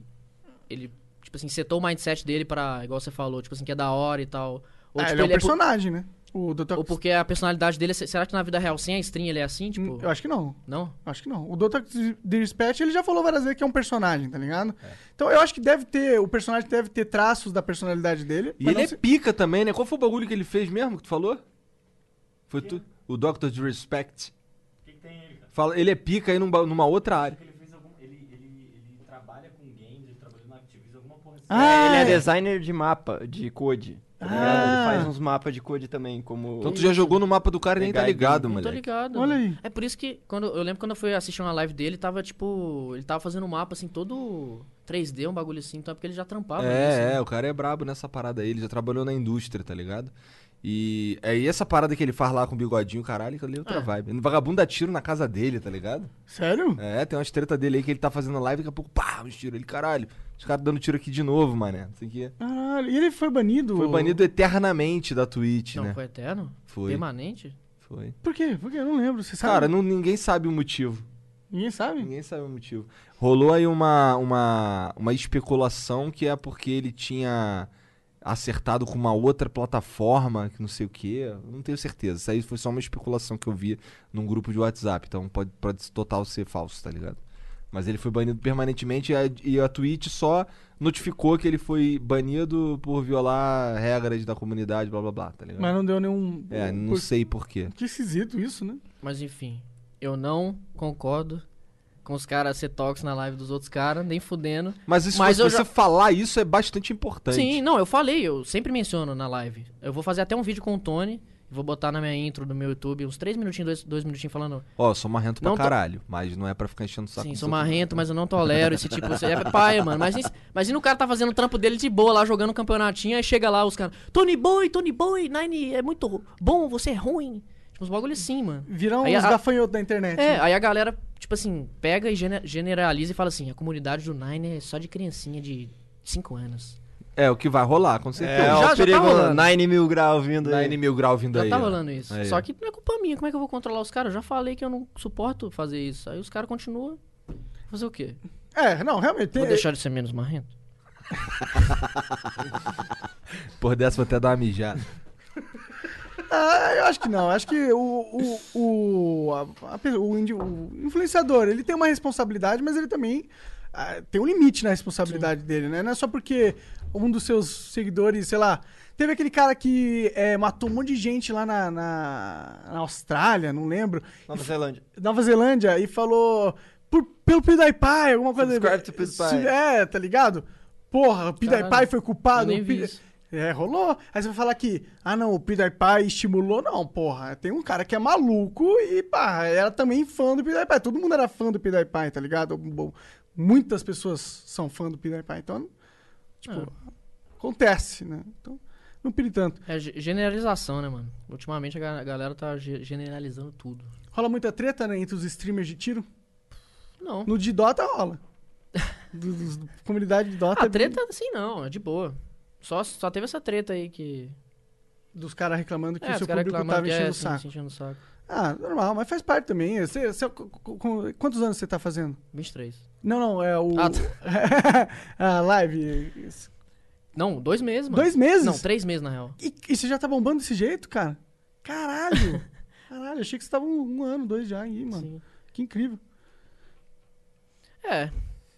S3: ele, tipo assim, setou o mindset dele pra, igual você falou, tipo assim, que é da hora e tal. Ou,
S2: Ah,
S3: tipo,
S2: ele é um
S3: ele é por-
S2: personagem, né? O Dr.
S3: ou porque a personalidade dele, é- será que na vida real sem a string ele é assim, tipo,
S2: Hum, Eu acho que não.
S3: não?
S2: Acho que não. O Dr. Disrespect, ele já falou várias vezes que é um personagem, tá ligado?
S1: É.
S2: Então eu acho que deve ter, o personagem deve ter traços da personalidade dele.
S1: E
S2: mas
S1: ele
S2: não
S1: é
S2: se-
S1: pica também, né? Qual foi o bagulho que ele fez mesmo que tu falou? Foi tu? O Doctor de Respect. Fala, ele é pica aí num ba- numa outra área. Ele fez
S2: Ah,
S4: ele é
S2: é.
S4: designer de mapa, de code. tá ligado?
S2: Ah.
S4: Ele faz uns mapas de code também, como.
S1: Então tu já jogou no mapa do cara e nem tá
S4: Pegar e-
S1: ligado,
S3: Não tô
S1: moleque.
S3: ligado.
S2: Olha
S3: mano.
S2: aí.
S3: É por isso que quando eu lembro quando eu fui assistir uma live dele, tava tipo, ele tava fazendo um mapa assim todo 3D, um bagulho assim, então é porque ele já trampava. né, assim.
S1: É, é, o cara é brabo nessa parada aí, ele já trabalhou na indústria, tá ligado? E aí essa parada que ele faz lá com o bigodinho, caralho, que eu li outra
S3: É.
S1: vibe. Vagabundo dá tiro na casa dele, tá ligado?
S2: Sério?
S1: É, tem umas treta dele aí que ele tá fazendo live e daqui a pouco, pá, um tiro. Ele, caralho, os caras dando tiro aqui de novo, mané. Não sei o quê.
S2: Caralho. E ele foi banido?
S1: Foi banido eternamente da Twitch,
S3: Não,
S1: né?
S3: foi eterno?
S1: Foi.
S3: Permanente?
S1: Foi.
S2: Por quê? Por quê? Eu não lembro. Você sabe?
S1: Cara, não- ninguém sabe o motivo.
S2: Ninguém sabe?
S1: Ninguém sabe o motivo. Rolou aí uma, uma, uma especulação que é porque ele tinha acertado com uma outra plataforma, que não sei o quê. Eu Não tenho certeza. Isso aí foi só uma especulação que eu vi num grupo de WhatsApp. Então pode, pode total ser falso, tá ligado? Mas ele foi banido permanentemente e a, e a Twitch só notificou que ele foi banido por violar regras da comunidade, blá blá blá, tá ligado?
S2: Mas não deu nenhum.
S1: É, não
S2: Por-
S1: sei porquê.
S2: Que esquisito isso, né?
S3: Mas enfim, eu não concordo com os caras ser tóxicos na live dos outros caras, nem fudendo.
S1: Mas isso
S3: Mas
S1: você
S3: eu já-
S1: falar isso é bastante importante.
S3: Sim, não, eu falei, eu sempre menciono na live. Eu vou fazer até um vídeo com o Tony, vou botar na minha intro do meu YouTube uns 3 minutinhos, 2 dois, dois minutinhos falando.
S1: Ó, sou marrento pra
S3: Não tô-
S1: caralho, mas não é pra ficar enchendo o saco.
S3: Sim,
S1: dos
S3: sou
S1: outros, não.
S3: marrento, mas eu não tolero esse tipo. Você é paia, mano. Mas, isso- mas e no cara tá fazendo o trampo dele de boa lá, jogando um campeonatinho, aí chega lá os caras. Tony Boy, Tony Boy, Nine é muito bom, você é ruim. Tipo, uns bagulho assim, mano.
S2: Viram
S3: Aí
S2: os
S3: a-
S2: gafanhotos da internet.
S3: É,
S2: né?
S3: aí a galera, tipo assim, pega e gene- generaliza e fala assim: a comunidade do Nine é só de criancinha de 5 anos.
S1: É, o que vai rolar, com certeza.
S4: É,
S3: Já-
S4: ó,
S3: já tá
S4: o perigo,
S3: rolando.
S4: 9 mil graus vindo
S1: Já...
S4: aí.
S1: Nine mil grau vindo
S3: Já
S1: aí.
S3: tá
S1: ó.
S3: rolando isso.
S1: Aí, ó.
S3: Só que não é culpa minha, como é que eu vou controlar os caras? Eu já falei que eu não suporto fazer isso. Aí os caras continuam. Fazer o quê?
S2: É, não, realmente.
S3: Vou
S2: tem-
S3: deixar de ser menos marrento?
S1: Por dessa vou até dar uma mijada.
S2: Ah, eu acho que não. Acho que o, o, o, a- a pe- o, indi- o influenciador, ele tem uma responsabilidade, mas ele também ah, tem um limite na responsabilidade dele, né? Não é só porque um dos seus seguidores, sei lá, teve aquele cara que eh, matou um monte de gente lá na, na, na Austrália, não lembro,
S4: Nova Zelândia.
S2: Nova Zelândia, e falou por, pelo PewDiePie, alguma coisa...
S4: Subscribe to PewDiePie.
S2: Se- É, tá ligado? Porra, o PewDiePie
S3: Caralho,
S2: foi culpado.
S3: eu nem
S2: o
S3: vi
S2: Pe-
S3: isso.
S2: é, rolou. Aí você vai falar que, ah não, o PewDiePie estimulou. Não, porra, tem um cara que é maluco e, pá, era também fã do PewDiePie. Todo mundo era fã do PewDiePie, tá ligado? Bom, muitas pessoas são fã do PewDiePie, então, tipo, acontece, né? Então, não pire tanto.
S3: É ge- generalização, né, mano? Ultimamente a ga- a galera tá ge- generalizando tudo.
S2: Rola muita treta, né, entre os streamers de tiro.
S3: Não.
S2: No de Dota rola. Do- dos- da comunidade de Dota.
S3: A treta, assim, não. É de boa. Só, só teve essa treta aí que...
S2: Dos caras reclamando que
S3: é,
S2: o
S3: os
S2: seu
S3: caras
S2: público
S3: reclamando
S2: tava
S3: que é,
S2: enchendo o
S3: sim,
S2: saco.
S3: se enchendo o saco.
S2: Ah, normal, mas faz parte também. Você- você- co- co- co- quantos anos você tá fazendo?
S3: 23.
S2: Não, não, é o.
S3: Ah,
S2: <laughs> a live. isso.
S3: Não, dois meses, mano.
S2: Dois meses?
S3: Não, três meses, na real.
S2: E, e você já tá bombando desse jeito, cara?
S3: <laughs>
S2: Caralho! Caralho, achei que você tava um, um ano, dois já aí, mano.
S3: Sim.
S2: Que incrível.
S3: É.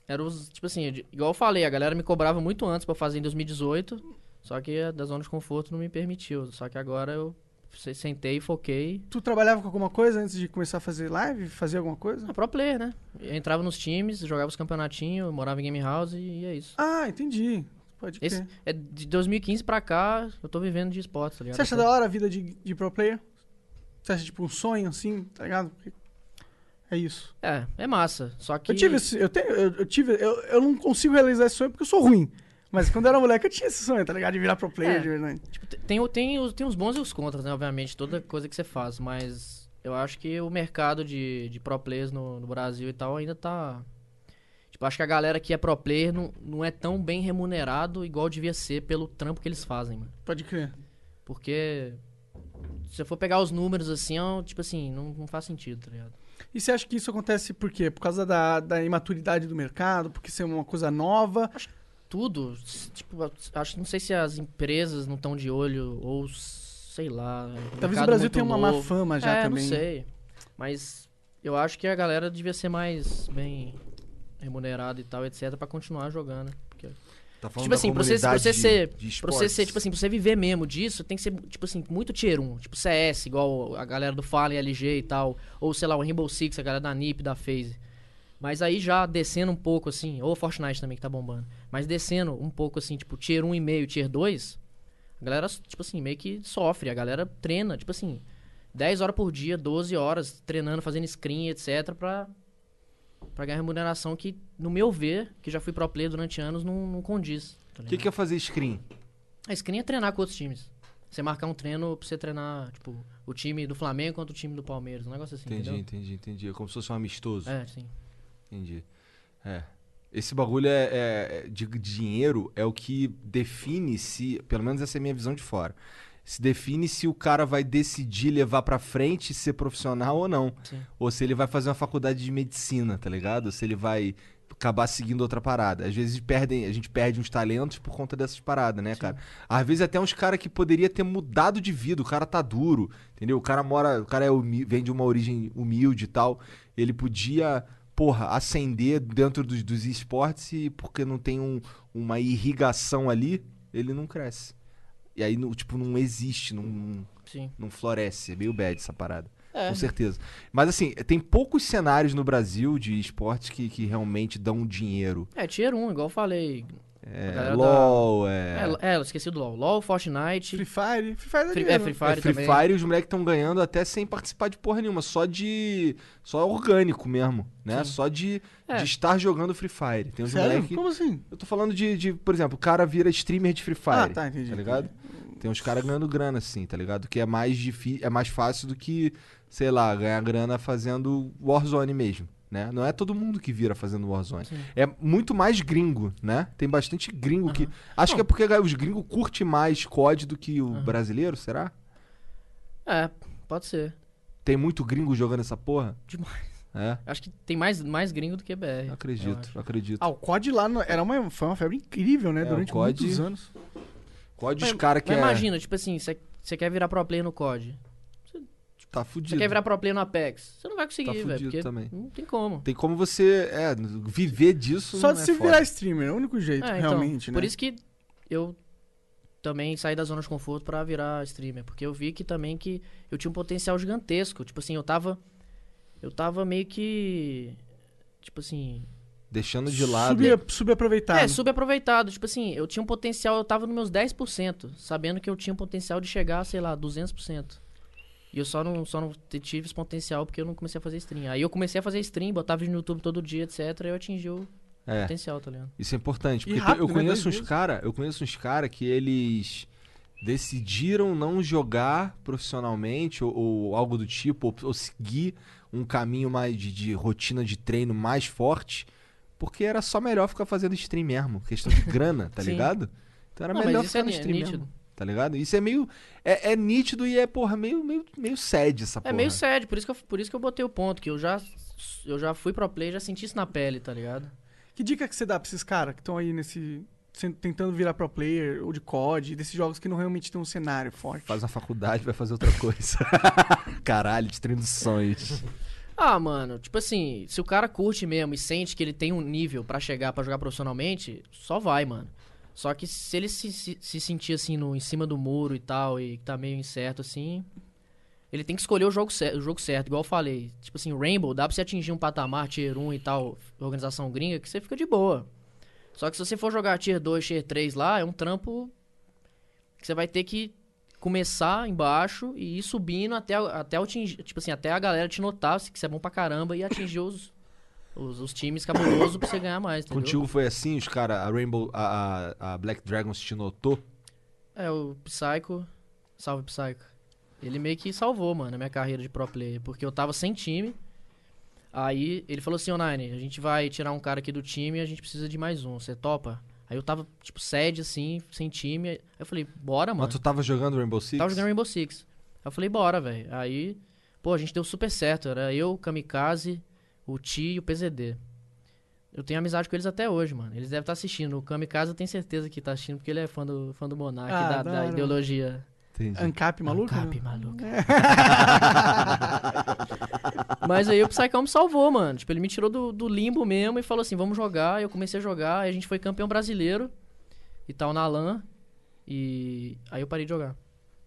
S3: Era os, tipo assim, de- igual eu falei, a galera me cobrava muito antes pra eu fazer em 2018, só que a da zona de conforto não me permitiu. Só que agora eu se- sentei, foquei.
S2: Tu trabalhava com alguma coisa antes de começar a fazer live? Fazer alguma coisa?
S3: Ah, pro player, né? Eu entrava nos times, jogava os campeonatinhos, morava em game house e é isso.
S2: Ah, entendi. Pode crer.
S3: Esse, é de 2015 pra cá, eu tô vivendo de esportes, tá ligado?
S2: Você acha da hora a vida de, de pro player? Você acha tipo um sonho assim, tá ligado? É isso.
S3: É, é massa. Só que.
S2: Eu tive esse, eu tenho, eu, eu tive, eu, eu não consigo realizar esse sonho porque eu sou ruim. Mas quando eu era moleque eu tinha esse sonho, tá ligado? De virar pro player,
S3: É.
S2: de verdade.
S3: Tipo, te- tem, o- tem, os, tem os bons e os contras, né? Obviamente, toda coisa que você faz, mas eu acho que o mercado de, de pro players no, no Brasil e tal ainda tá. Tipo, acho que a galera que é pro player não, não é tão bem remunerado igual devia ser pelo trampo que eles fazem, mano.
S2: Pode crer.
S3: Porque. Se eu for pegar os números assim, é um- tipo assim, não, não faz sentido, tá ligado?
S2: E você acha que isso acontece por quê? Por causa da, da imaturidade do mercado? Porque ser uma coisa nova?
S3: Tudo, s- tipo, a- acho não sei se as empresas não estão de olho ou s- sei lá.
S2: Talvez o
S3: mercado é
S2: Brasil
S3: muito
S2: tenha uma má
S3: novo.
S2: fama já
S3: é,
S2: também.
S3: não sei. Mas eu acho que a galera devia ser mais bem remunerada e tal, etc, pra continuar jogando. né? Porque... <laughs>
S1: Tá falando
S3: Tipo
S1: da
S3: assim, pra você, pra você
S1: comunidade de
S3: ser, pra você
S1: esportes.
S3: ser, tipo assim, pra você viver mesmo disso, tem que ser, tipo assim, muito tier 1. Tipo CS, igual a galera do Fallen, LG e tal. Ou, sei lá, o Rainbow Six, a galera da NiP, da FaZe. Mas aí já descendo um pouco, assim, ou Fortnite também que tá bombando, mas descendo um pouco, assim, tipo, tier 1,5, tier 2, a galera, tipo assim, meio que sofre, a galera treina, tipo assim, 10 horas por dia, 12 horas, treinando, fazendo screen, etc, pra, pra ganhar remuneração que, no meu ver, que já fui pro player durante anos, não, não condiz. tá
S1: O
S3: ligado?
S1: que, que é fazer screen?
S3: A screen é treinar com outros times. Você marcar um treino pra você treinar, tipo, o time do Flamengo contra o time do Palmeiras, um negócio assim,
S1: Entendi,
S3: entendeu?
S1: entendi, entendi. É como se fosse um amistoso.
S3: É, sim.
S1: Entendi. É. Esse bagulho é, é- é- de dinheiro é o que define se, pelo menos essa é a minha visão de fora. Se define se o cara vai decidir levar pra frente ser profissional ou não.
S3: Sim.
S1: Ou se ele vai fazer uma faculdade de medicina, tá ligado? Ou se ele vai acabar seguindo outra parada. Às vezes perdem, a gente perde uns talentos por conta dessas paradas, né, cara? Às vezes até uns cara que poderia ter mudado de vida, o cara tá duro, entendeu? O cara mora, o cara é humi- vem de uma origem humilde e tal, ele podia, porra, ascender dentro dos, dos esportes e porque não tem um- uma irrigação ali, ele não cresce. E aí, no- tipo, não existe, não- não,
S3: Sim.
S1: não floresce. É meio bad essa parada.
S3: É.
S1: Com certeza. Mas assim, tem poucos cenários no Brasil de esportes que, que realmente dão dinheiro.
S3: É, tier 1, igual eu falei. A
S1: É,
S3: galera
S1: LOL,
S3: da-
S1: é.
S3: É, L- é, eu esqueci do LoL. LoL, Fortnite,
S2: Free Fire? Free Fire é,
S3: Free-
S2: dinheiro,
S3: é,
S2: né?
S3: Free
S1: É
S3: Fire
S1: Free
S3: também.
S1: Fire os moleques estão ganhando até sem participar de porra nenhuma, só de. Só orgânico mesmo, né? Só de,
S3: É.
S1: de estar jogando Free Fire.
S3: um
S1: Tem uns
S2: Sério?
S1: moleques.
S2: Como assim?
S1: Eu tô falando de, de, por exemplo, o cara vira streamer de Free Fire.
S2: Ah, tá, entendi,
S1: Tá ligado? Tem uns caras ganhando grana assim, tá ligado? Que é mais difícil, é mais fácil do que, sei lá, ganhar grana fazendo Warzone mesmo, né? Não é todo mundo que vira fazendo Warzone. É muito mais gringo, né? Tem bastante gringo que Acho que é porque os gringos curtem mais COD do que o brasileiro, será?
S3: É, pode ser.
S1: Tem muito gringo jogando essa porra?
S3: Demais.
S1: É.
S3: Acho que tem mais, mais gringo do que BR.
S1: Não
S3: eu
S1: acredito,
S3: acho.
S1: não acredito.
S2: Ah, o COD lá no- era uma, foi uma febre incrível, né?
S1: É, o
S2: Durante
S1: COD
S2: muitos anos.
S1: COD os
S3: Mas-
S1: caras que
S3: mas
S1: é...
S3: imagina, tipo assim, você quer virar pro player no COD.
S1: tá
S3: Você
S1: fudido.
S3: quer virar pro player no Apex. Você não vai
S1: Tá
S3: conseguir, velho.
S1: fudido
S3: Porque
S1: também.
S3: não tem como.
S1: Tem como você é, viver disso.
S2: Só
S1: não
S2: de
S1: é
S2: se
S1: foda.
S2: virar streamer, é o único jeito,
S3: É, então,
S2: realmente, né?
S3: Por isso que eu também saí da zona de conforto pra virar streamer, porque eu vi que também que eu tinha um potencial gigantesco, tipo assim, eu tava eu tava meio que tipo assim,
S1: Deixando de lado.
S2: Sub- Subaproveitado.
S3: é, subaproveitado, tipo assim, eu tinha um potencial, eu tava nos meus 10%, sabendo que eu tinha um potencial de chegar, sei lá, 200%. E eu só não, só não t- tive esse potencial porque eu não comecei a fazer stream. Aí eu comecei a fazer stream, botava vídeo no YouTube todo dia, etc. E eu atingi o
S1: É,
S3: potencial, tá ligado?
S1: isso é importante.
S2: E
S1: Porque
S2: rápido,
S1: eu
S2: né?
S1: conheço
S2: Dois
S1: uns
S2: meses.
S1: cara, eu conheço uns cara que eles decidiram não jogar profissionalmente ou, ou algo do tipo, ou, ou seguir um caminho mais de, de rotina de treino mais forte, porque era só melhor ficar fazendo stream mesmo, questão
S2: <laughs>
S1: de grana, tá
S3: Sim.
S1: ligado? Então era
S3: Não,
S1: melhor
S3: mas isso é
S1: ficar no
S3: ni-
S1: stream
S3: nítido.
S1: mesmo, tá ligado? Isso é meio é, é nítido e é porra meio meio meio sad essa
S3: É
S1: porra.
S3: meio sério, por isso, que eu, por isso que eu botei o ponto, que eu já, eu já fui pro play, já senti isso na pele, tá ligado?
S2: Que dica que você dá pra esses caras que estão aí nesse. sen- tentando virar pro player ou de COD, desses jogos que não realmente tem um cenário forte?
S1: Faz uma faculdade, vai fazer outra coisa. <laughs> Caralho, destruindo sonhos.
S3: Ah, mano, tipo assim, se o cara curte mesmo e sente que ele tem um nível pra chegar, pra jogar profissionalmente, só vai, mano. Só que se ele se, se, se sentir assim no, em cima do muro e tal, e tá meio incerto assim, ele tem que escolher o jogo, cer- o jogo certo, igual eu falei. Tipo assim, Rainbow, dá pra você atingir um patamar tier 1 e tal, organização gringa, que você fica de boa. Só que se você for jogar tier 2, tier 3 lá, é um trampo que você vai ter que começar embaixo e ir subindo até, até atingir, tipo assim, até a galera te notar que você é bom pra caramba e atingir os, os, os times cabulosos pra você ganhar mais, entendeu?
S1: Contigo foi assim, os caras, a Rainbow, a, a- a Black Dragons te notou?
S3: É, o Psycho. Salve, Psycho. Ele meio que salvou, mano, a minha carreira de pro player. Porque eu tava sem time. Aí ele falou assim, ô Nine, a gente vai tirar um cara aqui do time e a gente precisa de mais um. Você topa? Aí eu tava, tipo, sede, assim, sem time. Aí eu falei, bora, mano.
S1: Ah, Mas tu tava jogando Rainbow Six?
S3: Tava jogando Rainbow Six. Aí eu falei, bora, velho. Aí, pô, a gente deu super certo. Era eu, o Kamikaze, o Ti e o PZD. Eu tenho amizade com eles até hoje, mano. Eles devem estar assistindo. O Kamikaze eu tenho certeza que tá assistindo, porque ele é fã do, fã do Monark,
S2: Ah, da
S3: da, da
S2: hora,
S3: ideologia.
S1: Entendi.
S2: Ancap maluco?
S3: Cap,
S2: né?
S3: maluco. <laughs> Mas aí o Psycão me salvou, mano. Tipo, ele me tirou do, do limbo mesmo e falou assim: vamos jogar. Eu comecei a jogar, aí a gente foi campeão brasileiro e tal na LAN. E aí eu parei de jogar.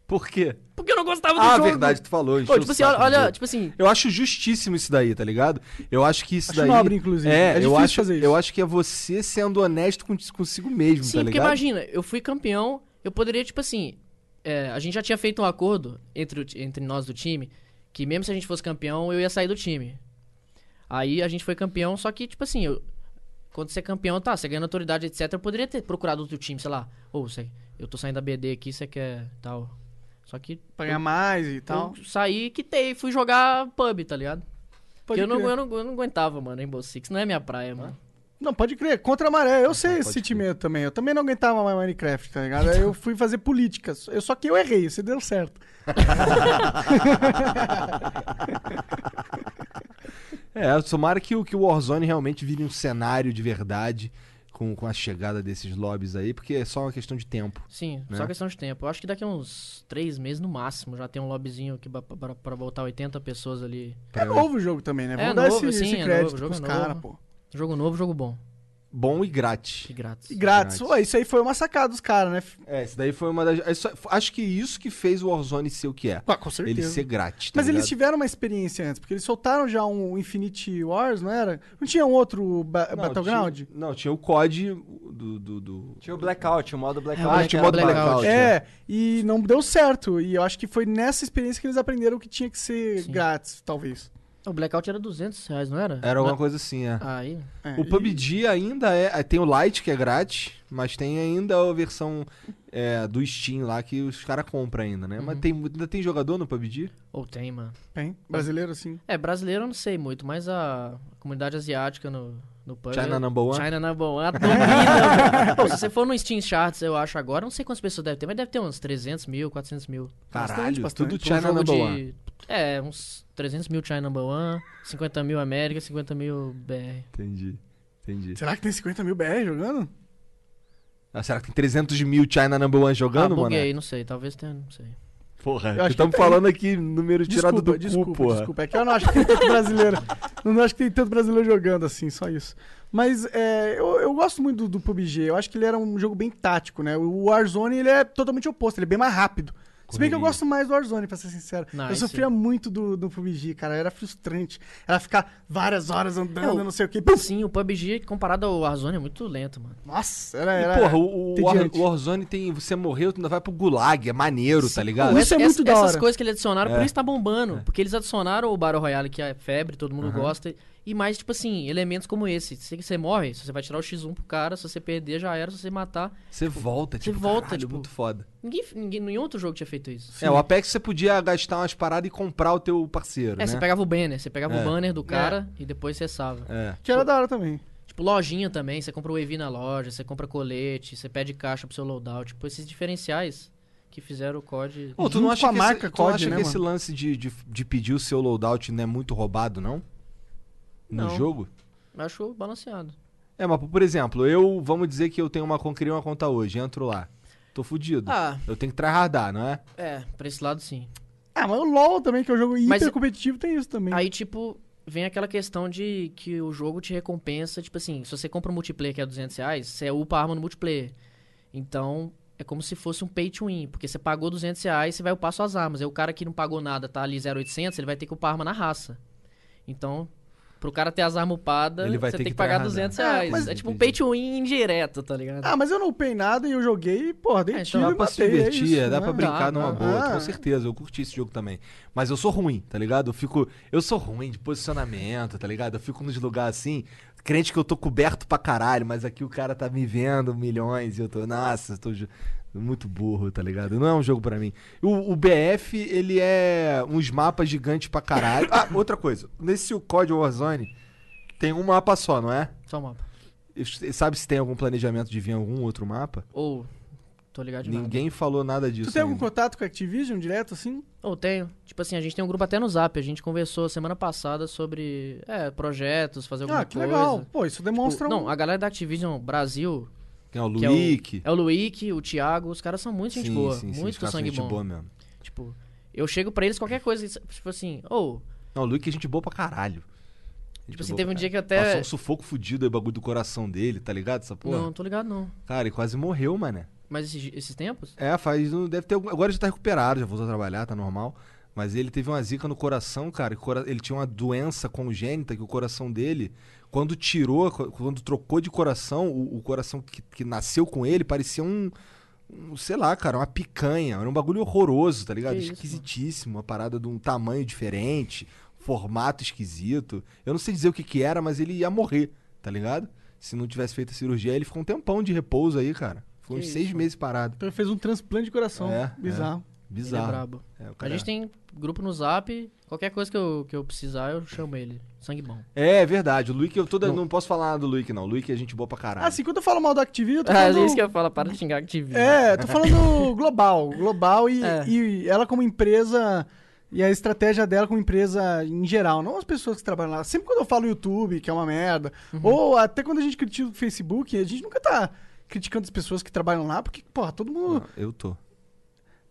S1: Por quê?
S3: Porque eu não gostava do
S1: Ah,
S3: jogo.
S1: verdade, tu falou. encheu
S3: Pô,
S1: o
S3: tipo assim,
S1: saco
S3: olha,
S1: do
S3: olha,
S1: jogo.
S3: tipo assim,
S1: Eu acho justíssimo isso daí, tá ligado? Eu acho que isso
S2: Acho
S1: daí.
S2: nobre, inclusive. É
S1: É, eu,
S2: difícil
S1: acho,
S2: fazer isso.
S1: eu acho que é você sendo honesto com- consigo mesmo,
S3: Sim,
S1: tá
S3: porque
S1: ligado?
S3: imagina, eu fui campeão, eu poderia, tipo assim, é, a gente já tinha feito um acordo entre, o ti- entre nós do time, que mesmo se a gente fosse campeão, eu ia sair do time. Aí a gente foi campeão, só que, tipo assim, eu- quando você é campeão, tá, você ganhando autoridade, etc, eu poderia ter procurado outro time, sei lá, ou você, eu tô saindo da BD aqui, você quer tal. Só que
S2: Pra ganhar mais e tal.
S3: eu saí, quitei, fui jogar pub, tá ligado? Porque
S2: Pode
S3: eu não,
S2: crer.
S3: eu, não, eu não aguentava, mano, Rainbow Six, não é minha praia, mano.
S2: Não, pode crer. Contra a maré. Eu sei esse
S1: pode crer.
S2: sentimento também. Eu também não aguentava mais Minecraft, tá ligado? Aí eu fui fazer políticas. Eu, só que eu errei. Você deu certo.
S1: É, tomara que, o- que o Warzone realmente vire um cenário de verdade com, com a chegada desses lobbies aí, porque é só uma questão de tempo.
S3: Sim,
S1: né?
S3: só questão de tempo. Eu acho que daqui a uns três meses no máximo já tem um lobbyzinho que ba- pra, pra voltar 80 pessoas ali.
S1: Tá.
S2: É novo o jogo também, né? Vamos dar
S3: novo,
S2: esse,
S3: sim,
S2: esse
S3: é
S2: crédito
S3: novo, o jogo
S2: pros
S3: é
S2: caras,
S3: novo.
S2: pô.
S3: Jogo novo, jogo bom.
S1: Bom e
S3: Que
S1: grátis.
S3: grátis.
S2: E grátis.
S1: Grátis.
S2: Ué, isso aí foi uma sacada dos caras, né?
S1: É, isso daí foi uma das. é só- Acho que isso que fez o Warzone ser o que é.
S2: Ah, com certeza.
S1: Ele ser grátis. tá
S2: Mas eles
S1: ligado?
S2: tiveram uma experiência antes, porque eles soltaram já um Infinity Wars, não era? Não tinha um outro ba-
S1: Não,
S2: Battleground?
S1: Tinha, um não, tinha o COD do. do, do-
S4: Tinha o blackout, o modo blackout.
S3: Ah,
S4: que
S3: tinha
S4: era
S3: o modo blackout.
S2: É,
S1: né?
S2: e não deu certo. E eu acho que foi nessa experiência que eles aprenderam que tinha que ser
S3: Sim.
S2: grátis, talvez.
S3: O Blackout era 200 reais, não Ah, era?
S1: Era alguma
S3: Na-
S1: coisa assim, é.
S3: Aí.
S2: É,
S1: O
S2: e-
S1: PUBG ainda é. aí Tem o Lite, que é grátis, mas tem ainda a versão é, do Steam lá que os caras compram ainda, né? Mas tem, ainda tem jogador no PUBG?
S3: Ou tem, mano.
S2: Hein? Brasileiro, assim.
S3: É, brasileiro eu não sei muito, mas a comunidade asiática no, no pub.
S1: China number one?
S3: China number one. a domina,
S1: <laughs>
S3: mano. Pô, se você for no Steam Charts, eu acho agora, não sei quantas pessoas deve ter, mas deve ter uns 300 mil, 400 mil.
S1: Caralho,
S2: bastante.
S1: tudo
S3: Pra um
S1: China Number
S3: jogo de-
S1: One.
S3: É, uns 300 mil China Number One, 50 mil América, 50 mil BR.
S1: Entendi. Entendi.
S2: Será que tem 50 mil BR jogando?
S1: Ah, será que tem 300 mil China Number One jogando,
S3: ah,
S1: mano?
S3: buguei, não sei, talvez tenha, não sei.
S1: Porra,
S2: acho que
S1: estamos
S2: tem.
S1: falando aqui número tirado do
S2: desculpa,
S1: cu, porra.
S2: desculpa. É que eu não acho que tem tanto brasileiro. não acho que tem tanto brasileiro jogando assim, só isso. Mas é, eu, eu gosto muito do, do PUBG. Eu acho que ele era um jogo bem tático, né? O Warzone ele é totalmente oposto, ele é bem mais rápido. Se bem que eu
S1: Correria.
S2: gosto mais do Warzone, pra ser sincero.
S3: Não,
S2: eu
S3: aí
S2: sofria muito do, do PUBG, cara. Era frustrante. Era ficar várias horas andando,
S3: É, o-
S2: não sei o quê.
S3: Sim, o PUBG comparado ao Warzone é muito lento, mano.
S2: Nossa, era.
S1: E,
S2: era
S1: porra, o, o, War-
S2: entediante.
S1: o Warzone tem. Você morreu, tu ainda vai pro gulag, é maneiro, tá ligado?
S2: Isso é
S3: Essa-
S2: muito da
S3: Essas
S2: hora.
S3: coisas que eles adicionaram,
S1: É.
S3: por isso tá bombando. Porque eles adicionaram o Battle Royale, que é febre, todo mundo gosta. E mais, tipo assim, elementos como esse. Se você morre, se você vai tirar o X1 pro cara, se você perder, já era, se você matar.
S1: Você volta, tipo,
S3: volta,
S1: caralho,
S3: tipo-
S1: muito foda.
S3: Ninguém, ninguém, nenhum outro jogo tinha feito isso.
S1: É, o Apex você podia gastar umas paradas e comprar o teu parceiro,
S3: É,
S1: né?
S3: você pegava o banner, você pegava
S1: É.
S3: o banner do cara e depois você salva.
S1: É.
S2: Que era da hora também.
S3: Tipo, lojinha também, você compra o EV na loja, você compra colete, você pede caixa pro seu loadout. Tipo, esses diferenciais que fizeram o COD.
S1: Pô, tu
S2: Junto
S1: não acha
S2: com a
S1: que
S2: marca
S1: esse, tu não
S2: COD,
S1: acha
S2: né,
S1: que esse
S2: mano?
S1: lance de, de, de pedir o seu loadout não é muito roubado, não? No
S3: Não.
S1: jogo?
S3: Eu acho balanceado.
S1: É, mas por exemplo, eu, vamos dizer que eu tenho uma, con- criei uma conta hoje, entro lá. Tô fudido.
S3: Ah.
S1: Eu tenho que tryhardar, não é?
S3: É, pra esse lado sim.
S2: Ah, mas o LOL também, que é um jogo
S3: Mas-
S2: hiper competitivo, tem isso
S1: Hum.
S2: também.
S3: Aí, tipo, vem aquela questão de que o jogo te recompensa. Tipo assim, se você compra um multiplayer que é 200 reais, você upa a arma no multiplayer. Então, é como se fosse um pay to win. Porque você pagou 200 reais, você vai upar suas armas. Aí o cara que não pagou nada, tá ali 0,800, ele vai ter que upar a arma na raça. Então, pro cara ter as armas upadas,
S1: Ele vai
S3: você
S1: ter
S3: tem
S1: que
S3: que, pagar
S1: tryhardar.
S3: 200
S2: É,
S3: reais.
S2: mas-
S3: É, tipo um pay to win indireto, tá ligado?
S2: Ah, mas eu não upei nada e eu joguei, porra, dei
S3: É, então
S2: tiro
S1: Ah, Dá
S2: e
S1: pra se
S2: matei, é
S1: divertir,
S2: isso,
S1: é, dá
S2: né?
S1: pra brincar
S3: Dá,
S1: numa
S3: dá.
S1: boa,
S2: Ah.
S1: com certeza. Eu curti esse jogo também. Mas eu sou ruim, tá ligado? Eu fico. Eu sou ruim de posicionamento, tá ligado? Eu fico nos lugares assim, crente que eu tô coberto pra caralho, mas aqui o cara tá me vendo milhões e eu tô. Nossa, eu tô. ju- Muito burro, tá ligado? Não é um jogo pra mim. O, o BF, ele é uns mapas gigantes pra caralho. Ah, outra coisa. Nesse COD Warzone, tem um mapa só, não é?
S3: Só o mapa.
S1: E Sabe se tem algum planejamento de vir algum outro mapa?
S3: Ou, tô ligado de nada.
S1: Ninguém falou nada disso.
S2: Tu tem algum
S1: ainda.
S2: contato com a Activision direto, assim?
S3: Ou tenho. Tipo assim, a gente tem um grupo até no Zap. A gente conversou semana passada sobre é, projetos, fazer alguma
S2: ah, que
S3: coisa.
S2: legal. Pô, isso demonstra
S1: Tipo,
S2: um...
S3: Não, a galera da Activision Brasil,
S1: Tem o
S3: que é
S1: Luik.
S3: o, é o Luick, o Thiago, os caras são muito gente boa,
S1: os
S3: muito
S1: caras são
S3: sangue
S1: é gente
S3: bom.
S1: boa mesmo.
S3: Tipo, eu chego pra eles qualquer coisa, tipo assim, ou,
S1: Não, o Luke é gente boa pra caralho. Gente
S3: tipo assim,
S1: boa
S3: teve
S1: pra
S3: um dia que
S1: caralho.
S3: até
S1: Passou um sufoco fudido aí, bagulho do coração dele, tá ligado? Essa porra.
S3: Não, tô ligado não.
S1: Cara, ele quase morreu, mano.
S3: Mas esses, esses tempos?
S1: É, faz. um- Deve ter algum- Agora já tá recuperado, já voltou a trabalhar, tá normal. Mas ele teve uma zica no coração, cara. que o cora- Ele tinha uma doença congênita que o coração dele, quando tirou, co- quando trocou de coração, o, o coração que, que nasceu com ele parecia um, um, Sei lá, cara, uma picanha. Era um bagulho horroroso, tá ligado?
S3: Que isso,
S1: Esquisitíssimo. Uma parada de um tamanho diferente, formato esquisito. Eu não sei dizer o que que era, mas ele ia morrer, tá ligado? Se não tivesse feito a cirurgia, ele ficou um tempão de repouso aí, cara. Ficou
S3: Que
S1: uns seis
S3: isso.
S1: meses parado.
S2: Então ele fez um transplante de coração.
S1: É,
S2: Bizarro.
S3: Ele é
S1: Bizarro.
S3: brabo.
S1: É, o
S3: A
S1: cara-
S3: gente tem grupo no zap, qualquer coisa que eu, que eu precisar, eu chamo ele. Sangue bom.
S1: É, é verdade. O Luik, eu toda... não. posso falar nada do Luik, não. O Luik é gente boa pra caralho.
S2: Ah, sim, quando eu falo mal do Activision, eu tô
S3: <laughs> É
S2: falando...
S3: isso que eu falo, para de xingar que te vi.
S2: Tá É, tô falando global. Global e,
S3: É.
S2: e ela como empresa e a estratégia dela como empresa em geral, não as pessoas que trabalham lá. Sempre quando eu falo YouTube, que é uma merda,
S1: Uhum.
S2: ou até quando a gente critica o Facebook, a gente nunca tá criticando as pessoas que trabalham lá, porque, porra, todo mundo.
S1: Não, eu tô.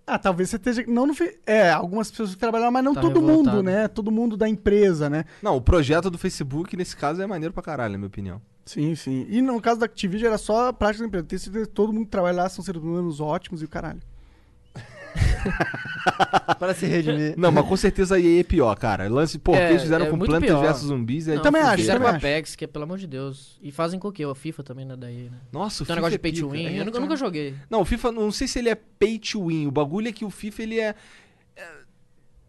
S2: Ah, talvez você esteja. Não no Fe- É, algumas pessoas que trabalham lá, mas não
S3: Tá
S2: todo
S3: revoltado.
S2: mundo, né? Todo mundo da empresa, né?
S1: Não, o projeto do Facebook, nesse caso, é maneiro pra caralho, na minha opinião.
S2: Sim, sim. E no caso da Activision era só a prática da empresa. Tenho certeza que todo mundo que trabalha lá são seres humanos ótimos e o caralho.
S4: Para se redimir.
S1: Não, mas com certeza a EA é pior, cara. Lance, pô, o que
S3: É,
S1: eles fizeram
S3: é
S1: com
S3: muito
S1: Plantas
S3: pior.
S1: vs Zumbis é
S3: Não,
S2: também
S1: de
S2: acho,
S1: fuder.
S3: Fizeram
S2: também
S3: com a
S2: acho.
S3: Apex, que é pelo amor de Deus. E fazem com o quê? A FIFA também, né? Daí, né?
S1: Nossa, o
S3: Tem
S1: FIFA
S3: um negócio de
S1: é
S3: pay to
S1: pica.
S3: win.
S1: É,
S3: eu, nunca, eu
S2: então.
S3: nunca joguei.
S1: Não, o FIFA, não sei se ele é pay to win. O bagulho é que o FIFA, ele é. é,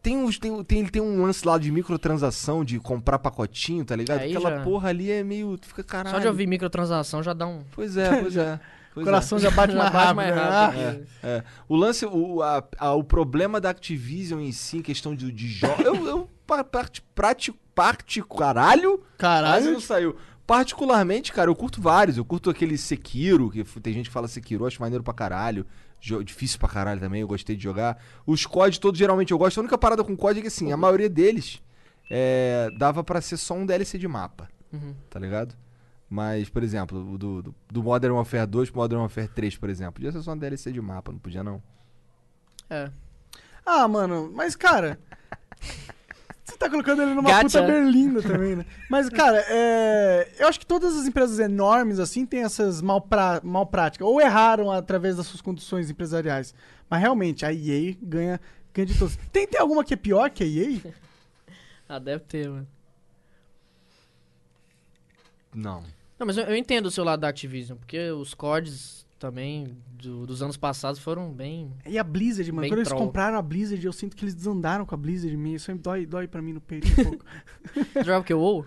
S1: Tem, uns, tem, tem, ele tem um lance lá de microtransação, de comprar pacotinho, tá ligado?
S3: Aí
S1: Aquela
S3: já-
S1: porra ali é meio. tu Fica
S2: Ah,
S1: caralho.
S3: Só de
S2: é.
S3: ouvir microtransação já
S2: <laughs>
S3: dá um.
S1: Pois é, pois
S3: <laughs>
S1: é. Pois é.
S2: coração já bate
S3: já
S2: mais
S3: bate
S2: rápido.
S3: mais
S2: né?
S3: rápido.
S2: Ah,
S3: né?
S1: É, o lance, o, a- a- o problema da Activision em si, em questão de, de jogos. eu, eu pa- parte, prati, parte, caralho, quase
S2: Caralho.
S1: não saiu. Particularmente, cara, eu curto vários. Eu curto aquele Sekiro, que f- tem gente que fala Sekiro, eu acho maneiro pra caralho. Jo- difícil pra caralho também, eu gostei de jogar. Os COD todos geralmente eu gosto. A única parada com COD é que, assim, a maioria deles é, dava pra ser só um DLC de mapa,
S3: Uhum.
S1: tá ligado? Mas, por exemplo, o do, do, do Modern Warfare 2 pro Modern Warfare 3, por exemplo, podia ser só um DLC de mapa, não podia não?
S3: É.
S2: Ah, mano, mas cara. Você tá colocando ele numa
S3: Gacha.
S2: puta berlinda também, né? Mas, cara, é, eu acho que todas as empresas enormes, assim, têm essas malpra... malpráticas. Ou erraram através das suas condições empresariais. Mas realmente, a EA ganha, ganha de todos. Tem, tem alguma que é pior que a EA?
S3: Ah, deve ter, mano.
S1: Não.
S3: Não, mas eu, eu entendo o seu lado da Activision, porque os CODs também do- dos anos passados foram bem.
S2: E a Blizzard, mano.
S3: Bem
S2: Quando eles
S3: troll.
S2: compraram a Blizzard, eu sinto que eles desandaram com a Blizzard meio. Isso aí dói, dói pra mim no peito um
S3: <laughs>
S2: pouco.
S3: Você jogava o
S2: <laughs>
S3: que? WoW?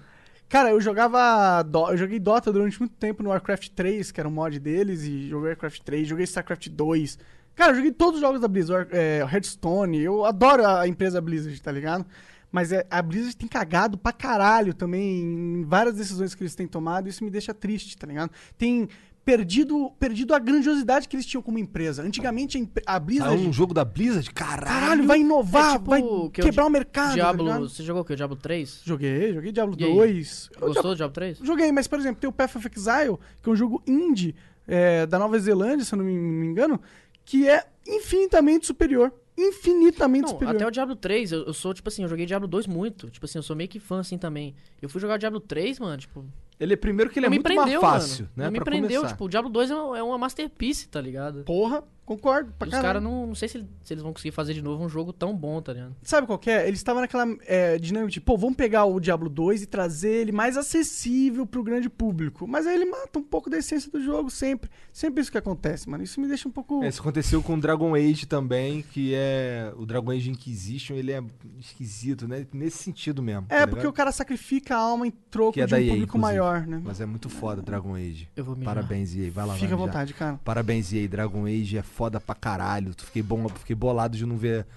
S2: Cara, eu jogava. Do- Eu joguei Dota durante muito tempo no Warcraft 3, que era um mod deles, e joguei Warcraft 3, joguei StarCraft 2. Cara, eu joguei todos os jogos da Blizzard, é, Hearthstone, eu adoro a empresa Blizzard, tá ligado? Mas é, a Blizzard tem cagado pra caralho também em várias decisões que eles têm tomado, e isso me deixa triste, tá ligado? Tem perdido, perdido a grandiosidade que eles tinham como empresa. Antigamente a, impre- a
S1: Saiu um
S2: Blizzard.
S1: jogo da Blizzard? Caralho!
S2: Caralho, vai inovar,
S3: Tá É tipo
S2: vai
S3: o que eu
S2: quebrar
S3: di-
S2: o mercado.
S3: Diablo.
S2: Tá ligado?
S3: você jogou o que? O Diablo 3?
S2: Joguei, joguei Diablo
S3: E aí?
S2: 2. Eu já-
S3: Gostou do Diablo 3?
S2: Joguei, mas, por exemplo, tem o Path of Exile, que é um jogo indie é, da Nova Zelândia, se eu não me, me engano, que é infinitamente superior. Infinitamente
S3: Não,
S2: superior.
S3: até o Diablo 3, eu, eu sou, tipo assim, eu joguei Diablo 2 muito. Tipo assim, eu sou meio que fã, assim, também. Eu fui jogar o Diablo 3, mano, tipo...
S1: Ele é primeiro que ele é
S3: não me
S1: muito
S3: prendeu,
S1: mais fácil,
S3: mano.
S1: né?
S3: Não me
S1: pra
S3: prendeu,
S1: começar.
S3: tipo, o Diablo 2 é uma, é uma masterpiece, tá ligado?
S2: Porra, concordo. Pra
S3: E os
S2: caralho.
S3: caras não... Não sei se, se eles vão conseguir fazer de novo um jogo tão bom, tá ligado?
S2: Sabe qual que é? Eles estavam naquela é, dinâmica de, pô, vamos pegar o Diablo 2 e trazer ele mais acessível pro grande público. Mas aí ele mata um pouco da essência do jogo sempre. Sempre isso que acontece, mano. Isso me deixa um pouco.
S1: É, Isso aconteceu com o Dragon Age também, que é. O Dragon Age Inquisition, ele é esquisito, né? Nesse sentido mesmo. tá
S2: É, porque
S1: ligado?
S2: o cara sacrifica a alma em troco
S1: Que é
S2: de
S1: da
S2: um
S1: EA,
S2: público
S1: inclusive.
S2: maior, né?
S1: Mas é muito foda Dragon Age.
S3: Eu vou mijar.
S1: Parabéns, EA. Vai lá, vai
S2: Fica à
S1: mijar.
S2: vontade, cara.
S1: Parabéns, EA. Dragon Age é foda pra caralho. Tu Fiquei, bom, fiquei bolado de não ver.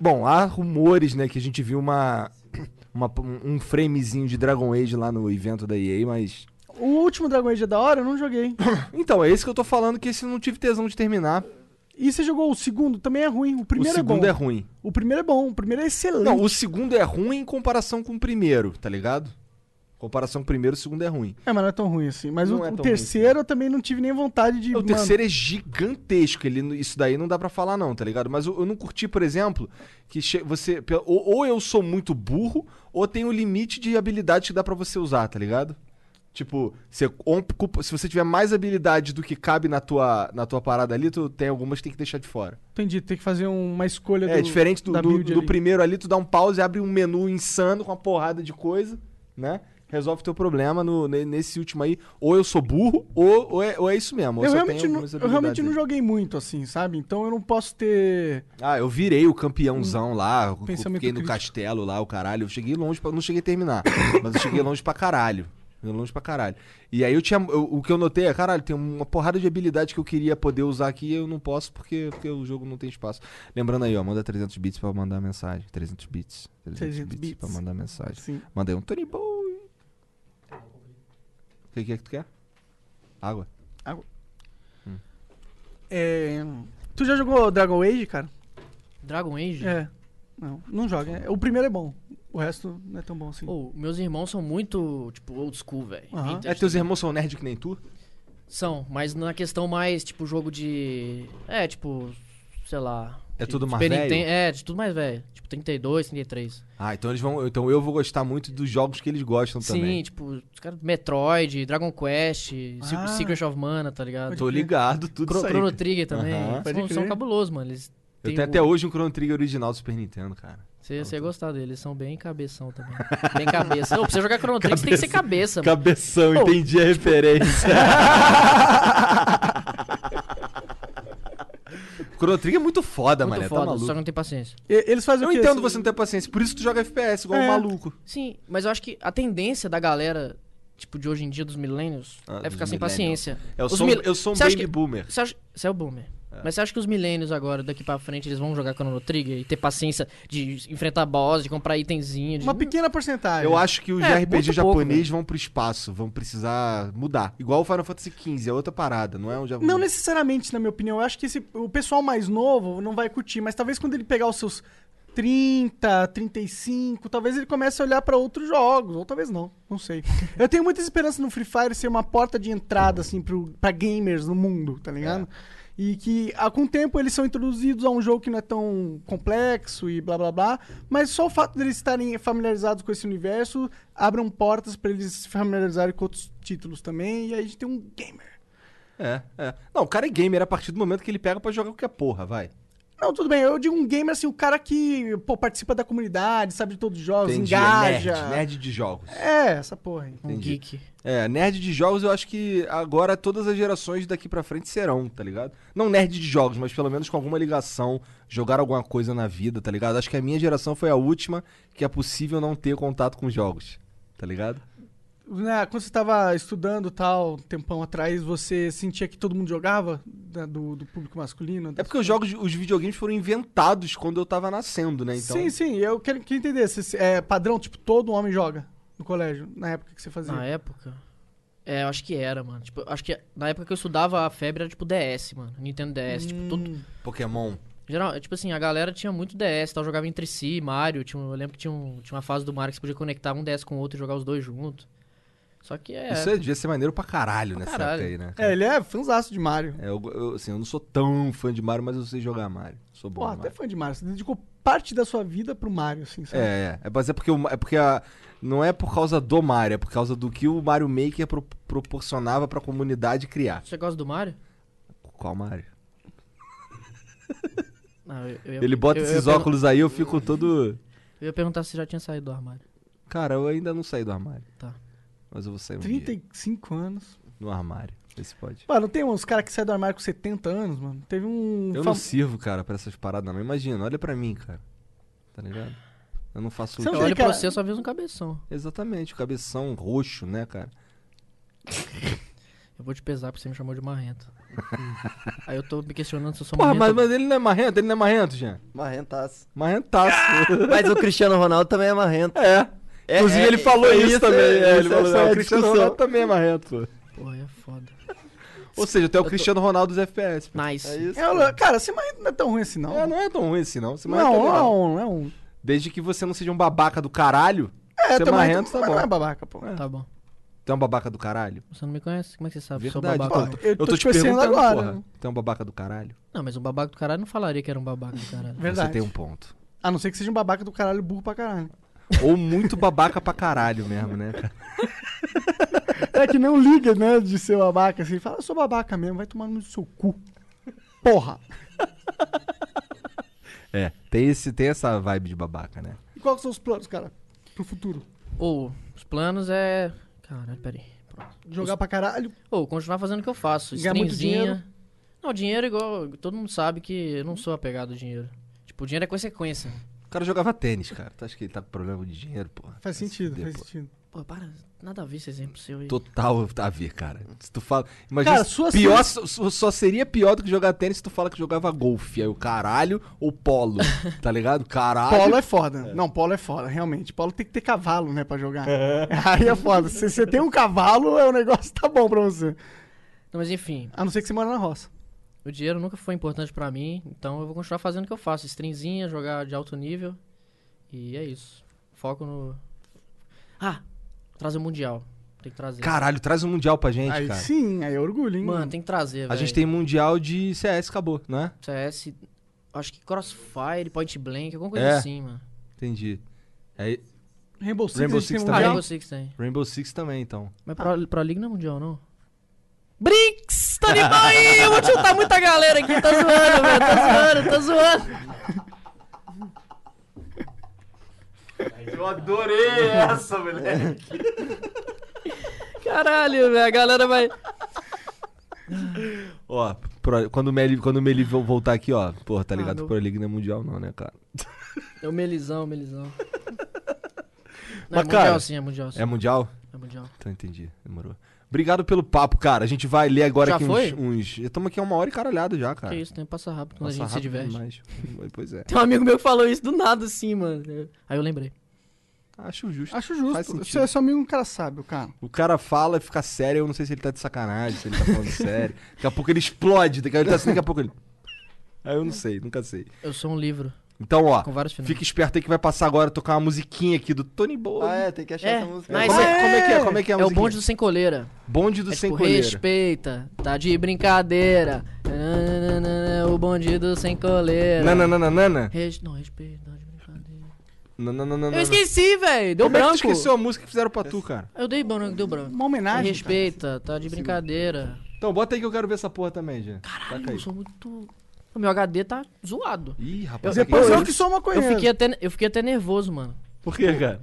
S1: Bom, há rumores, né, que a gente viu uma, <coughs> uma- um framezinho de Dragon Age lá no evento da EA, mas.
S2: O último Dragon Age é da hora, eu não joguei.
S1: Então, é esse que eu tô falando que esse eu não tive tesão de terminar.
S2: E você jogou o segundo, também é ruim. O primeiro
S1: o segundo
S2: é bom.
S1: é ruim.
S2: O primeiro é bom, o primeiro é excelente.
S1: Não, o segundo é ruim em comparação com o primeiro, tá ligado? Em Comparação com o primeiro, o segundo é ruim.
S2: É, mas não é tão ruim assim. Mas
S1: Não
S2: o,
S1: é
S2: o
S1: tão
S2: terceiro eu também não tive nem vontade de.
S1: O
S2: mano,
S1: terceiro é gigantesco, ele, não- isso daí não dá pra falar não, tá ligado? Mas eu, eu não curti, por exemplo, que che- você pe- um ou, ou eu sou muito burro ou tem o limite de habilidade que dá pra você usar, tá ligado? Tipo, você ocupa- se você tiver mais habilidade do que cabe na tua, na tua parada ali, tu tem algumas que tem que deixar de fora.
S2: Entendi, tem que fazer um, uma escolha
S1: É,
S2: do-
S1: diferente do,
S2: da
S1: do,
S2: build
S1: do
S2: ali.
S1: primeiro ali, tu dá um pause, abre um menu insano com uma porrada de coisa, né? Resolve teu problema no, ne- nesse último aí. Ou eu sou burro, ou, ou, é, ou é isso mesmo. ou
S2: Eu
S1: só
S2: realmente,
S1: tenho
S2: não,
S1: algumas
S2: eu realmente não
S1: habilidades
S2: joguei muito, assim, sabe? Então eu não posso ter.
S1: aí. Ah, eu virei o campeãozão lá, eu
S2: Hum, Pensamento
S1: fiquei no
S2: crítico.
S1: castelo lá, o caralho. Eu cheguei longe, pra, não cheguei a
S2: <laughs>
S1: terminar, mas eu cheguei longe pra caralho. Eu Longe pra caralho. E aí eu tinha. eu- o que eu notei é, caralho, tem uma porrada de habilidade que eu queria poder usar aqui e eu não posso porque, porque o jogo não tem espaço. Lembrando aí, ó, manda 300 bits pra mandar mensagem. 300 bits. 300,
S2: 300
S1: bits,
S2: bits.
S1: pra mandar mensagem.
S2: Assim.
S1: Mandei um Tony Boy. O que, que é que tu quer? Água.
S2: É, Tu já jogou Dragon Age, cara?
S3: Dragon Age?
S2: É. Não, não joga. né? O primeiro é bom. O resto não é tão bom assim.
S3: Pô, meus irmãos são muito, tipo, old school, velho.
S2: Aham.
S1: É, teus irmãos são nerd que nem tu? É.
S3: São, mas na questão mais, tipo, jogo de. É, tipo, sei lá.
S1: É
S3: de
S1: tudo mais
S3: Super
S1: velho?
S3: Ninten- É, de tudo mais velho. Tipo, 32, 33.
S1: Ah, então eles vão. Então eu vou gostar muito dos jogos que eles gostam
S3: Sim,
S1: também.
S3: tipo, os caras Metroid, Dragon Quest, Se-
S2: Ah.
S3: Secret of Mana, tá ligado?
S1: Tô ligado, tudo
S3: Cro-
S1: isso aí.
S3: Chrono Trigger também.
S1: Aham.
S3: Eles
S2: Pode
S3: São, são
S2: crer.
S3: cabulosos, mano. Eles
S1: Eu tenho até hoje um Chrono Trigger original do Super Nintendo, cara.
S3: Você ia gostar deles, eles são bem cabeção também. <laughs> Bem cabeça. Não, pra você jogar
S1: <laughs>
S3: Chrono Trigger, você tem que ser cabeça, mano.
S1: Cabeção,
S3: Pô.
S1: entendi a referência. <laughs> Chrono Trigger é muito foda,
S3: Muito
S1: mano. Tá
S3: foda,
S1: maluco.
S3: só que não tem paciência.
S2: E- Eles fazem
S1: Eu
S2: o quê?
S1: entendo você não ter paciência, por isso tu joga FPS, igual um
S2: É.
S1: maluco.
S3: Sim, mas eu acho que a tendência da galera, tipo, de hoje em dia, dos millennials,
S1: Ah,
S3: é
S1: dos
S3: ficar sem
S1: millennials.
S3: paciência.
S1: Eu
S3: Os
S1: sou, um-
S3: mil-
S1: eu sou um
S3: Você acha
S1: baby
S3: que-
S1: boomer.
S3: Você, acha... você é o boomer. Mas você acha que os millennials agora, daqui pra frente, eles vão jogar Chrono Trigger e ter paciência de enfrentar boss, de comprar itemzinho? De...
S2: Uma pequena porcentagem.
S1: Eu acho que os
S3: É,
S1: RPG
S3: muito pouco,
S1: japonês vão pro espaço, vão precisar mudar. Igual o Final Fantasy XV, é outra parada, não é um japonês.
S2: Não necessariamente, na minha opinião. Eu acho que esse, o pessoal mais novo não vai curtir, mas talvez quando ele pegar os seus 30, 35, talvez ele comece a olhar pra outros jogos, ou talvez não, não sei. Eu tenho muita esperança no Free Fire ser uma porta de entrada, assim, pro, pra gamers no mundo, tá ligado? E que ah, com o tempo eles são introduzidos a um jogo que não é tão complexo e blá blá blá, mas só o fato deles estarem familiarizados com esse universo abram portas pra eles se familiarizarem com outros títulos também, e aí a gente tem um gamer.
S1: É, é. Não, o cara é gamer a partir do momento que ele pega pra jogar qualquer porra, vai.
S2: Não, tudo bem. Eu digo um gamer assim, o cara que pô, participa da comunidade, sabe de todos os jogos,
S1: Entendi, é
S2: engaja.
S1: Nerd, nerd de jogos.
S2: É, essa porra aí.
S3: Um
S1: Entendi.
S3: geek.
S1: É, nerd de jogos eu acho que agora todas as gerações daqui pra frente serão, tá ligado? Não nerd de jogos, mas pelo menos com alguma ligação, jogar alguma coisa na vida, tá ligado? Acho que a minha geração foi a última que é possível não ter contato com jogos, tá ligado?
S2: Né, quando você tava estudando tal, um tempão atrás, você sentia que todo mundo jogava da- do, do público masculino?
S1: É
S2: das-
S1: porque os jogos, os videogames foram inventados quando eu tava nascendo, né? Então,
S2: Sim, sim. Eu quero, queria entender. Se, se- é padrão, tipo, todo homem joga no colégio, na época que você fazia.
S3: Na época. É, eu acho que era, mano. Tipo, eu acho que na época que eu estudava, a febre era tipo DS, mano. Nintendo DS. Tipo, todo,
S1: Pokémon.
S3: Geral, tipo assim, a galera tinha muito DS, tal, jogava entre si, Mario, tinha, um- eu lembro que tinha, um- tinha uma fase do Mario que você podia conectar um DS com o outro e jogar os dois junto. Só que é.
S1: Isso aí devia ser maneiro pra caralho nessa
S3: caralho.
S1: época aí, né?
S2: É, ele é fãzaço de Mario.
S1: É, eu, eu, assim, eu não sou tão fã de Mario, mas eu sei jogar Mario. Sou bom.
S2: Pô,
S1: no
S2: até
S1: Mario.
S2: fã de Mario. Você dedicou parte da sua vida pro Mario, assim, sabe?
S1: É, é. é mas é porque, o- é porque a- não é por causa do Mario, é por causa do que o Mario Maker pro- proporcionava pra comunidade criar.
S3: Você gosta do Mario?
S1: Qual Mario?
S3: Não, eu, eu ia-
S1: Ele bota
S3: eu- eu
S1: esses
S3: ia pergun-
S1: óculos aí, eu fico todo.
S3: Eu ia perguntar se já tinha saído do armário.
S1: Cara, eu ainda não saí do armário.
S3: Tá.
S1: Mas eu vou sair um dia
S2: 35 anos.
S1: no armário. Vê se pode.
S2: Mano, tem uns caras que saem do armário com 70 anos, mano. Teve um.
S1: Eu
S2: fam-
S1: não sirvo, cara, pra essas paradas, não. Imagina, olha pra mim, cara. Tá ligado? Eu não faço.
S2: Você não
S3: Eu
S2: Sei,
S3: olho
S2: cara.
S3: pra você, eu só vejo um cabeção.
S1: Exatamente, o cabeção roxo, né, cara?
S3: Eu vou te pesar porque você me chamou de
S1: <laughs>
S3: marrento. Aí eu tô me questionando se eu sou
S1: Porra, mas,
S3: marrento.
S1: mas ele não é marrento, ele não é marrento, Jean.
S4: Marrentaço.
S1: Marrentaço.
S4: Mas o Cristiano Ronaldo também é marrento.
S1: É.
S4: É,
S1: Inclusive,
S4: é,
S1: ele falou
S4: é,
S1: isso,
S4: isso,
S1: também.
S4: é,
S1: é, ele
S4: isso,
S1: falou,
S4: essa
S1: não,
S4: é
S1: o
S4: a
S1: Cristiano
S4: discussão.
S1: Ronaldo também é marrento.
S3: Porra, é foda.
S1: Ou seja, até o Cristiano Ronaldo dos FPS. pô.
S3: Nice.
S4: É isso.
S2: Eu não- Cara, esse marrento não é tão ruim assim, não.
S1: É, não é tão ruim assim, não. Ser
S2: não,
S1: marrento é
S2: não,
S1: legal.
S2: não, não é um.
S1: Desde que você não seja um babaca do caralho,
S2: É,
S1: ser
S2: também-
S1: marrento tá
S2: mas
S1: bom.
S2: não é babaca, pô.
S3: Tá bom.
S1: Tu é um babaca do caralho?
S3: Você não me conhece? Como é que você sabe? que eu
S1: Verdade.
S3: Sou
S1: pô.
S3: babaca.
S2: eu tô te conhecendo agora.
S1: Tu é um babaca do caralho?
S3: Não, mas um babaca do caralho não falaria que era um babaca do caralho.
S2: Verdade.
S1: Você tem um ponto.
S2: A não ser que seja um babaca do caralho, burro pra caralho.
S1: Ou muito babaca pra caralho mesmo, né, cara?
S2: É que não liga, né, de ser babaca assim. Fala, eu sou babaca mesmo, vai tomar no seu cu. Porra.
S1: É, tem, esse, tem essa vibe de babaca, né?
S2: E quais são os planos, cara, pro futuro?
S3: Ou, os planos é. Caralho, peraí. Pronto.
S2: Jogar pra caralho?
S3: Ou, continuar fazendo o que eu faço.
S2: Ganhar muito
S3: streamzinha.
S2: dinheiro?
S3: Não, dinheiro é igual. Todo mundo sabe que eu não sou apegado ao dinheiro. Tipo, o dinheiro é consequência.
S1: O cara jogava tênis, cara. Tu acha que ele tá com problema de dinheiro, porra?
S2: Faz
S1: Vai se
S2: sentido,
S1: fuder,
S2: faz
S1: pô.
S2: sentido.
S3: Pô, para, nada a ver esse exemplo seu aí.
S1: Total tá a ver, cara. Se tu fala. Imagina.
S2: Cara,
S1: se-
S2: sua
S1: pior, só- só seria pior do que jogar tênis se tu fala que jogava golfe. Aí o caralho ou polo. tá ligado? Caralho.
S2: Polo é foda. Não, polo é foda, realmente. Polo tem que ter cavalo, né, pra jogar. <laughs> Aí é foda. Se você tem um cavalo, é o negócio tá bom pra você.
S3: Não, mas enfim,
S2: A não ser que você mora na roça.
S3: o dinheiro nunca foi importante pra mim, então eu vou continuar fazendo o que eu faço. Streamzinha, jogar de alto nível. E é isso. Foco no. Ah! Trazer o Mundial. Tem que trazer.
S1: Caralho, traz o mundial pra gente,
S2: Aí
S1: cara.
S2: sim, aí é orgulho, hein?
S3: Mano, tem que trazer,
S1: A
S3: velho.
S1: gente tem mundial de CS, acabou, não é?
S3: CS, acho que Crossfire, Point Blank, alguma coisa
S1: É.
S3: assim, mano.
S1: Entendi. Aí,
S2: Rainbow Six,
S1: Rainbow
S2: a gente
S1: Six
S2: tem
S3: Ah,
S1: Também?
S3: Rainbow Six tem.
S1: Rainbow Six também, então.
S3: Mas pro, pro League não é mundial, não? Brinks! Tá ligado aí? Eu vou chutar muita galera aqui, tá zoando, velho. Tá zoando, tá zoando.
S1: Eu adorei essa, moleque.
S3: Caralho, velho. A galera vai.
S1: ó, pro- quando o Meli, quando o Meli vo- voltar aqui, ó. Porra, tá ligado?
S3: meu-
S1: Pro League não é mundial, não, né, cara?
S3: É o Melizão, o Melizão. Não, é
S1: Mas,
S3: mundial
S1: cara,
S3: sim, é mundial sim.
S1: É mundial?
S3: É mundial.
S1: Então entendi, demorou. Obrigado pelo papo, cara. A gente vai ler agora
S3: Já
S1: aqui
S3: foi?
S1: uns. uns... Estamos aqui há uma hora e caralhada já, cara.
S3: Que isso, o tempo passa rápido quando
S1: Nossa,
S3: a gente se
S1: rápido
S3: diverte.
S1: demais. <laughs> Pois é.
S3: Tem um amigo meu que falou isso do nada, assim, mano. Aí eu lembrei.
S1: Acho justo.
S2: Acho
S1: Faz
S2: justo.
S1: sentido.
S2: Você é seu amigo, um cara sábio, cara.
S1: O cara fala e fica sério, eu não sei se ele tá de sacanagem, se ele tá
S3: <laughs>
S1: falando sério. Daqui a pouco ele explode, daqui a, ele tá assim, daqui a pouco ele. <laughs> Aí eu não sei, nunca sei.
S3: Eu sou um livro
S1: Então, ó,
S3: com vários finais.
S1: fica esperto aí que vai passar agora tocar uma musiquinha aqui do Tony Boy.
S4: Ah, é, tem que achar
S3: É,
S4: essa música.
S3: nice.
S1: Como, é, como é que é? Como é que é a
S3: É o
S1: musiquinha?
S3: bonde do sem coleira.
S1: Bonde do
S3: É
S1: sem
S3: tipo,
S1: coleira.
S3: respeita, tá de brincadeira. Nananana, o bandido sem coleira.
S1: Nananana.
S3: Res- Não, respeita, tá de brincadeira.
S1: Nananana.
S3: Eu esqueci, velho. Deu
S1: Como é que tu
S3: branco.
S1: esqueceu a música que fizeram pra tu, cara?
S3: Eu dei branco, deu branco.
S2: Uma homenagem,
S3: Respeita, tá de brincadeira.
S1: Então, bota aí que eu quero ver essa porra também, já. Taca
S3: Caralho,
S1: aí.
S3: eu sou muito. O meu HD tá zoado.
S1: Ih, rapaz.
S3: Eu-
S2: Depois
S1: aqui-
S2: eu, que sou uma
S3: Eu
S2: coisa.
S3: fiquei, até, eu fiquei até nervoso, mano.
S1: Por quê, cara?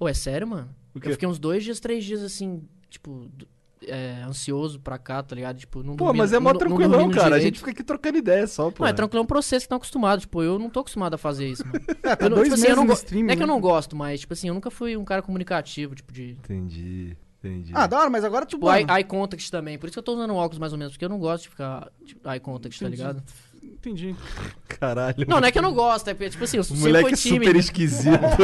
S3: Ô, é sério, mano?
S1: O quê?
S3: Eu fiquei uns dois dias, três dias assim, tipo, d- é, ansioso pra cá, tá ligado? Tipo, não
S1: Pô,
S3: dormi-
S1: mas é mó
S3: não- não
S1: tranquilão,
S3: dormimos
S1: cara. A
S3: direito.
S1: gente fica aqui trocando ideia só, pô.
S3: Não, é tranquilo, é um processo que tá acostumado. Tipo, eu não tô acostumado a fazer isso, mano.
S2: É, tá
S3: Eu não,
S2: dois
S3: tipo assim,
S2: meses
S3: eu não
S2: no
S3: go-
S2: stream,
S3: não é que eu
S2: né?
S3: não gosto, mas, tipo assim, eu nunca fui um cara comunicativo, tipo, de.
S1: Entendi, entendi.
S2: Ah, da hora, mas agora, tipo,
S3: Tipo, eye,
S2: mano,
S3: eye contact também. Por isso que eu tô usando óculos mais ou menos, porque eu não gosto de ficar tipo, eye contact, tá ligado?
S2: <laughs> entendi.
S1: Caralho.
S3: Não, não é que eu não gosto, é porque, tipo assim, eu
S1: O
S3: sempre
S1: moleque
S3: fui
S1: é super
S2: <laughs>
S3: tímido.
S1: esquisito.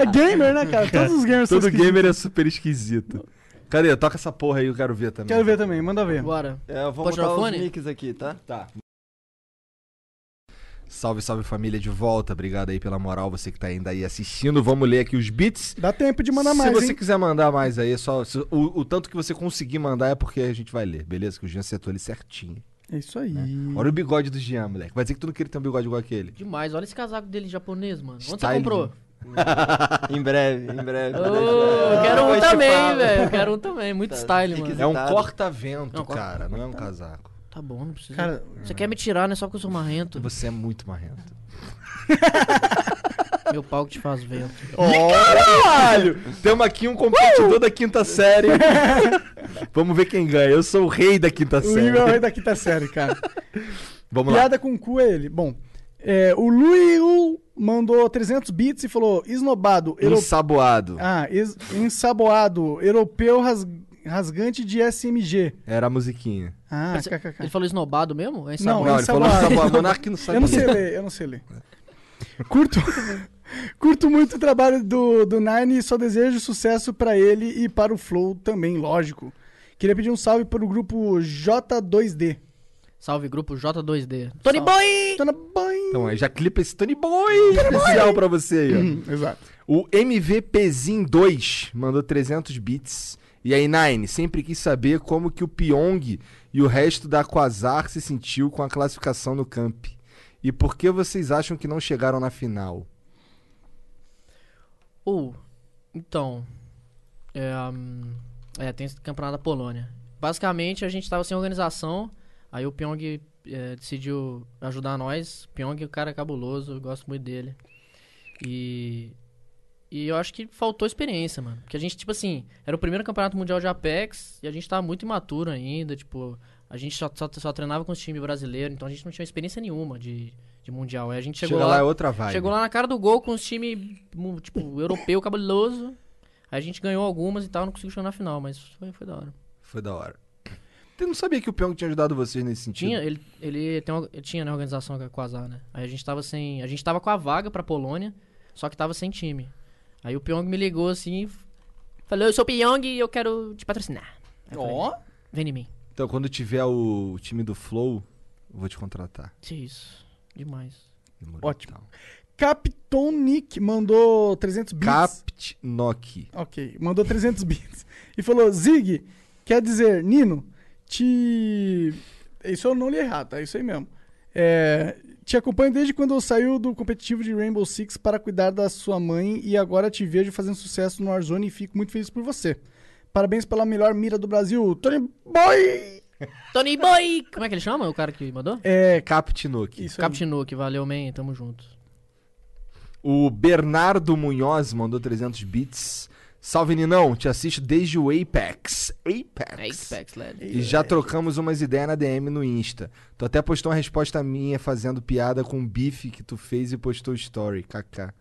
S2: É gamer, né, cara? Todos os gamers são
S1: Todo
S2: esquisitos.
S1: gamer é super esquisito. Cadê? Toca essa porra aí, eu quero ver também.
S2: Quero ver também, manda ver.
S3: Bora.
S4: É, eu vou
S3: Pode tirar
S4: botar
S3: o
S4: os
S3: fone?
S4: mix aqui, tá?
S1: Tá. Salve, salve família de volta. Obrigado aí pela moral, você que tá ainda aí assistindo. Vamos ler aqui os beats.
S2: Dá tempo de mandar mais,
S1: Se você
S2: hein?
S1: quiser mandar mais aí, é só se- o, o tanto que você conseguir mandar é porque a gente vai ler, beleza? Que o Jean setou ele certinho.
S2: É isso aí.
S3: Né?
S1: Olha o bigode do Jean, moleque. Vai dizer que tu não queria ter um bigode igual aquele.
S3: Demais, olha esse casaco dele japonês, mano. Onde você
S1: Style.
S3: comprou?
S4: Em breve, em breve.
S3: Ô, eu quero um
S4: Depois te
S3: também,
S4: falo.
S3: velho. Eu quero um também. Muito style,
S4: se
S3: mano.
S4: quiser.
S1: É um
S4: Visitado.
S1: corta-vento,
S3: É um corta-
S1: cara, não é um casaco.
S3: Tá bom, não precisa.
S2: Cara,
S3: Você quer me tirar, né? Só porque eu
S1: <laughs>
S3: sou marrento.
S1: Você é muito marrento.
S3: Meu pau que te faz vento.
S1: Caralho! Temos aqui um competidor da quinta série.
S2: <laughs>
S1: Vamos ver quem ganha. Eu sou o rei da quinta
S2: o nível
S1: série.
S2: é da quinta série,
S3: <laughs>
S2: cara.
S1: Vamos lá.
S2: Piada com o cu é ele. Bom, é, o Luiu mandou 300 bits e falou, esnobado, europeu...
S1: Ensaboado.
S2: Ah, es- ensaboado, europeu ras- rasgante de SMG.
S1: Era a musiquinha.
S2: Ah,
S3: Mas você-
S2: kkk.
S3: Ele falou esnobado mesmo? É
S2: Não,
S3: não,
S1: Não, ele falou
S2: ensaboado.
S1: ensaboado. Monark não sabia.
S2: Eu não sei ler, eu não sei ler. Curto, <laughs> curto muito o trabalho do, do Nine e só desejo sucesso pra ele e para o Flow também, lógico. Queria pedir um salve para o grupo J2D.
S3: Salve, grupo J2D. Tony Boy!
S2: Tô na banho.
S1: Então aí, já clipa esse Tony Boy especial pra você aí, ó.
S2: Uhum. Exato.
S1: O MVPzin2 mandou 300 bits. E aí, Nine, sempre quis saber como que o Pyong e o resto da Quasar se sentiu com a classificação no camp. E por que vocês acham que não chegaram na final?
S3: Ou, Uh, então, É, hum, é, tem esse campeonato da Polônia. Basicamente, a gente tava sem organização. Aí o Pyong é, decidiu ajudar nós. Pyong, o cara é cabuloso, eu gosto muito dele. E. E eu acho que faltou experiência, mano. Porque a gente, tipo assim, era o primeiro campeonato mundial de Apex e a gente tava muito imaturo ainda, tipo, a gente só, só, só treinava com os times brasileiros, então a gente não tinha experiência nenhuma de, de mundial. Aí a gente chegou
S1: Chega lá,
S3: lá
S1: é outra vibe.
S3: Chegou lá na cara do gol com os times, tipo, europeu, cabuloso. Aí a gente ganhou algumas e tal, não conseguiu chegar na final, mas foi, foi da hora.
S1: Foi da hora. Eu não sabia que o Pyong tinha ajudado vocês nesse sentido.
S3: Tinha, ele, ele, tem uma- ele tinha né, organização com a Azar, né? Aí a gente tava sem. A gente tava com a vaga pra Polônia, só que tava sem time. Aí o Pyong me ligou assim e falou: Eu sou o Pyong e eu quero te patrocinar. Aí eu falei,
S5: Ó,
S3: Vem em mim.
S1: Então quando tiver o time do Flow, eu vou te contratar.
S3: Que isso. Demais.
S1: Demorou,
S2: Ótimo.
S1: então.
S2: Capitão Nick mandou 300 bits.
S1: Capt Noki.
S2: Ok, mandou 300 bits. E falou, Zig, quer dizer, Nino, te... Isso eu não li errado, tá? Isso aí mesmo. É, te acompanho desde quando eu saiu do competitivo de Rainbow Six para cuidar da sua mãe e agora te vejo fazendo sucesso no Warzone e fico muito feliz por você. Parabéns pela melhor mira do Brasil, Tony Boy!
S3: Tony Boy! Como é que ele chama? O cara que mandou?
S2: É,
S1: Capt Noki.
S2: isso aí.
S3: Captinook, valeu, man. Tamo junto.
S1: O Bernardo Munhoz mandou 300 bits. Salve Ninão, te assisto desde o Apex.
S3: É
S1: Apex.
S3: Apex, led.
S1: E já trocamos umas ideias na DM no Insta. Tu até postou uma resposta minha fazendo piada com o bife que tu fez e postou story, kk.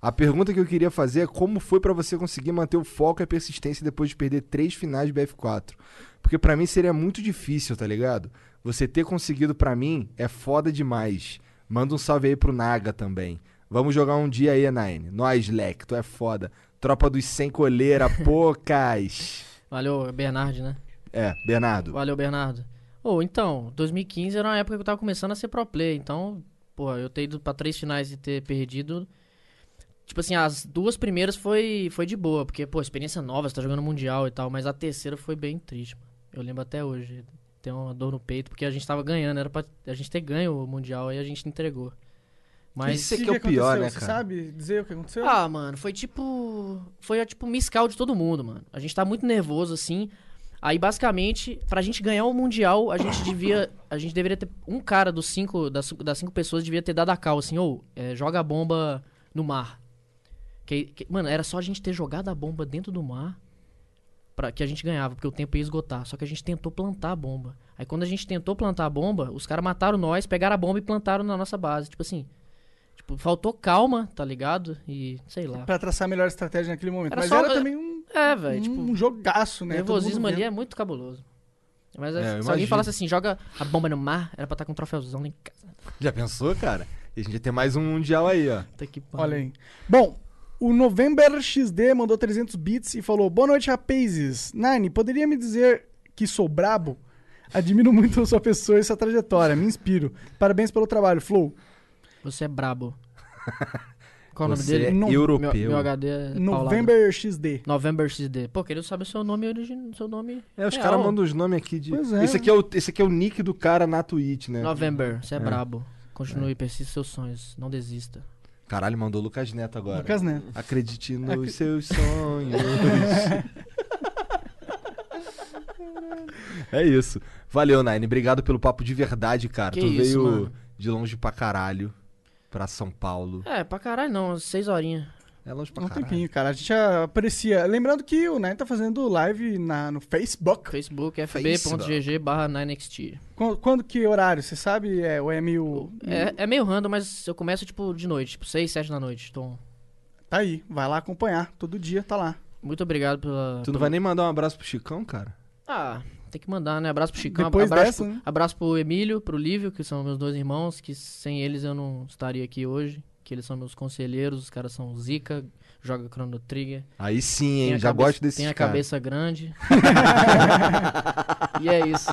S1: A pergunta que eu queria fazer é como foi pra você conseguir manter o foco e a persistência depois de perder três finais de BF4? Porque pra mim seria muito difícil, tá ligado? Você ter conseguido pra mim é foda demais. Manda um salve aí pro Naga também. Vamos jogar um dia aí, Nine. Nós, Leque, tu é foda. Tropa dos sem coleira, <laughs> pocas.
S3: Valeu, Bernard, né?
S1: É, Bernardo.
S3: Valeu, Bernardo. Ô, então, 2015 era uma época que eu tava começando a ser pro player, então, pô, eu ter ido pra três finais e ter perdido. Tipo assim, as duas primeiras foi, foi de boa, porque, pô, experiência nova, você tá jogando Mundial e tal, mas a terceira foi bem triste, mano. Eu lembro até hoje. Tem uma dor no peito, porque a gente tava ganhando, era pra a gente ter ganho o Mundial e a gente entregou. Mas.
S1: Isso é que é o pior, né,
S2: aconteceu? Você
S1: cara?
S2: sabe dizer o que aconteceu?
S3: Ah, mano, foi tipo. Foi tipo miscal de todo mundo, mano. A gente tá muito nervoso, assim. Aí, basicamente, pra gente ganhar o Mundial, a gente devia. A gente deveria ter. Um cara dos cinco. Das, das cinco pessoas devia ter dado a cal, assim, ou é, joga a bomba no mar. Que, que- mano, era só a gente ter jogado a bomba dentro do mar pra, que a gente ganhava, porque o tempo ia esgotar. Só que a gente tentou plantar a bomba. Aí quando a gente tentou plantar a bomba, os caras mataram nós, pegaram a bomba e plantaram na nossa base. Tipo assim. Tipo, faltou calma, tá ligado? E sei lá.
S2: Pra traçar a melhor estratégia naquele momento.
S3: Era
S2: Mas
S3: só-
S2: era também um,
S3: É, velho, tipo,
S2: um jogaço,
S3: o
S2: né? Todo mundo
S3: nervosismo ali
S2: vendo.
S3: é muito cabuloso. Mas
S1: eu
S3: se
S1: imagino.
S3: alguém falasse assim, joga a bomba no mar, era pra estar com um troféuzão lá em casa.
S1: Já pensou, cara? E a gente ia ter mais um mundial aí, ó.
S3: Puta que pariu.
S2: Olha aí. Bom, o November XD mandou 300 bits e falou: Boa noite, rapazes. Nine, poderia me dizer que sou brabo? Admiro muito a sua pessoa e sua trajetória, me inspiro. Parabéns pelo trabalho, Flow.
S3: Você é <laughs> brabo. Qual o nome
S1: Você
S3: dele?
S1: é
S3: Meu-
S1: europeu.
S3: Meu, meu HD é November...
S2: November XD.
S3: November XD. Pô, queria saber o seu nome original, seu nome.
S1: É, os
S3: real.
S1: caras mandam os nomes aqui de.
S2: Pois é.
S1: Esse, aqui é o, esse aqui é o nick do cara na Twitch, né?
S3: November, você é, brabo. Continue, persista seus sonhos, não desista.
S1: Caralho, mandou o Lucas Neto agora.
S2: Lucas Neto.
S3: <laughs>
S1: Acredite nos seus sonhos. é isso. Valeu, Nine. Obrigado pelo papo de verdade, cara.
S3: Que
S1: tu
S3: isso,
S1: veio
S3: mano.
S1: de longe pra caralho. Pra São Paulo.
S3: É, pra caralho não, seis horinhas.
S1: É longe pra
S2: Um
S1: caralho.
S2: tempinho, cara. A gente aprecia. Lembrando que o Nine tá fazendo live na, no Facebook.
S3: Facebook,
S1: Facebook.
S3: fb.gg barra 9xt.
S2: Qu- Quando que horário? Você sabe? É, ou é meio.
S3: É, é meio random, mas eu começo, tipo, de noite, tipo, seis, sete da noite. Então,
S2: Tá aí. Vai lá acompanhar. Todo dia tá lá.
S3: muito obrigado pela...
S1: Tu não vai nem mandar um abraço pro Chicão, cara?
S3: Ah, tem que mandar, né? Abraço pro Chicão,
S2: Depois
S3: abraço,
S2: dessa,
S3: pro,
S2: né?
S3: abraço pro Emílio, pro Lívio, que são meus dois irmãos, que sem eles eu não estaria aqui hoje. Que eles são meus conselheiros, os caras são Zika, joga Chrono Trigger.
S1: Aí sim,
S3: tem
S1: hein?
S3: a
S1: Já
S3: cabeça-
S1: gosto desse
S3: Tem a
S1: cara. <laughs>
S3: cabeça grande. e é isso.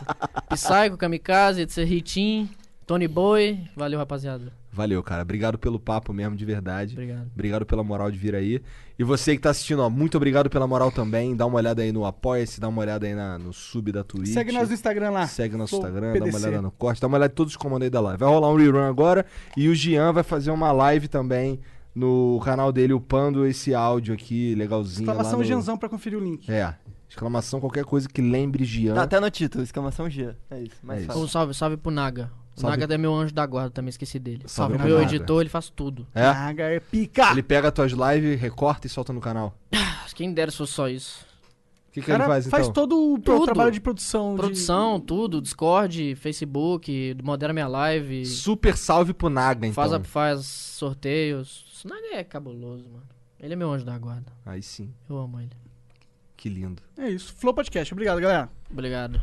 S3: Psycho, Kamikaze, Ritim, Tony Boy. Valeu, rapaziada.
S1: Valeu, cara. Obrigado pelo papo mesmo, de verdade.
S3: Obrigado.
S1: Obrigado pela moral de vir aí. E você que tá assistindo, ó, muito obrigado pela moral também. Dá uma olhada aí no Apoia-se, dá uma olhada aí na- no sub da Twitch.
S2: Segue nós no Instagram lá.
S1: Segue nosso
S2: Flow
S1: Instagram, dá uma
S2: PDC.
S1: olhada no corte, dá uma olhada em todos os comandos aí da live. Vai rolar um rerun agora e o Gian vai fazer uma live também no canal dele upando esse áudio aqui, legalzinho. lá
S2: Exclamação
S1: no...
S2: Genzão pra conferir o link.
S1: É. Exclamação qualquer coisa que lembre Jean.
S4: Tá até no título, exclamação G. É isso, mais
S1: É
S4: fácil.
S3: Um salve, salve pro Naga. O
S1: Salve.
S3: Naga é meu anjo da guarda, também esqueci dele.
S1: Salve
S3: Salve,
S1: pro
S3: meu
S1: Naga.
S3: editor, ele faz tudo.
S1: É.
S2: Naga é pica!
S1: Ele pega tuas lives, recorta e solta no canal.
S3: Quem dera se fosse só isso.
S1: O que, que ele
S2: cara
S1: faz
S2: faz,
S1: então?
S2: todo o pro-
S3: Tudo.
S2: trabalho de produção. de-
S3: Produção, tudo, Discord, Facebook, modera minha live,
S1: Super salve pro Naga, então.
S3: faz, a- faz sorteios. Isso Naga é cabuloso, mano. Ele é meu anjo da guarda.
S1: Aí sim,
S3: Eu amo ele.
S1: que lindo.
S2: É isso. Flow Podcast. Obrigado, galera.
S3: Obrigado.